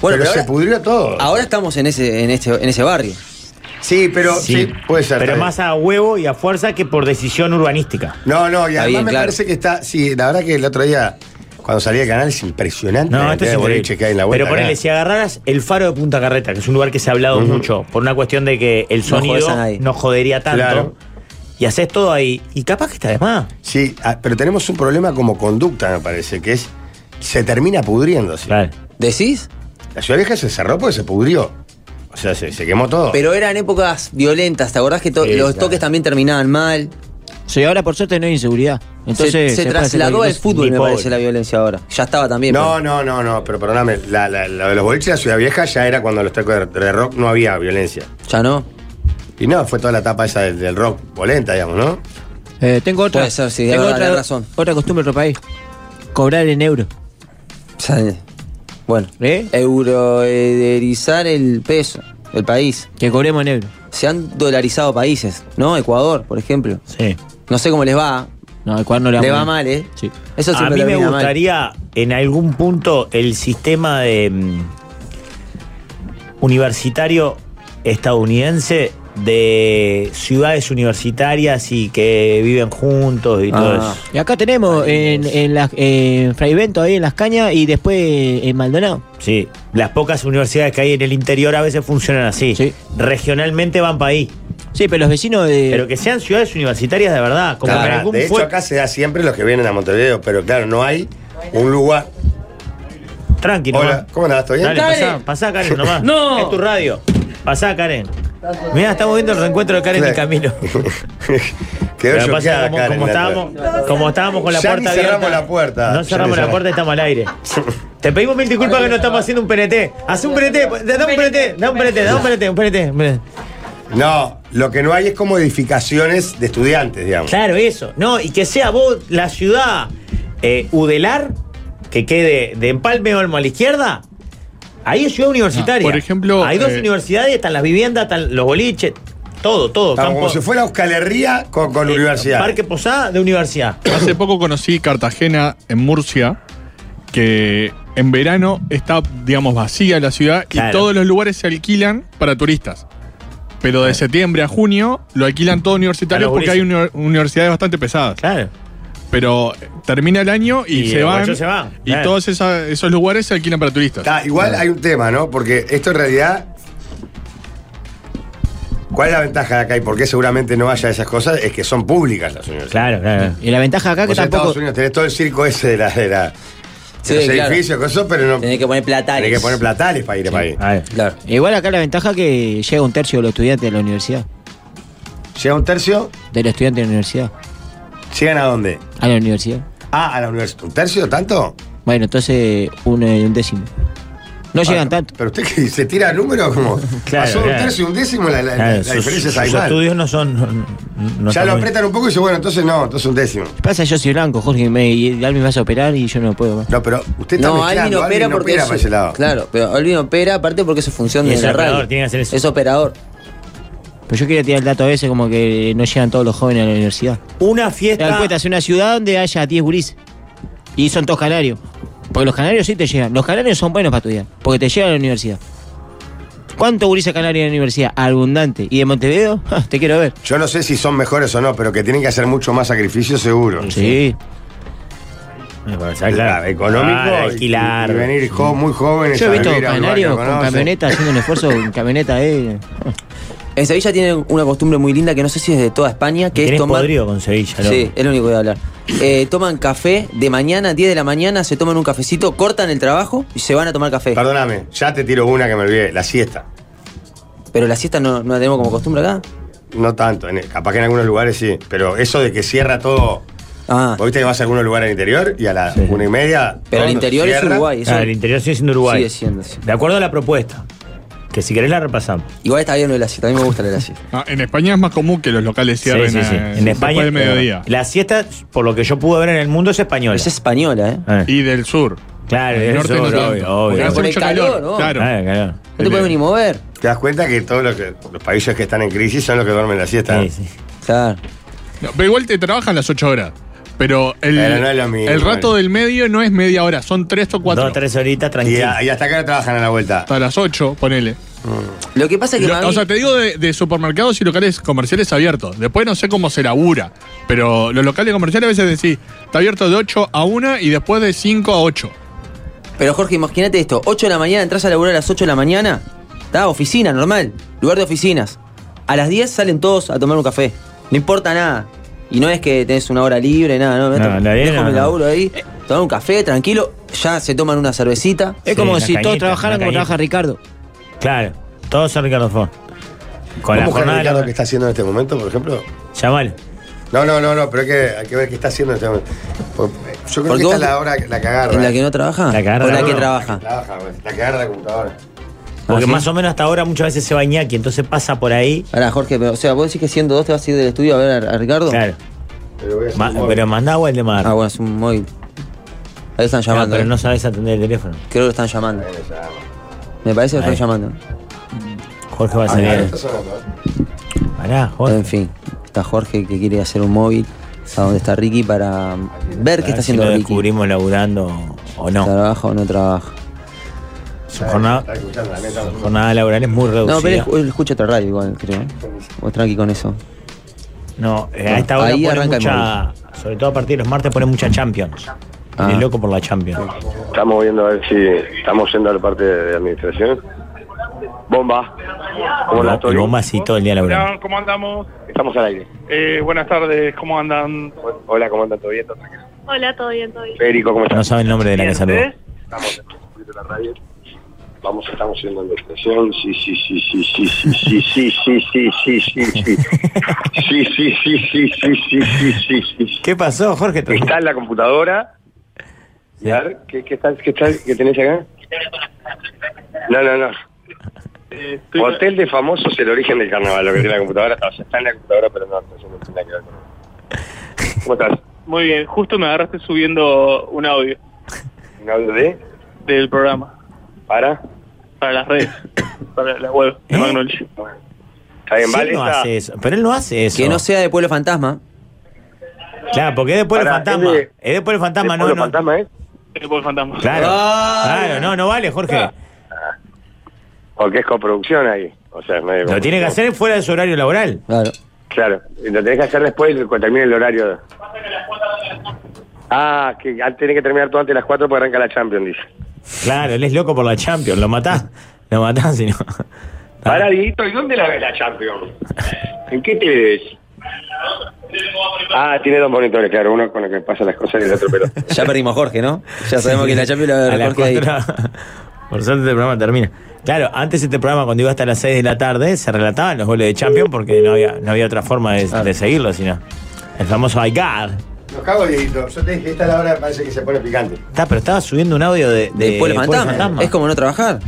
Bueno,
pero,
pero
se
ahora-
pudrió todo.
Ahora estamos en ese, en este, en ese barrio.
Sí, pero sí, puede ser. eh,
Pero
está
más a huevo y a fuerza que por decisión urbanística.
No, no, y
Está
además
bien,
me
claro.
parece que está. Sí, la verdad que el otro día, cuando salí del canal, es impresionante.
No,
la
esto
cantidad
es
de
increíble.
boliches que hay en la vuelta.
Pero ponele, si agarraras el faro de Punta Carreta, que es un lugar que se ha hablado mucho, por una cuestión de que el sonido
jodes a nadie.
no jodería tanto.
Claro.
Y haces todo ahí. Y capaz que está de más.
Sí, ah, pero tenemos un problema como conducta, me parece, que es. Se termina pudriéndose.
¿Decís?
La ciudad vieja se cerró porque se pudrió. O sea, se, se quemó todo.
Pero eran épocas violentas, ¿te acordás que to-
Sí,
los
claro.
toques también terminaban mal?
Sí, ahora por suerte no hay inseguridad. Entonces,
se, se
se puede hacer
trasladó
cualquier
al
cosa.
fútbol,
Ni
me
pobre.
parece, la violencia ahora. Ya estaba también.
No, no, no, no, pero perdóname, la, la- lo de los boliches de la Ciudad Vieja ya era cuando los tacos de, de rock no había violencia.
¿Ya no?
Y no, fue toda la etapa esa del, del rock polenta, digamos, ¿no?
Eh, tengo otra.
Puede ser, sí, de
tengo
verdad,
otra,
tenés razón.
Otra costumbre de otro país. Cobrar en euro.
pero- Bueno,
¿Eh?
euroederizar el peso, el país.
Que cobremos en euro.
Se han dolarizado países, ¿no? Ecuador, por ejemplo.
Sí.
No sé cómo les va.
No, Ecuador no
le,
le va
va
muy
mal, ¿eh?
Sí.
Eso
a
siempre
mí me
termina mal.
gustaría en algún punto el sistema de mm, universitario estadounidense de ciudades universitarias y que viven juntos y todo eso.
Y acá tenemos en, en, las- en Fray Bento, ahí en Las Cañas, y después en Maldonado.
Sí, las pocas universidades que hay en el interior a veces funcionan así. Regionalmente van para ahí.
Sí, pero los vecinos de.
Pero que sean ciudades universitarias de verdad. Como
Claro,
que algún
de hecho,
fue-
acá se da siempre los que vienen a Montevideo, pero claro, no hay un lugar.
Tranquilo.
Hola, ¿cómo andás? ¿Todo bien?
Dale, pasá, pasá, Karen, nomás.
No.
Es tu radio. Pasá, Karen. Mirá, estamos viendo el reencuentro de Karen y Camilo.
Quedó
Pero pasa,
choqueada,
como,
Karen,
como
la
estábamos, como estábamos con la
Ya ni
puerta abierta.
cerramos la puerta.
No cerramos
Ya ni
la puerta y estamos al aire. Te pedimos mil disculpas que no estamos haciendo un PNT. Hacé un PNT, da un PNT, da un PNT, da un PNT, un PNT. un PNT.
No, lo que no hay es como edificaciones de estudiantes, digamos.
Claro, eso. No, y que sea vos la ciudad eh, Udelar, que quede de Empalme Olmo a la izquierda. Ahí es ciudad universitaria.
por ejemplo,
Hay dos
eh,
universidades, están las viviendas, están los boliches, todo, todo. Eh,
Estamos como si
fuera Euskal Herria con,
universidad.
Parque Posada de universidad.
Hace poco conocí Cartagena en Murcia, que en verano está, digamos, vacía la ciudad y
Claro.
todos los lugares se alquilan para turistas. Pero de septiembre a junio lo alquilan todos universitarios
A los
porque hay uni- universidades bastante pesadas.
Claro.
Pero eh, termina el año y,
Y
se,
los
van,
guachos se van,
Y
claro.
todos esa- esos lugares se alquilan para turistas.
Está, Ah, igual hay un tema, ¿no? Porque esto en realidad. ¿Cuál es la ventaja de acá y por qué seguramente no haya esas cosas? Es que son públicas las universidades.
Claro, claro.
Y la ventaja acá
Vos en Estados Unidos tenés todo el circo ese de, la, de, la, de
Sí,
los
claro.
edificios, cosas, pero no. Tenés
que poner platales.
Tenés que poner platales para ir para ahí.
Claro.
Igual acá la ventaja es que llega un tercio de los estudiantes de la universidad.
¿Llega un tercio?
De los estudiantes de la universidad.
¿Llegan a dónde?
A la universidad.
Ah, a la universidad. ¿Un tercio tanto?
Bueno, entonces un, eh, un décimo. No llegan tanto.
Pero usted que se tira números como.
Claro,
pasó un
claro.
tercio, un décimo, la, la-
Claro,
la
sus-
diferencia es
sus
ahí
Los
mal.
estudios no son. no- no
ya
están
lo
muy-
apretan un poco y dice, bueno, entonces no, entonces un décimo.
Pasa, yo soy blanco, Jorge, me, y Alvin me vas a operar y yo no puedo más.
No, pero usted
No, Alvin opera porque. es-
para ese lado.
Claro, pero Alvin opera aparte porque es su función
Y
de
es
la
operador,
radio.
tiene que hacer eso.
Es operador.
Pues yo quería tirar el dato ese como que no llegan todos los jóvenes a la universidad.
Una
Te das
fiesta.
cuenta, es una ciudad donde haya 10 gurises. Y son todos canarios. Porque los canarios sí te llegan. Los canarios son buenos para estudiar. Porque te llegan a la universidad. ¿Cuántos gurises canarios en la universidad? Abundante. ¿Y de Montevideo? Ja, Ah, te quiero ver.
Yo no sé si son mejores o no, pero que tienen que hacer mucho más sacrificio, seguro.
Sí.
Ah,
Claro, Ah, económico.
Claro,
y-
alquilar.
Y, venir jo- muy jóvenes.
Yo he
a
visto
vivir a un lugar
canarios
que
con
conocen.
camioneta haciendo un esfuerzo en camioneta, eh.
En Sevilla tienen una costumbre muy linda que no sé si es de toda España, que es
Tenés
tomar.
podrido con Sevilla, loco.
Sí, es lo único que voy a hablar. Eh, toman café de mañana, 10 de la mañana, se toman un cafecito, cortan el trabajo y se van a tomar café.
Perdóname, ya te tiro una que me olvidé, la siesta.
Pero la siesta no, no la tenemos como costumbre acá.
No tanto, en- capaz que en algunos lugares sí, pero eso de que cierra todo.
Ah.
Viste que vas a algunos lugares al interior y a las una y media.
Pero
todo
el interior es
cierra.
Uruguay. eso
Ah,
Claro, el interior sigue siendo Uruguay.
Sigue siendo, sí.
De acuerdo a la propuesta. Que si querés la repasamos.
Igual está bien lo de la siesta, a mí me gusta lo de la siesta.
Ah, en España es más común que los locales cierren
Sí, sí, sí.
eh,
En España.
después
eh,
del mediodía.
La siesta, por lo que yo pude ver en el mundo, es española. Ah.
Es española, ¿eh?
Y del sur.
Claro,
El
es
norte no
obvio,
tanto.
obvio, obvio. Ah,
Porque hace
Por el
mucho
calor,
calor.
¿no?
Ah, Claro.
Claro, claro.
No te podemos ni mover.
Te das cuenta que todos los, que- los países que están en crisis son los que duermen la siesta.
Sí, sí.
Claro.
No, pero igual te trabajan las 8 horas. Pero el,
Pero no es lo mismo,
el rato
bueno.
del medio no es media hora, son 3 o 4.
Dos, tres horitas,
Y,
tranquilo.
a- y hasta acá no trabajan a la vuelta.
Hasta las 8, ponele.
Mm.
Lo que pasa es que
Lo-
para
o
mí-
sea, te digo de, de supermercados y locales comerciales abiertos. Después no sé cómo se labura, pero los locales comerciales a veces decís, está abierto de 8 a 1 y después de 5 a 8.
Pero Jorge, imagínate esto: 8 de la mañana, entras a laburar a las 8 de la mañana. Está, oficina, normal. Lugar de oficinas. A las 10 salen todos a tomar un café. No importa nada. Y no es que tenés una hora libre, nada, no.
No, la
Dejo
idea no,
mi
no.
laburo ahí, tomar un café, tranquilo. Ya se toman una cervecita.
Es
Sí,
como
una
si todos
cañita,
trabajaran
una
como
cañita.
trabaja Ricardo.
Claro, todos son Ricardo Ford. Con la
¿Cómo
jornada.
Ricardo que está haciendo en este momento, por ejemplo?
Llamalo.
No, no, no, no, pero hay que, hay que ver qué está haciendo en este momento. Por- Yo creo
Porque
que esta
vos-
es la hora la que agarra.
¿En la que no trabaja?
La que agarra
¿O
la
la que
mano.
trabaja?
Trabaja, pues, la que agarra la computadora.
Porque
Ah, ¿sí?
más o menos hasta ahora muchas veces se va Iñaki, entonces pasa por ahí.
Ahora, Jorge, pero, o sea, vos decís que siendo dos te vas a ir del estudio a ver a, a Ricardo.
Claro.
Pero voy a hacer
Ma-
un móvil.
pero mandá o el de Mar.
Ah, bueno, es un móvil. Ahí están
Ah,
llamando.
pero
eh.
no sabes atender el teléfono.
Creo que lo están llamando. Me parece que lo
Ahí.
están llamando.
Jorge va a
Ah,
salir.
está sonando, ¿eh?
Pará, Jorge.
En fin, está Jorge que quiere hacer un móvil a donde está Ricky para ver
A
qué
ver
está
si
haciendo
lo
Ricky.
descubrimos laburando o no.
¿Trabaja o no trabaja?
Su jornada,
Está escuchando, la neta.
su jornada laboral es muy reducida.
No, pero él, él escucha otra radio igual, creo. O tranqui con eso.
No, eh, a esta hora
Ahí
pone
arranca el
mucha, sobre todo a partir de los martes pone mucha Champions.
Ah.
Es loco por la Champions.
Estamos viendo a ver si estamos yendo a la parte de administración. Bomba.
Bo-
Hola,
y
Tori.
bomba así todo el día laburando.
¿Cómo andamos? Eh,
Estamos al aire.
buenas tardes, ¿cómo andan?
Hola, ¿cómo andan? ¿Todo bien? ¿Todo tranquilo?
Hola, todo bien, todo bien.
Federico, ¿cómo
No
estás? ¿eh?
sabe el nombre de la que saludó.
Estamos en un poquito de la radio. Vamos, estamos yendo a la administración. Sí, sí, sí, sí, sí, sí, sí, sí, sí, sí, sí, sí, sí. Sí, sí, sí, sí, sí, sí, sí, sí, sí, sí.
¿Qué pasó, Jorge?
Está en la computadora. Y a ver, ¿qué, qué, tal, qué, tal, ¿qué tenés acá? No, no, no. Hotel de famosos, el origen del carnaval, lo que tiene la computadora. O sea, está en la computadora, pero no, no, no tiene nada que ver con eso. ¿Cómo estás?
Muy bien, justo me agarraste subiendo un audio
¿Un audio de?
del programa
¿Para?
para las redes, para la web de
¿Eh?
Magnolio.
¿Está bien,
Sí,
vale?
no
Está-
hace eso. Pero él no hace eso.
Que no sea de Pueblo Fantasma.
Claro, porque es después del
Pará,
fantasma.
es
Es
de-
después del fantasma,
de
no,
Pueblo
no.
fantasma, ¿eh?
El Pueblo Fantasma.
Claro.
Ay.
Claro, no, no vale, Jorge.
Porque es coproducción ahí. O sea, es medio
Lo tiene que hacer fuera de su horario laboral.
Claro.
Claro, y lo tenés que hacer después cuando termine el horario. Ah, que al- tenés que terminar todo antes de las 4 porque arranca la Champions, dice.
Claro, él es loco por la Champions. Lo matás. Lo matás, si no.
Pará, Dieguito, ¿y dónde la ves la Champions? ¿En qué te ves? Ah, tiene dos monitores, claro, uno con el que pasa las cosas y el otro pero.
Ya perdimos a Jorge, ¿no? Ya sabemos que la Champions la va a
A
ver
las
Jorge ahí.
cuatro- Por suerte este programa termina. Claro, antes este programa cuando iba hasta las 6 de la tarde se relataban los goles de Champions porque no había, no había otra forma de, de seguirlo, sino el famoso I got.
Los cago, Dieguito. Yo te dije, esta es la hora que parece que se pone picante.
Está, pero estaba subiendo un audio de,
De
de
Pueblo
Pueblo
Fantasma. Es como no trabajar.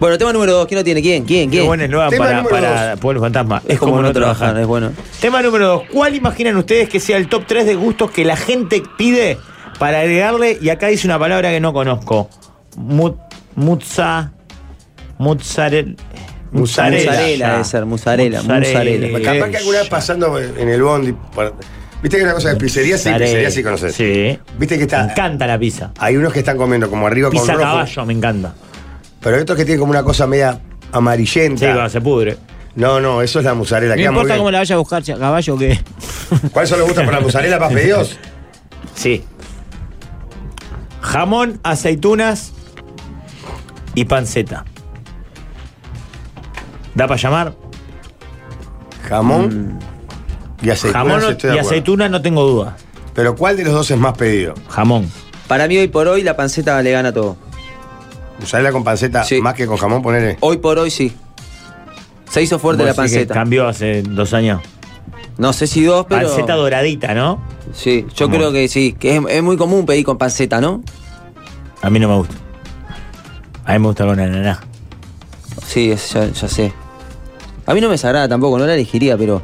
Bueno, tema número dos. ¿Quién lo tiene? ¿Quién? ¿Quién?
Qué
¿Quién?
bueno eslogan
Tema
para,
número
para Pueblo Fantasma.
Es como no trabajar, es bueno.
Tema número 2. ¿Cuál imaginan ustedes que sea el top 3 de gustos que la gente pide para agregarle? Y acá dice una palabra que no conozco. Mut- Mutza. Mozzarella.
Musarela.
Musarela debe ser, musarela, musarela.
Capaz que alguna vez pasando en el bondi. por- Viste que es una cosa de pizzería, sí,
Musarela.
pizzería sí conoces.
Sí.
Viste que está. Me
encanta la pizza.
Hay unos que están comiendo como arriba
Pizza
con rojo.
caballo, me encanta.
Pero hay otros que tienen como una cosa media amarillenta. Sí,
se pudre.
No, no, eso es la musarela.
No
queda muy
importa
bien.
cómo la vaya a buscar, si a caballo que.
¿Cuál solo gusta para la musarela, más pedidos?
Sí. Jamón, aceitunas y panceta. ¿Da para llamar? Mm.
Jamón y aceitunas.
Jamón no-
estoy de
y
acuerdo.
aceitunas no tengo duda.
Pero ¿cuál de los dos es más pedido?
Jamón.
Para mí hoy por hoy la panceta le gana todo.
Musarela con panceta más que con jamón, ponele.
Hoy por hoy sí. Se hizo fuerte
Vos
la
decís que
panceta.
Cambió hace dos años.
No sé si dos, pero.
Panceta doradita, ¿no?
Sí, yo creo que sí. Que es, es muy común pedir con panceta, ¿no?
A mí no me gusta. A mí me gusta con ananá.
Sí, es- ya, ya sé. A mí no me desagrada tampoco, no la elegiría, pero.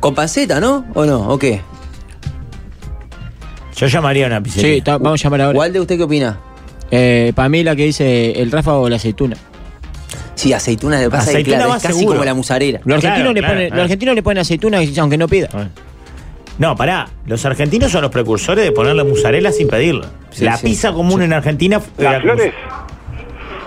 Con panceta, ¿no? ¿O no? ¿O qué?
Yo llamaría a una
Sí, ta- vamos a llamar ahora.
¿Cuál de usted qué opina?
Eh, para mí la que dice el Rafa o la aceituna.
Sí, aceituna le pasa que
Aceituna
claro,
va
es casi
seguro.
como la musarela.
Los argentinos, le ponen, los argentinos le ponen aceituna aunque no pida.
No, pará. Los argentinos son los precursores de ponerle musarela sin pedirla.
Sí,
la
sí.
pizza común en Argentina. ¿Las flores?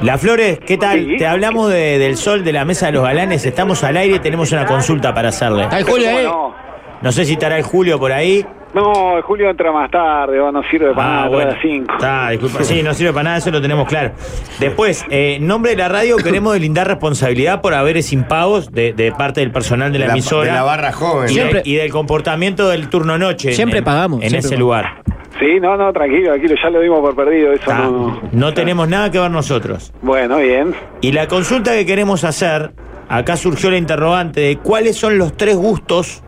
Las flores, ¿qué tal? Te hablamos de- del sol, de la mesa de los galanes. Estamos al aire, tenemos una consulta para hacerle.
¿Está el Julio ahí?
¿eh?
eh.
¿Cómo
No sé si estará el Julio por ahí.
No, Julio entra más tarde, va, no sirve para
Ah,
nada, entra a las 5.
Está, Ah, disculpa. Sí, no sirve para nada, eso lo tenemos claro. Después, eh, en nombre de la radio, queremos delindar responsabilidad por haberes impagos de, de parte del personal de la,
De la-
emisora.
de la barra joven.
Y,
Siempre-
de- y del comportamiento del turno noche. en-
Siempre
en-
pagamos,
En
siempre
ese
pagamos.
lugar.
Sí, no, no, tranquilo, tranquilo, ya lo dimos por perdido, eso no, no.
No tenemos nada que ver nosotros.
Bueno, bien.
Y la consulta que queremos hacer, acá surgió la interrogante de cuáles son los tres gustos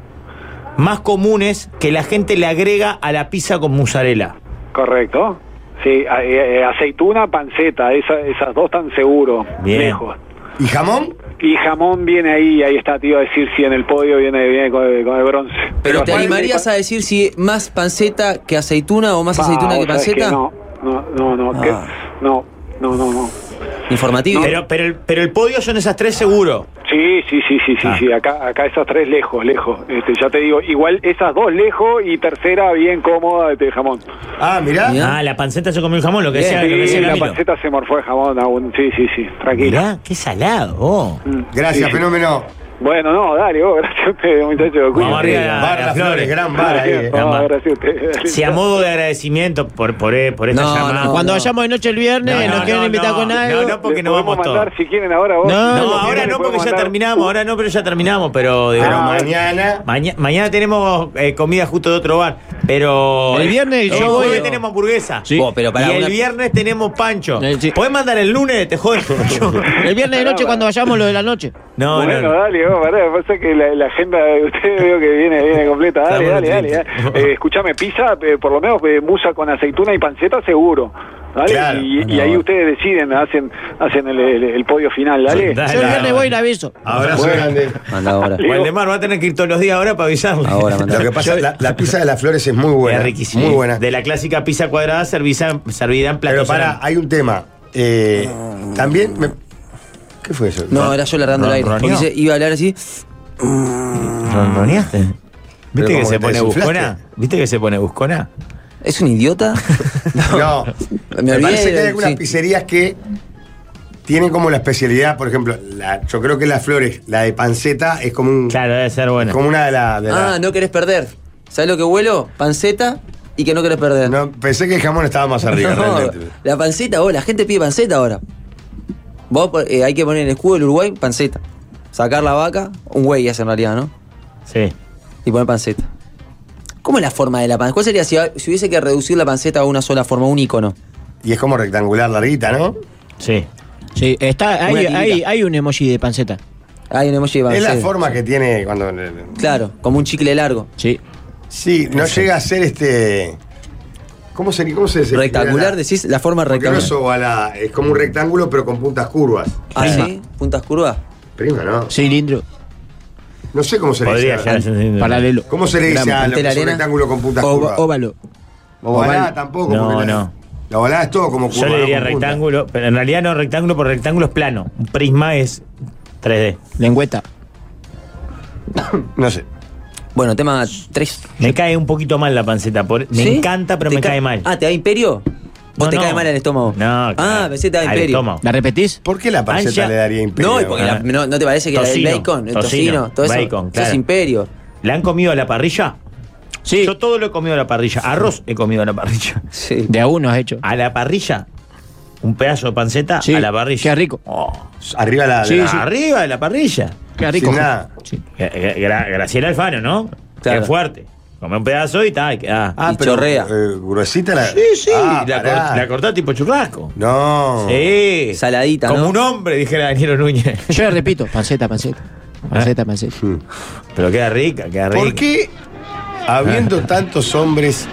más comunes que la gente le agrega a la pizza con mozzarella.
Correcto. Sí, a- eh, eh, aceituna, panceta, esa- esas dos tan seguro,
Bien.
lejos.
¿Y jamón?
Y jamón viene ahí, ahí está, te iba a decir si en el podio viene, viene con, el, con el bronce.
Pero te
aparte-
animarías a decir si más panceta que aceituna o más
Ah,
aceituna
vos
que
sabés que
panceta? Ah.
no, no, no, no, que- no, no, no, no.
Informativo.
Pero, pero, el, pero el podio son esas tres seguro.
Sí, sí, sí, sí,
Ah.
sí, sí. Acá, acá esas tres lejos, lejos. Este, ya te digo, igual esas dos lejos y tercera bien cómoda de jamón.
Ah, mirá.
Ah, la panceta se comió el jamón, lo que
Sí,
decía, lo que decía
la
Camilo.
panceta se morfó de jamón aún. Sí, sí, sí. Tranquilo.
Mirá, qué salado. vos.
Gracias, fenómeno.
Bueno, no, dale, vos, gracias a ustedes, muchachos.
Vamos arriba, las
Bar Las
flores.
Flores, gran bar ahí, eh.
Gracias, no,
Gran bar.
gracias a ustedes.
Si a modo de agradecimiento por, por, por esta
No,
llamada.
no, Cuando no. vayamos de noche el viernes, nos quieren invitar con algo.
No, no, porque
Les
nos vamos
podemos
todos.
mandar,
Si quieren ahora vos.
No,
si
no,
quieren,
ahora
les
no, porque
podemos
ya
mandar-
terminamos. Ahora no, pero ya terminamos. Pero digamos,
mañana.
maña- mañana tenemos eh, comida justo de otro bar. Pero.
El viernes yo
el
voy-
jueves tenemos hamburguesa.
Sí.
Oh,
Vos, Oh, pero para
y el
una-
viernes tenemos pancho. ¿Podés mandar el lunes? Te jodes.
El viernes de noche cuando vayamos lo de la noche.
No,
bueno,
no,
dale, vos, pará, pasa que la, la agenda de ustedes veo que viene, viene completa. Dale, dale, dale. dale. Eh, escuchame, pizza, eh, por lo menos eh, musa con aceituna y panceta seguro. ¿Dale?
Claro.
y,
Bueno,
y ahí
bueno.
ustedes deciden, hacen, hacen el, el- el podio final, dale.
Yo el viernes voy y la aviso.
Abrazo grande.
Manda ahora.
Waldemar va a tener que ir todos los días ahora para avisarle.
Ahora,
Lo que pasa, la, la pizza de las flores es muy buena.
Es riquísima.
Muy buena.
De la clásica pizza cuadrada servisa- servida en
Pero
platos.
para, hay un tema. Eh, también. me- ¿Qué fue eso?
No, era yo largando el aire. Porque
Ronroneó.
dice- iba a hablar así.
¿Ronroneaste?
Pero
¿Viste que
como
se
que te
pone
desinflaste.
buscona? ¿Viste que se pone buscona?
¿Es un idiota?
No.
Me
Me,
olvidé,
parece que hay algunas
sí.
pizzerías que tienen como la especialidad, por ejemplo, la- yo creo que las flores, la de panceta es como un. Claro,
debe ser buena.
Como una de las. de la-
Ah, no querés perder. ¿Sabes lo que vuelo? Panceta y que no querés perder.
No, pensé que el jamón estaba más arriba, realmente.
La panceta, vos, la gente pide panceta ahora. Vos eh, hay que poner en el escudo del Uruguay panceta. Sacar la vaca, un güey hace en realidad, ¿no?
Sí.
Y poner panceta. ¿Cómo es la forma de la panceta? ¿Cuál sería si, si hubiese que reducir la panceta a una sola forma, un icono?
Y es como rectangular, larguita, ¿no?
Sí.
Sí, está,
Una
hay,
tirita.
hay, hay un emoji de panceta.
Hay un emoji de
Es
panceta.
la forma que tiene cuando.
Claro, como un chicle largo.
Sí.
Sí, no llega a ser este. ¿Cómo se, cómo se se-
Rectangular, decís, la forma
Porque no
rectangular.
es ovalada, es como un rectángulo pero con puntas curvas.
Ah, sí, puntas curvas.
Prima, ¿no?
Cilindro.
No sé cómo se
Podría
le dice.
llegar a ser cilindro. Paralelo.
¿Cómo se le dice
Gramo.
a lo
Ante
que
la
es un
arena.
rectángulo con puntas
Ova-
curvas?
óvalo.
Ovalada
Oval.
tampoco.
No,
porque la-
no.
La ovalada es todo como curva.
Yo le diría
no con punta.
rectángulo, pero en realidad no rectángulo, porque rectángulo es plano. Un prisma es 3D.
Lengüeta.
No sé.
Bueno, tema 3.
Me cae un poquito mal la panceta. por- Me
¿Sí?
encanta, pero
¿Te
me
ca-
cae mal.
Ah, ¿te da imperio? ¿O
No,
te
no.
cae mal el estómago?
No,
Ah, pensé que te da
Al
imperio.
estómago.
¿La repetís?
¿Por qué la
panceta Ancha. le daría imperio? No, y porque la- no- no te parece que la del bacon, el tocino, todo eso- eso es imperio.
¿La han comido a la parrilla? Sí. Yo todo lo he comido a la parrilla. Arroz he comido a la parrilla.
De a uno has hecho.
¿A la parrilla? Un pedazo de panceta a la parrilla. Qué
rico.
Oh. Arriba la,
Sí,
la-
sí. Arriba de la parrilla.
Qué
rico. Sin nada.
Gra- gra- Graciela Alfano, ¿no?
Claro.
Qué fuerte. Come un pedazo y tal.
Ah, pero, eh, gruesita la.
Sí, sí.
Ah,
la,
pará.
cor- la cortá tipo churrasco.
No.
Sí.
Oh. Saladita,
Como un hombre, dijera Daniel Núñez.
Yo le repito, panceta, panceta. Panceta, panceta.
Hmm.
Pero queda rica, queda rica. Ah,
¿Por qué,
Ah.
habiendo tantos hombres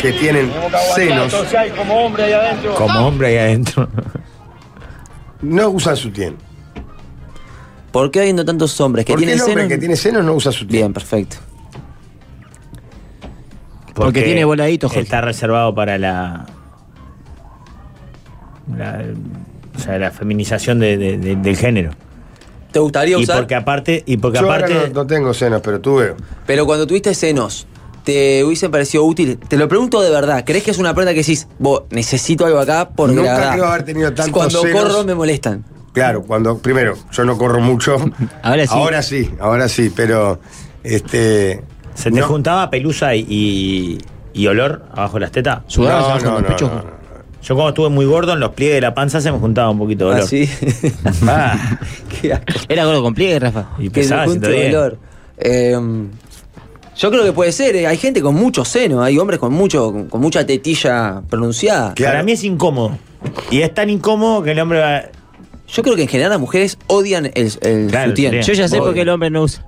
que tienen senos,
como hombre ahí adentro.
Como hombre ahí adentro.
no usan su tiempo?
¿Por qué habiendo tantos hombres que
¿Por qué
tienen
el hombre
senos?
que tiene senos no usa su
Bien, perfecto.
Porque tiene voladitos, Jorge.
Está reservado para la. la o sea, la feminización de- de- de- del género.
¿Te gustaría
y
usar?
porque aparte. Y porque
Yo
aparte.
ahora no, no tengo senos, pero tuve.
Pero cuando tuviste senos, ¿te hubiese parecido útil? Te lo pregunto de verdad. ¿Crees que es una prenda que decís, vos, necesito algo acá porque
Nunca
la verdad,
creo haber tenido tantos
Cuando
senos.
corro me molestan.
Claro, cuando primero yo no corro mucho.
Ahora sí.
Ahora sí, ahora sí, pero este
Eh, ¿Se te juntaba pelusa y, y- y olor abajo de las tetas?
¿Sudabas No, abajo no, del no, pecho? no,
Yo cuando estuve muy gordo, en los pliegues de la panza se me juntaba un poquito de olor.
¿Ah, sí?
Ah,
Era gordo con pliegue, Rafa.
y
Que
pesaba
se junte
110.
olor. Eh, yo creo que puede ser. eh. Hay gente con mucho seno, hay hombres con mucho con, con mucha tetilla pronunciada.
Para mí es incómodo. Y es tan incómodo que el hombre va...
Yo creo que en general las mujeres odian el, el
Claro,
sutién.
el sutién.
Yo ya sé por qué el
Odian.
hombre no usa.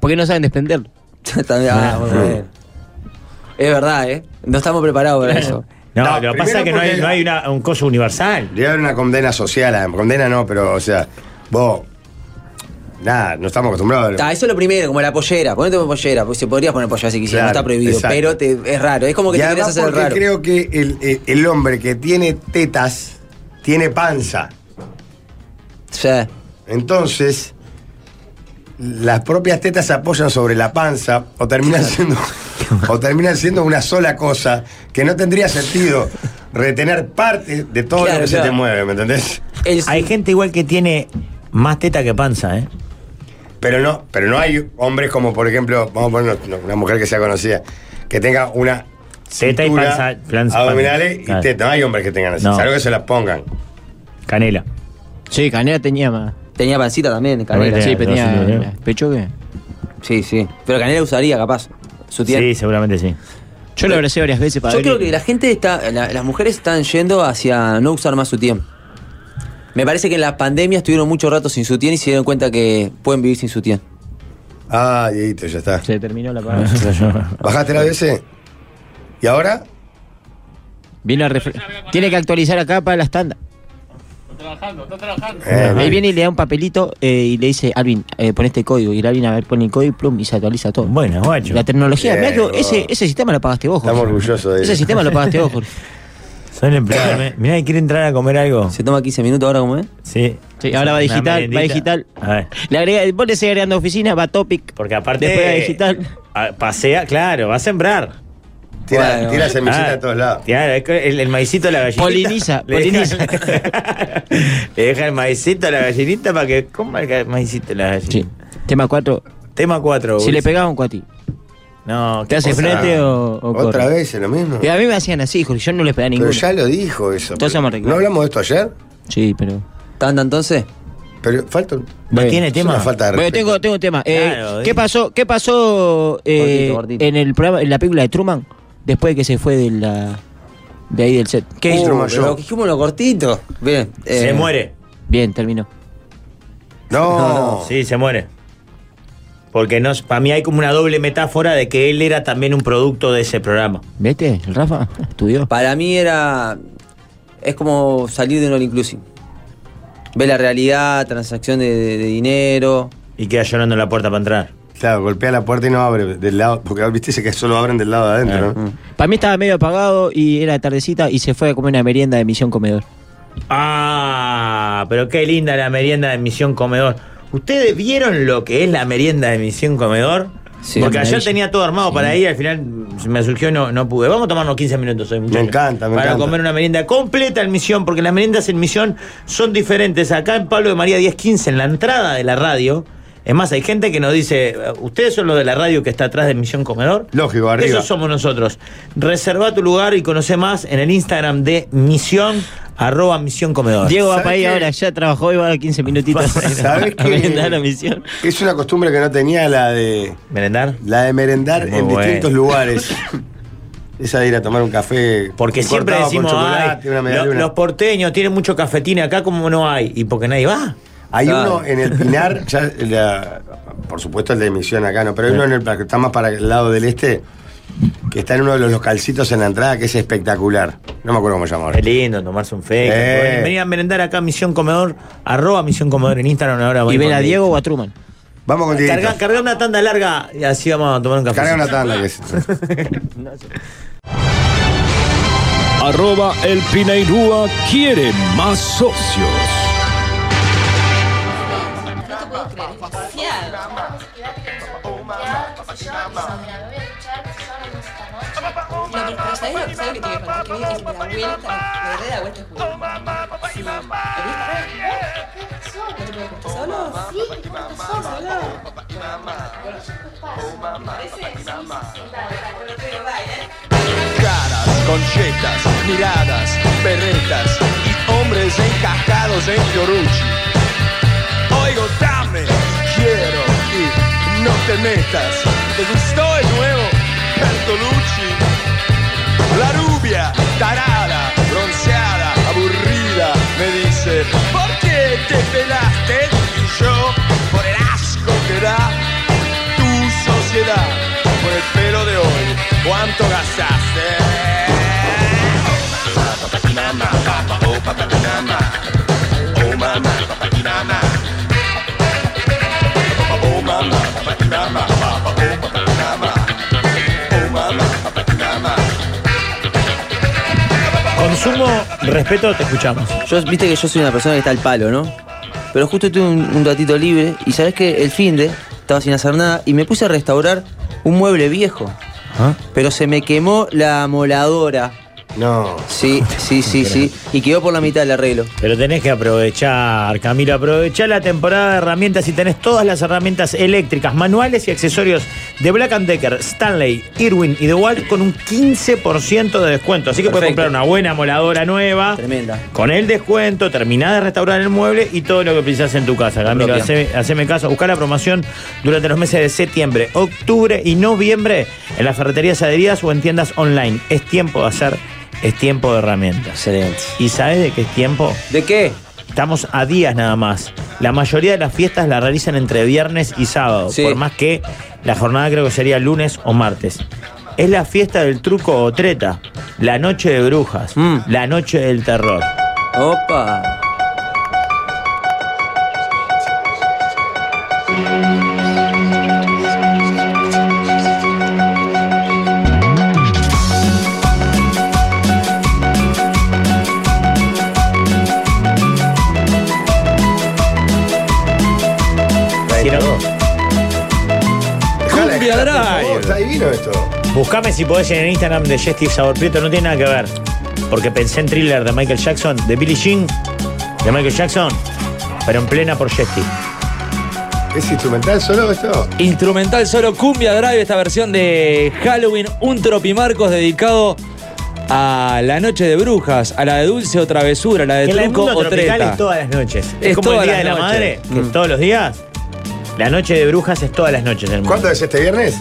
Porque no saben desprenderlo.
También- ah, muy bien. Es verdad, ¿eh? No estamos preparados para eso.
No,
No,
lo que
primero
pasa es que no hay,
porque-
no hay una- un coso universal.
debe haber una condena social, ah, condena no, pero o sea, vos nada, no estamos acostumbrados.
Ta, Ah, eso es lo primero, como la pollera. Ponete una pollera, porque se podría poner pollera si quisieras,
Claro,
no está prohibido,
exacto.
pero te- es raro. Es como que
y
te querés
además
hacer el
porque
raro.
creo que el, el- el hombre que tiene tetas tiene panza. Entonces, las propias tetas se apoyan sobre la panza o terminan siendo o terminan siendo una sola cosa que no tendría sentido retener parte de todo
Claro,
lo que se
claro.
te mueve, ¿me entendés?
Hay gente igual que tiene más teta que panza, ¿eh?
Pero no, pero no hay hombres como por ejemplo, vamos a poner una- una mujer que sea conocida, que tenga una
Teta y
cintura,
panza- panza-
abdominales
claro.
y teta. No hay hombres que tengan así,
No.
salvo que se las pongan.
Canela.
Sí, Canela tenía más.
Tenía pancita también, Canela.
Canela, sí,
sí,
tenía. ¿Pecho qué?
sí, Pero Canela usaría, capaz. Su tía.
Sí, seguramente sí.
Yo lo abracé varias veces para
Yo
ver-
creo que la gente está, la- las mujeres están yendo hacia no usar más su tiempo. Me parece que en la pandemia estuvieron mucho rato sin su y se dieron cuenta que pueden vivir sin su
Ah, Dieguito, ya está.
Se terminó la palabra.
¿Bajaste la BS? ¿Y ahora?
Vino a refre- Tiene que actualizar acá para la estándar.
Eh,
Él viene y le da un papelito eh, y le dice, Alvin, eh, pon este código. Y el Alvin, a ver, pone el código y plum, y se actualiza todo.
Bueno, guacho.
La tecnología,
Bien,
mirá que vos-
vos.
ese, ese sistema lo pagaste vos, Jorge.
Estamos orgullosos de él.
Ese sistema lo pagaste vos, Jorge.
Son empleados. ¿eh? Mirá, quiere entrar a comer algo.
Se toma 15 minutos ahora, ¿cómo es?
Sí.
Sí, ahora va
Una
digital, va
merendita.
digital.
A ver.
Le agrega, vos le seguís agregando oficina, va topic.
Porque aparte.
Después va digital.
a- pasea, claro, va a sembrar.
Tira,
Bueno.
tira semillita
Ah.
de todos lados.
Claro, es que el, el maicito a la gallinita.
Poliniza,
Le
poliniza.
deja- le deja el maicito a la gallinita para que coma el ga- maicito a la gallinita.
Sí. Tema 4.
Tema 4.
Si le pegás un cuati.
No,
¿Te hace
cosa?
frente o, o
¿Otra
corre?
vez es lo mismo?
Y a mí me hacían así, Jorge. Yo no les pegaba
Pero
ninguno.
ya lo dijo eso.
Entonces
Pero-
vamos a arreglar.
¿No hablamos de esto ayer?
Sí, pero.
¿Tanda entonces?
Pero falta un-
¿No
Bueno,
tiene
es
tema?
una falta de
Bueno,
respeto.
tengo, tengo un tema. Eh,
Claro,
¿Qué
eh.
pasó, qué pasó eh,
Gordito, gordito.
en el programa, en la película de Truman después de que se fue de la de ahí del set? Uh, ¿Qué
Oh,
hizo?
Truman
Pero
Show.
dijimos lo cortito. Bien.
Se
eh,
muere.
Bien, terminó.
No,
Sí, se muere. Porque no, para mí hay como una doble metáfora de que él era también un producto de ese programa.
¿Viste? El Rafa estudió.
Para mí era. Es como salir de un all inclusive. Ve la realidad, transacción de, de- de dinero.
Y queda llorando en la puerta para entrar.
Claro, golpea la puerta y no abre del lado. Porque viste dice que solo abren del lado de adentro, ¿no?
Para mí estaba medio apagado y era tardecita y se fue a comer una merienda de misión comedor.
Ah, pero qué linda la merienda de Misión Comedor. ¿Ustedes vieron lo que es la merienda de Misión Comedor?
Sí,
Porque ayer
maravilla.
tenía todo armado
Sí.
para ir, al final me surgió y no, no pude. Vamos a tomarnos 15 minutos hoy, muchachos.
encanta, me
Para
encanta.
comer una merienda completa en Misión, porque las meriendas en Misión son diferentes. Acá en Pablo de María 1015, en la entrada de la radio. Es más, hay gente que nos dice, "Eh, ¿ustedes son los de la radio que está atrás de Misión Comedor?
Lógico, arriba.
Esos somos nosotros. Reserva tu lugar y conoce más en el Instagram de Misión, arroba Misión Comedor.
Diego va
¿Sabes
para ahí
qué?
ahora, ya trabajó y va a 15 minutitos.
¿Sabes
A merendar a Misión.
qué? Es una costumbre que no tenía la de.
¿Merendar?
La de merendar
Muy
en
bueno.
distintos lugares. Esa de ir a tomar un café.
Porque siempre
cortado con
decimos,
chocolate,
"Ay,
una media
lo-
luna".
los porteños tienen mucho cafetín acá como no hay, y porque nadie va.
Hay
Claro.
uno en el Pinar, ya la- eh, por supuesto el de Misión acá, ¿no? Pero hay uno en el que está más para el lado del este, que está en uno de los localcitos en la entrada, que es espectacular. No me acuerdo cómo se llama ahora.
Es lindo tomarse un fake.
Eh.
Venía a merendar acá a Misión Comedor, arroba Misión Comedor en Instagram
Ah,
ahora. voy
Y ven
con
a
Diego.
Diego o a Truman.
Vamos con
Carga, carga una tanda larga y así vamos a tomar un café.
Carga una
tanda que
Arroba el Pinairúa quiere más socios.
este
Caras, conchetas, miradas, perretas y hombres encajados en Fiorucci. Oigo, dame, quiero y no te metas. ¿Te gustó el nuevo Bertolucci? La rubia, tarada, bronceada, aburrida, me dice, ¿por qué te pelaste? Y yo, por el asco que da tu sociedad, por el pelo de hoy, ¿cuánto gastaste? Oh mamá, papá y mamá. Oh mamá, papá y mamá. Papá, oh, papá y mamá. Oh mamá, papá y mamá.
Consumo, respeto, te escuchamos.
Yo, viste que yo soy una persona que está al palo, ¿no? Pero justo tuve un, un ratito libre y sabes que el fin de estaba sin hacer nada y me puse a restaurar un mueble viejo.
¿Ah?
Pero se me quemó la moladora.
No.
Sí, sí, sí, sí. Y quedó por la mitad el arreglo.
Pero tenés que aprovechar, Camilo, aprovechá la temporada de herramientas y tenés todas las herramientas eléctricas, manuales y accesorios de Black Decker, Stanley, Irwin y DeWalt con un 15% de descuento. Así que puedes
Perfecto.
comprar una buena moladora nueva.
Tremenda.
Con el descuento, terminás de restaurar el mueble y todo lo que precisás en tu casa. Camilo,
Propia.
haceme, haceme caso. Buscá la promoción durante los meses de septiembre, octubre y noviembre en las ferreterías adheridas o en tiendas online. Es tiempo de hacer, es tiempo de herramientas.
Excelente.
¿Y sabes de qué es tiempo?
¿De qué?
Estamos a días nada más. La mayoría de las fiestas las realizan entre viernes y sábado, por más que la jornada creo que sería lunes o martes. Es la fiesta del truco o treta, la noche de brujas,
Mm.
la noche del terror.
Opa.
Cumbia
Drive.
Está divino esto.
Buscame si podés en el Instagram de Jesti Sabor Prieto, no tiene nada que ver. Porque pensé en thriller de Michael Jackson, de Billie Jean, de Michael Jackson, pero en plena por Jesti.
¿Es instrumental solo esto?
Instrumental solo Cumbia Drive, esta versión de Halloween, un tropimarcos dedicado a la noche de brujas, a la de dulce o travesura, a la de
En el
Eh, truco
mundo
o
tropical
treta.
es todas las noches. Es,
Es
como el
todas
Día de
las
la
noches.
Madre, que
Mm.
todos los días. La noche de brujas es todas las noches del mundo.
¿Cuánto es este viernes?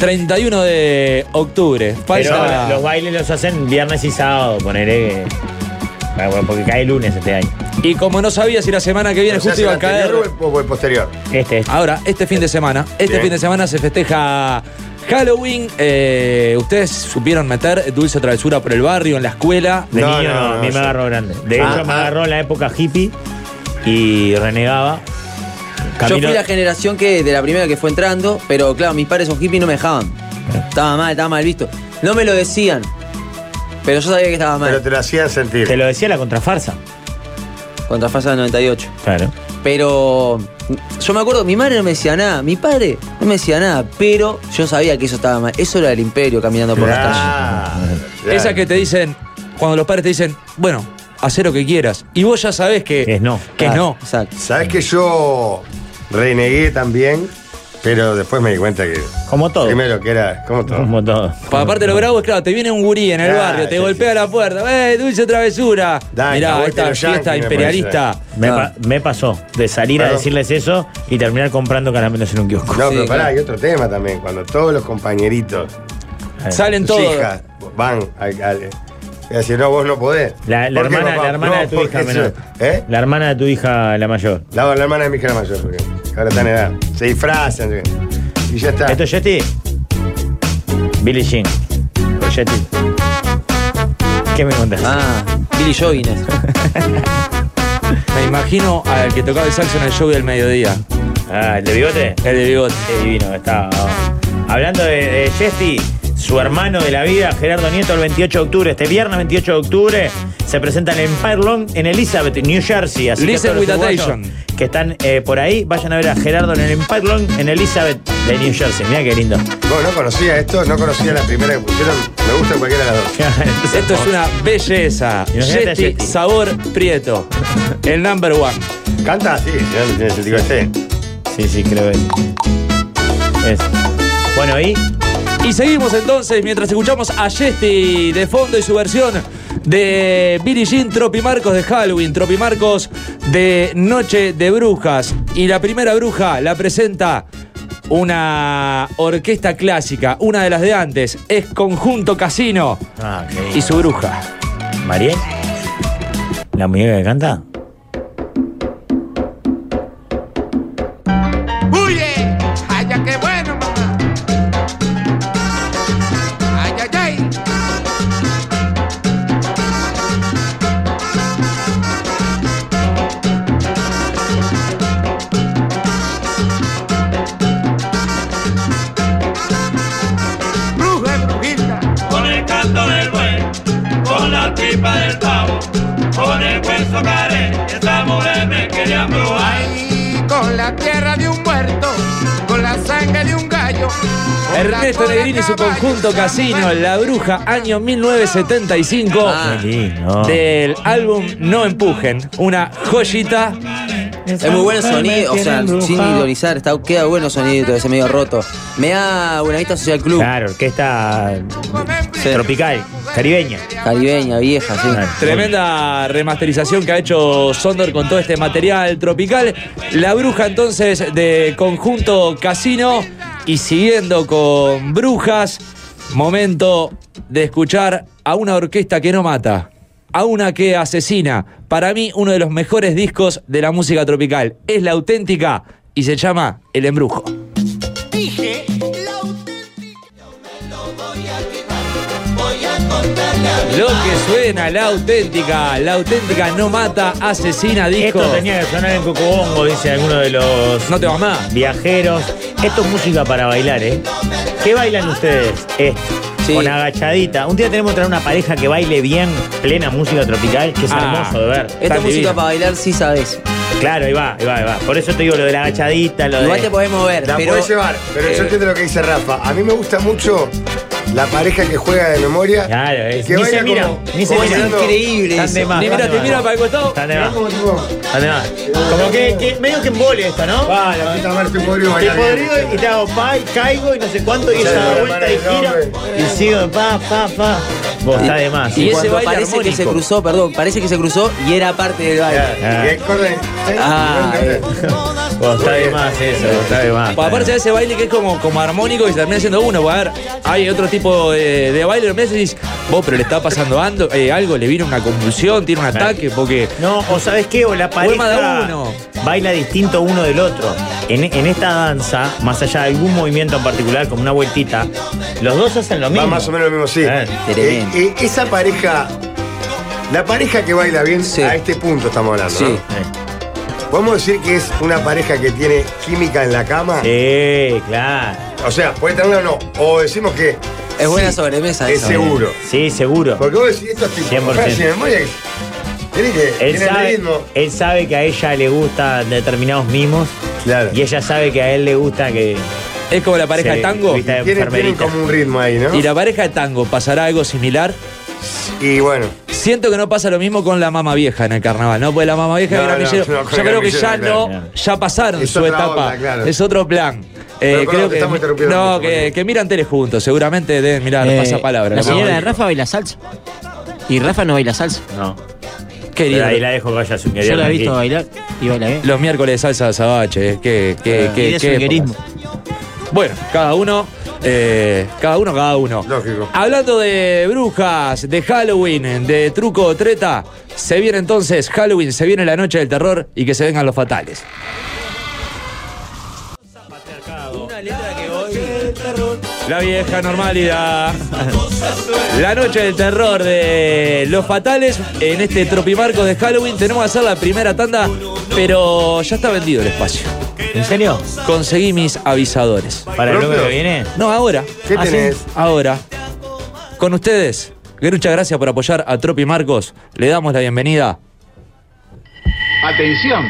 31 de octubre.
Pero
Falta-
los bailes los hacen viernes y sábado, poneré. porque cae lunes este año.
Y como no sabía si la semana que viene
¿Se
justo
hace
iba a
el
caer.
anterior o el- o el posterior?
Este,
Ahora, este fin de semana. Este
Bien.
fin de semana se festeja Halloween. Eh, Ustedes supieron meter dulce o travesura por el barrio, en la escuela.
De niño a mí me agarró grande. De
Ah,
hecho, me
ah.
agarró la época hippie y renegaba.
Yo
Camino-
fui la generación que de la primera que fue entrando, pero claro, mis padres son hippies y no me dejaban.
Eh.
Estaba mal, estaba mal visto. No me lo decían, pero yo sabía que estaba mal.
Pero te lo hacían sentir.
Te lo decía la contrafarsa.
Contrafarsa del 98.
Claro.
Pero yo me acuerdo, mi madre no me decía nada, mi padre no me decía nada, pero yo sabía que eso estaba mal. Eso era el imperio caminando por la calle.
Esas que te dicen, cuando los padres te dicen, bueno, haz lo que quieras. Y vos ya sabés que, es no. Que
Ah,
es no.
¿Sabes que yo renegué también? Pero después me di cuenta que.
Como todo.
Primero que era. Como todo.
Como todo.
Pa- aparte lo bravo es claro, te viene un gurí en el
Ah,
barrio, te
sí,
golpea la puerta, ¡eh, dulce travesura!
Dale,
Mirá,
aguante
esta
los
fiesta
yankees, me
imperialista.
parece. Me, pa- me pasó de salir a
Claro.
decirles eso y terminar comprando caramelos en un kiosco.
No, pero pará, hay otro tema también. Cuando todos los compañeritos.
Salen
tus
todos.
hijas van al. al- y así, no, vos no podés.
La, la
¿Por qué,
hermana,
papá?
la hermana
No,
de tu
porque
hija
eso-
menor.
¿Eh?
La hermana de tu hija, la mayor.
La, la hermana de mi hija la mayor, porque ahora está en edad. Se disfrazan. Y ya está.
¿Esto es Yeti? Billy Jean. O Yeti. ¿Qué me contás?
Ah, Billy Joggins.
Me imagino al que tocaba el saxo en el show del mediodía.
Ah, ¿el de bigote?
El de bigote.
Qué divino está. Hablando de, de Yeti, su hermano de la vida, Gerardo Nieto, el 28 de octubre, este viernes 28 de octubre, se presenta en Empire Long en Elizabeth, New Jersey. Así que, a
Listen
todos los
with
uruguayos
attention.
que están eh, por ahí, vayan a ver a Gerardo en el Empire Long en Elizabeth de New Jersey. Mira qué lindo.
Vos no conocía esto, no conocía la primera que pusieron. Me gusta cualquiera de las dos.
Esto es una belleza.
Imagínate a
Yeti,
Yeti.
sabor prieto. El number one.
Canta así, no tiene sentido este.
Sí, sí, creo que es. Bueno, ¿y?
Y seguimos entonces mientras escuchamos a Yesti de fondo y su versión de Billie Jean Tropimarcos de Halloween, Tropimarcos de Noche de Brujas. Y la primera bruja la presenta una orquesta clásica, una de las de antes, es Conjunto Casino
Ah,
y su bruja.
¿Mariel? ¿La muñeca que canta?
¡Huye! ¡Ay, ya qué bueno, mamá! ¡Ay, ay, ay!
Bruja y brujita. Con el canto del buey, con la tripa del pavo, con el hueso caré, esa mujer me quería brujar.
Ay, con la tierra de un muerto, con la sangre de un gallo. con la
Ernesto
cola
Negrini y su conjunto casino, La Bruja, año 1975, del álbum No Empujen, una joyita.
Es muy buen el sonido, o sea, sin ironizar, está, queda bueno el sonido, ese medio roto. Me da Buenavista Social Club.
Claro, orquesta tropical, caribeña.
Caribeña, vieja, sí.
Tremenda remasterización que ha hecho Sondor con todo este material tropical. La bruja entonces de conjunto casino y siguiendo con brujas, momento de escuchar a una orquesta que no mata, a una que asesina. Para mí uno de los mejores discos de la música tropical. Es la auténtica y se llama El Embrujo.
Dije, voy a contarle a
Lo que suena, la auténtica, la auténtica no mata, asesina, disco.
Esto tenía que sonar en Cocobongo, dice alguno de los
no te vas más.
viajeros. Esto es música para bailar, ¿eh? ¿Qué bailan ustedes? Eh, Con agachadita. Un día tenemos que traer una pareja que baile bien, plena música tropical, que es
Ah,
hermoso de ver.
Esta música para bailar sí sabes.
Claro, ahí va, ahí va, ahí va. Por eso te digo lo de la agachadita, lo
Igual
de...
te podés mover,
La
pero-
podés llevar, pero
eh,
yo entiendo lo que dice Rafa. A mí me gusta mucho la pareja que juega de memoria.
Claro, es.
que
ni
baila
se mira,
como-
ni se
como
mira.
bailando-
Están de más,
Ni mira,
están
te
de más.
mira para el costado.
Están de más.
Están
de más. Como que, que medio que embole esto, ¿no?
Ah, la puta madre, estoy podrido
Te
bailar bien.
podrido y te hago pa, y caigo y no sé cuánto, y
Sí,
ella da
la
vuelta
mano
y
del
gira, y sigo pa, pa, pa. Vos está de más.
Y, ese baile parece que se cruzó, perdón, parece que se cruzó y era parte del baile.
Claro, y es
Ah, eh.
Vos está de más eso, vos está de más.
Pa- Pues aparte de ese baile que es como, como armónico y se termina siendo uno. pa- A ver, hay otro tipo de, de baile. Lo meses y decís, vos, pero le está pasando ando- eh, algo, le vino una convulsión, tiene un ataque, porque.
No, o sabes qué, o la
Poema de
pareja
uno.
baila distinto uno del otro. En, en esta danza, más allá de algún movimiento en particular, como una vueltita, los dos hacen lo
Va
mismo.
más o menos lo mismo, sí. Eh, eh, esa pareja, la pareja que baila bien, a este punto estamos hablando.
Sí.
¿no? ¿Podemos decir que es una pareja que tiene química en la cama?
Sí, claro.
O sea, puede tenerla o no. O decimos que.
Es buena sobremesa
Es
esa.
seguro.
Sí, seguro.
Porque vos decís, estos tipos.
100%.
juegan sin memoria,
él,
tiene el
sabe,
ritmo.
él sabe que a ella le gustan determinados mimos. Y ella sabe que a él le gusta que.
Es como la pareja
se
de tango.
vista de enfermerita.
Y la pareja de tango, ¿pasará algo similar?
Y bueno.
Siento que no pasa lo mismo con la mama vieja en el carnaval, ¿no? Pues la mama vieja
No,
era
no,
millero.
no, con
yo creo que
Camillero,
ya
claro.
no, ya pasaron
Es
su
otra
etapa.
onda, claro.
Es otro plan.
Pero,
Eh,
perdón,
creo
te estamos
que,
interrumpiendo
no,
mucho,
que, que miran tele juntos, seguramente deben mirar
Eh,
pasapalabra.
La señora de Rafa baila salsa. Y Rafa no baila salsa.
No.
Querida.
Ahí la dejo que vaya a su
Yo la he visto bailar y baila bien.
Los miércoles de salsa de sabache, eh, qué, qué,
Y
qué-
de
qué
swingerismo.
épocas. Bueno, cada uno, eh, cada uno, cada uno.
Lógico.
Hablando de brujas, de Halloween, de truco o treta, se viene entonces Halloween, se viene la noche del terror y que se vengan los fatales. La vieja normalidad. La noche del terror de los fatales. En este tropimarco de Halloween tenemos que hacer la primera tanda, pero ya está vendido el espacio.
¿En serio?
Conseguí mis avisadores.
¿Para el bloque que viene?
No, ahora. Ah,
¿Qué tenés?
Ahora. Con ustedes, Gerucha, gracias por apoyar a Tropi Marcos. Le damos la bienvenida.
Atención,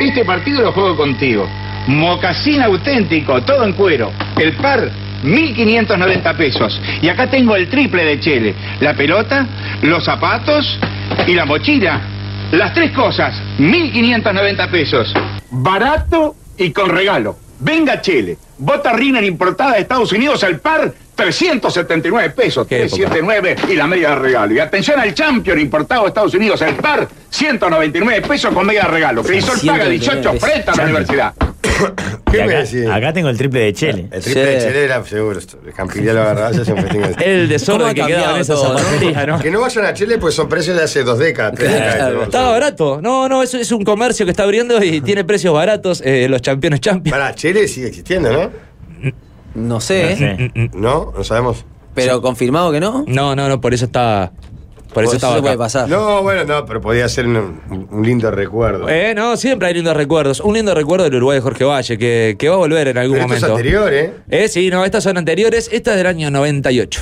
este partido lo juego contigo. Mocasín auténtico, todo en cuero. El par, 1590 pesos. Y acá tengo el triple de Chele. La pelota, los zapatos y la mochila. Las tres cosas, 1590 pesos. Barato y con regalo. Venga Chele. Bota Riner importada de Estados Unidos al par, 379 pesos. 379 y la media de regalo. Y atención al Champion importado de Estados Unidos al par, 199 pesos con media de regalo. Crisol paga 18 frente a la universidad.
Y
me
acá,
decís?
acá tengo el triple de Chele.
El triple de Chile era seguro. esto. El Campilla lo agarraba, se hace un festín.
El desorden que quedaba en esa zapatería, ¿no?
Que no vayan a Chile, pues son precios de hace dos décadas, tres décadas. ¿no?
Estaba barato. No, no, es, es un comercio que está abriendo y tiene precios baratos. eh, los campeones champions.
Para, Chile sigue existiendo, ¿no?
No sé. ¿eh?
No, no sabemos.
Pero confirmado que no.
No, no, no, por eso está. Por eso
Pues
estaba.
se puede
acá.
pasar. No, bueno, no, pero podía ser un, un lindo recuerdo.
Eh, no, siempre hay lindos recuerdos. Un lindo recuerdo del Uruguay de Jorge Valle, que, que va a volver en algún
Pero esto es
momento.
anterior, ¿eh?
Eh, sí, no, estas son anteriores. Esta es del año 98.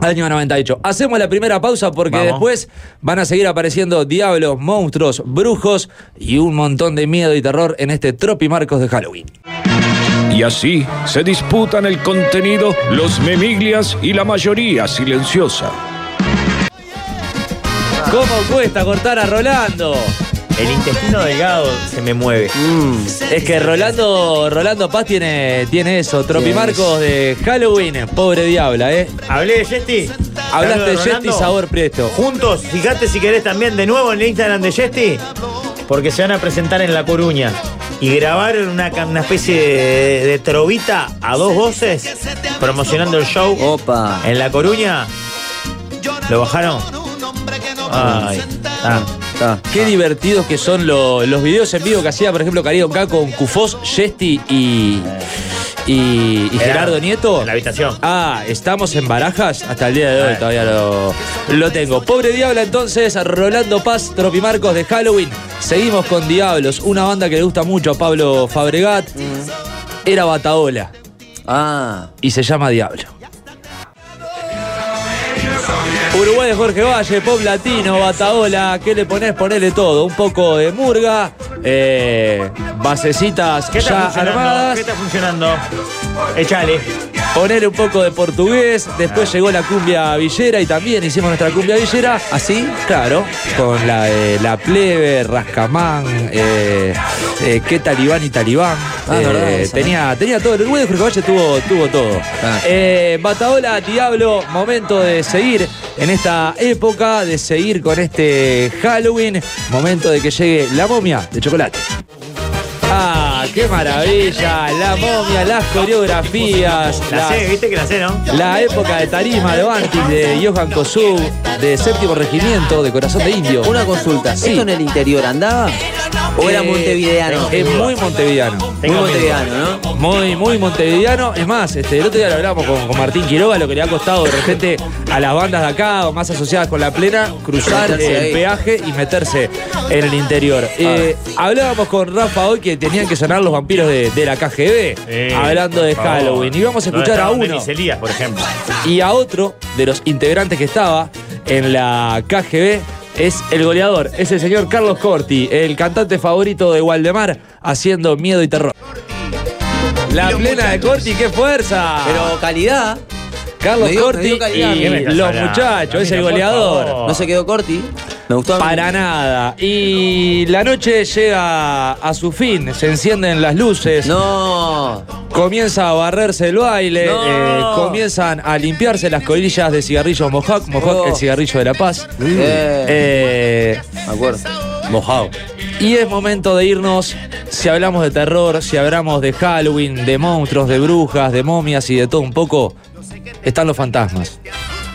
Año 98. Hacemos la primera pausa porque
Vamos.
después van a seguir apareciendo diablos, monstruos, brujos y un montón de miedo y terror en este Tropi Marcos de Halloween.
Y así se disputan el contenido los memiglias y la mayoría silenciosa.
¿Cómo cuesta cortar a Rolando?
El intestino delgado se me mueve.
Mm. Es que Rolando, Rolando Paz tiene, tiene eso, Tropi
Yes.
Marcos de Halloween, pobre diabla, ¿eh?
Hablé de Yesti.
Hablaste de Yesti,
Rolando.
sabor prieto.
Juntos, fíjate si querés también de nuevo en el Instagram de Yesti, porque se van a presentar en La Coruña. Y grabaron una, ca- una especie de, de trovita a dos voces, promocionando el show.
Opa.
En La Coruña. ¿Lo bajaron? Ay. Ah.
Qué divertidos que son lo- los videos en vivo que hacía, por ejemplo, Carido K con Cufós, Yesti y, y, y
Era
Gerardo Nieto. En la
habitación.
Ah, estamos en barajas. Hasta el día de hoy
Ah.
todavía lo, lo tengo. Pobre Diabla, entonces, Rolando Paz, Tropimarcos de Halloween. Seguimos con Diablos, una banda que le gusta mucho a Pablo Fabregat. Era Bataola.
Ah.
Y se llama Diablo. Uruguay de Jorge Valle, pop latino, bataola, ¿qué le ponés? Ponele todo. Un poco de murga, eh, basecitas
¿Qué está
ya
funcionando?
armadas.
¿Qué está funcionando?
Eh,
Échale.
Ponele un poco de portugués, después
Ah.
llegó la cumbia villera y también hicimos nuestra cumbia villera. ¿Así? Claro, con la de La Plebe, Rascamán, eh, eh, ¿Qué Talibán y Talibán?
Ah,
Eh,
verdad, esa, Ah.
tenía, tenía todo, el Uruguay de Jorge Valle tuvo, tuvo todo. Eh, Bataola, Diablo, momento de seguir en esta época, de seguir con este Halloween, momento de que llegue la momia de chocolate. ¡Ah, qué maravilla! La momia, las coreografías.
La sé, viste que la sé, ¿no?
La época de Tarima, de Bantis, de Johan Kosub, de Séptimo Regimiento, de Corazón de Indio.
Una consulta.
Sí.
¿Esto en el interior andaba? ¿O era
Eh,
montevideano?
Es muy montevideano.
Muy montevideano,
¿no? Muy, muy montevideano. Es más, este, el otro día lo hablamos con, con Martín Quiroga, lo que le ha costado de repente a las bandas de acá o más asociadas con la plena, cruzar
Meterse
el
ahí.
peaje y meterse en el interior. Eh, hablábamos con Rafa hoy que tenían que sonar los vampiros de, de la KGB,
Eh,
hablando de
por favor.
Halloween. Y vamos a
¿Dónde
escuchar a
estaban
uno
Denis Elías, por ejemplo.
y a otro de los integrantes que estaba en la KGB es el goleador, es el señor Carlos Corti, el cantante favorito de Waldemar, haciendo miedo y terror. La plena de Corti, qué fuerza. Pero calidad. Carlos
Me dio- me
Corti
dio calidad.
y
¿Qué me estás
los
hablando?
muchachos, es
Camila,
el
por
goleador.
favor. No se quedó Corti. Me gustó.
Para nada. Y la noche llega a su fin, se encienden las luces. No. Comienza a barrerse el baile, eh, comienzan a limpiarse las colillas de cigarrillos Mohawk, Mohawk
Oh.
el cigarrillo de la paz.
Eh.
Me acuerdo. Mohawk. Y es momento de irnos, si hablamos de terror, si hablamos de Halloween, de monstruos, de brujas, de momias y de todo un poco, están los fantasmas.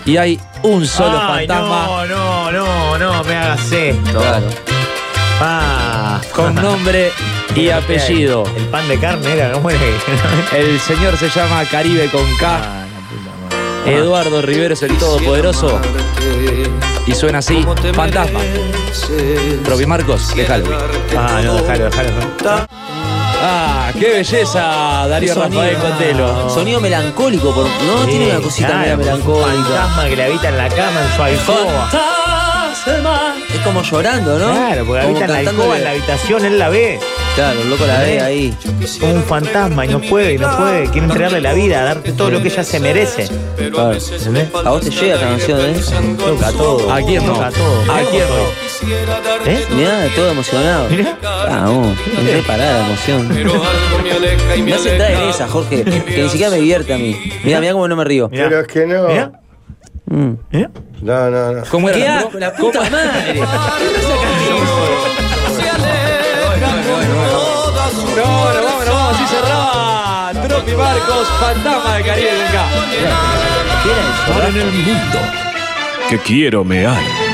Y hay un solo
Ay,
fantasma
No, no, no, no me hagas esto. Ah.
con nombre y apellido.
El pan de carne era, no muere. Ah,
El señor se llama Caribe con K. Eduardo Rivero es el todopoderoso. Y suena así, fantasma. Roby Marcos, déjalo.
Ah, no, déjalo, déjalo.
Ah, qué belleza, Darío
Qué sonido.
Rafael Cotelo.
Sonido melancólico. por- No,
Sí,
tiene una cosita
claro,
media
un
melancólica.
fantasma que le habita en la cama, en su alcoba.
Es como llorando, ¿no?
Claro, porque
Como
habita en la
cantándole.
alcoba, en la habitación, él la ve. ¿Eh?
Claro, el loco la ve ahí.
Como un fantasma y no puede, y no puede. Quiere entregarle la vida, darte todo lo que ella se merece. ¿Entendés?
A vos te llega esta canción, ¿eh?
Toca todo.
¿A quién no?
Toca todo.
¿A quién
no? ¿Eh?
Mirá, todo emocionado. Mirá. Ah, vos, es reparada la emoción. Me hace entrar en esa, Jorge, que ni siquiera me divierte a mí. Mirá, mirá cómo no me río.
Pero es que no. No, no, no.
¿Cómo
¡Qué asco, la puta madre!
No, no, vamos, no, vamos, así cerraba. Tropi Marcos, fantasma de Caribe con K.
Para en el mundo que quiero mear.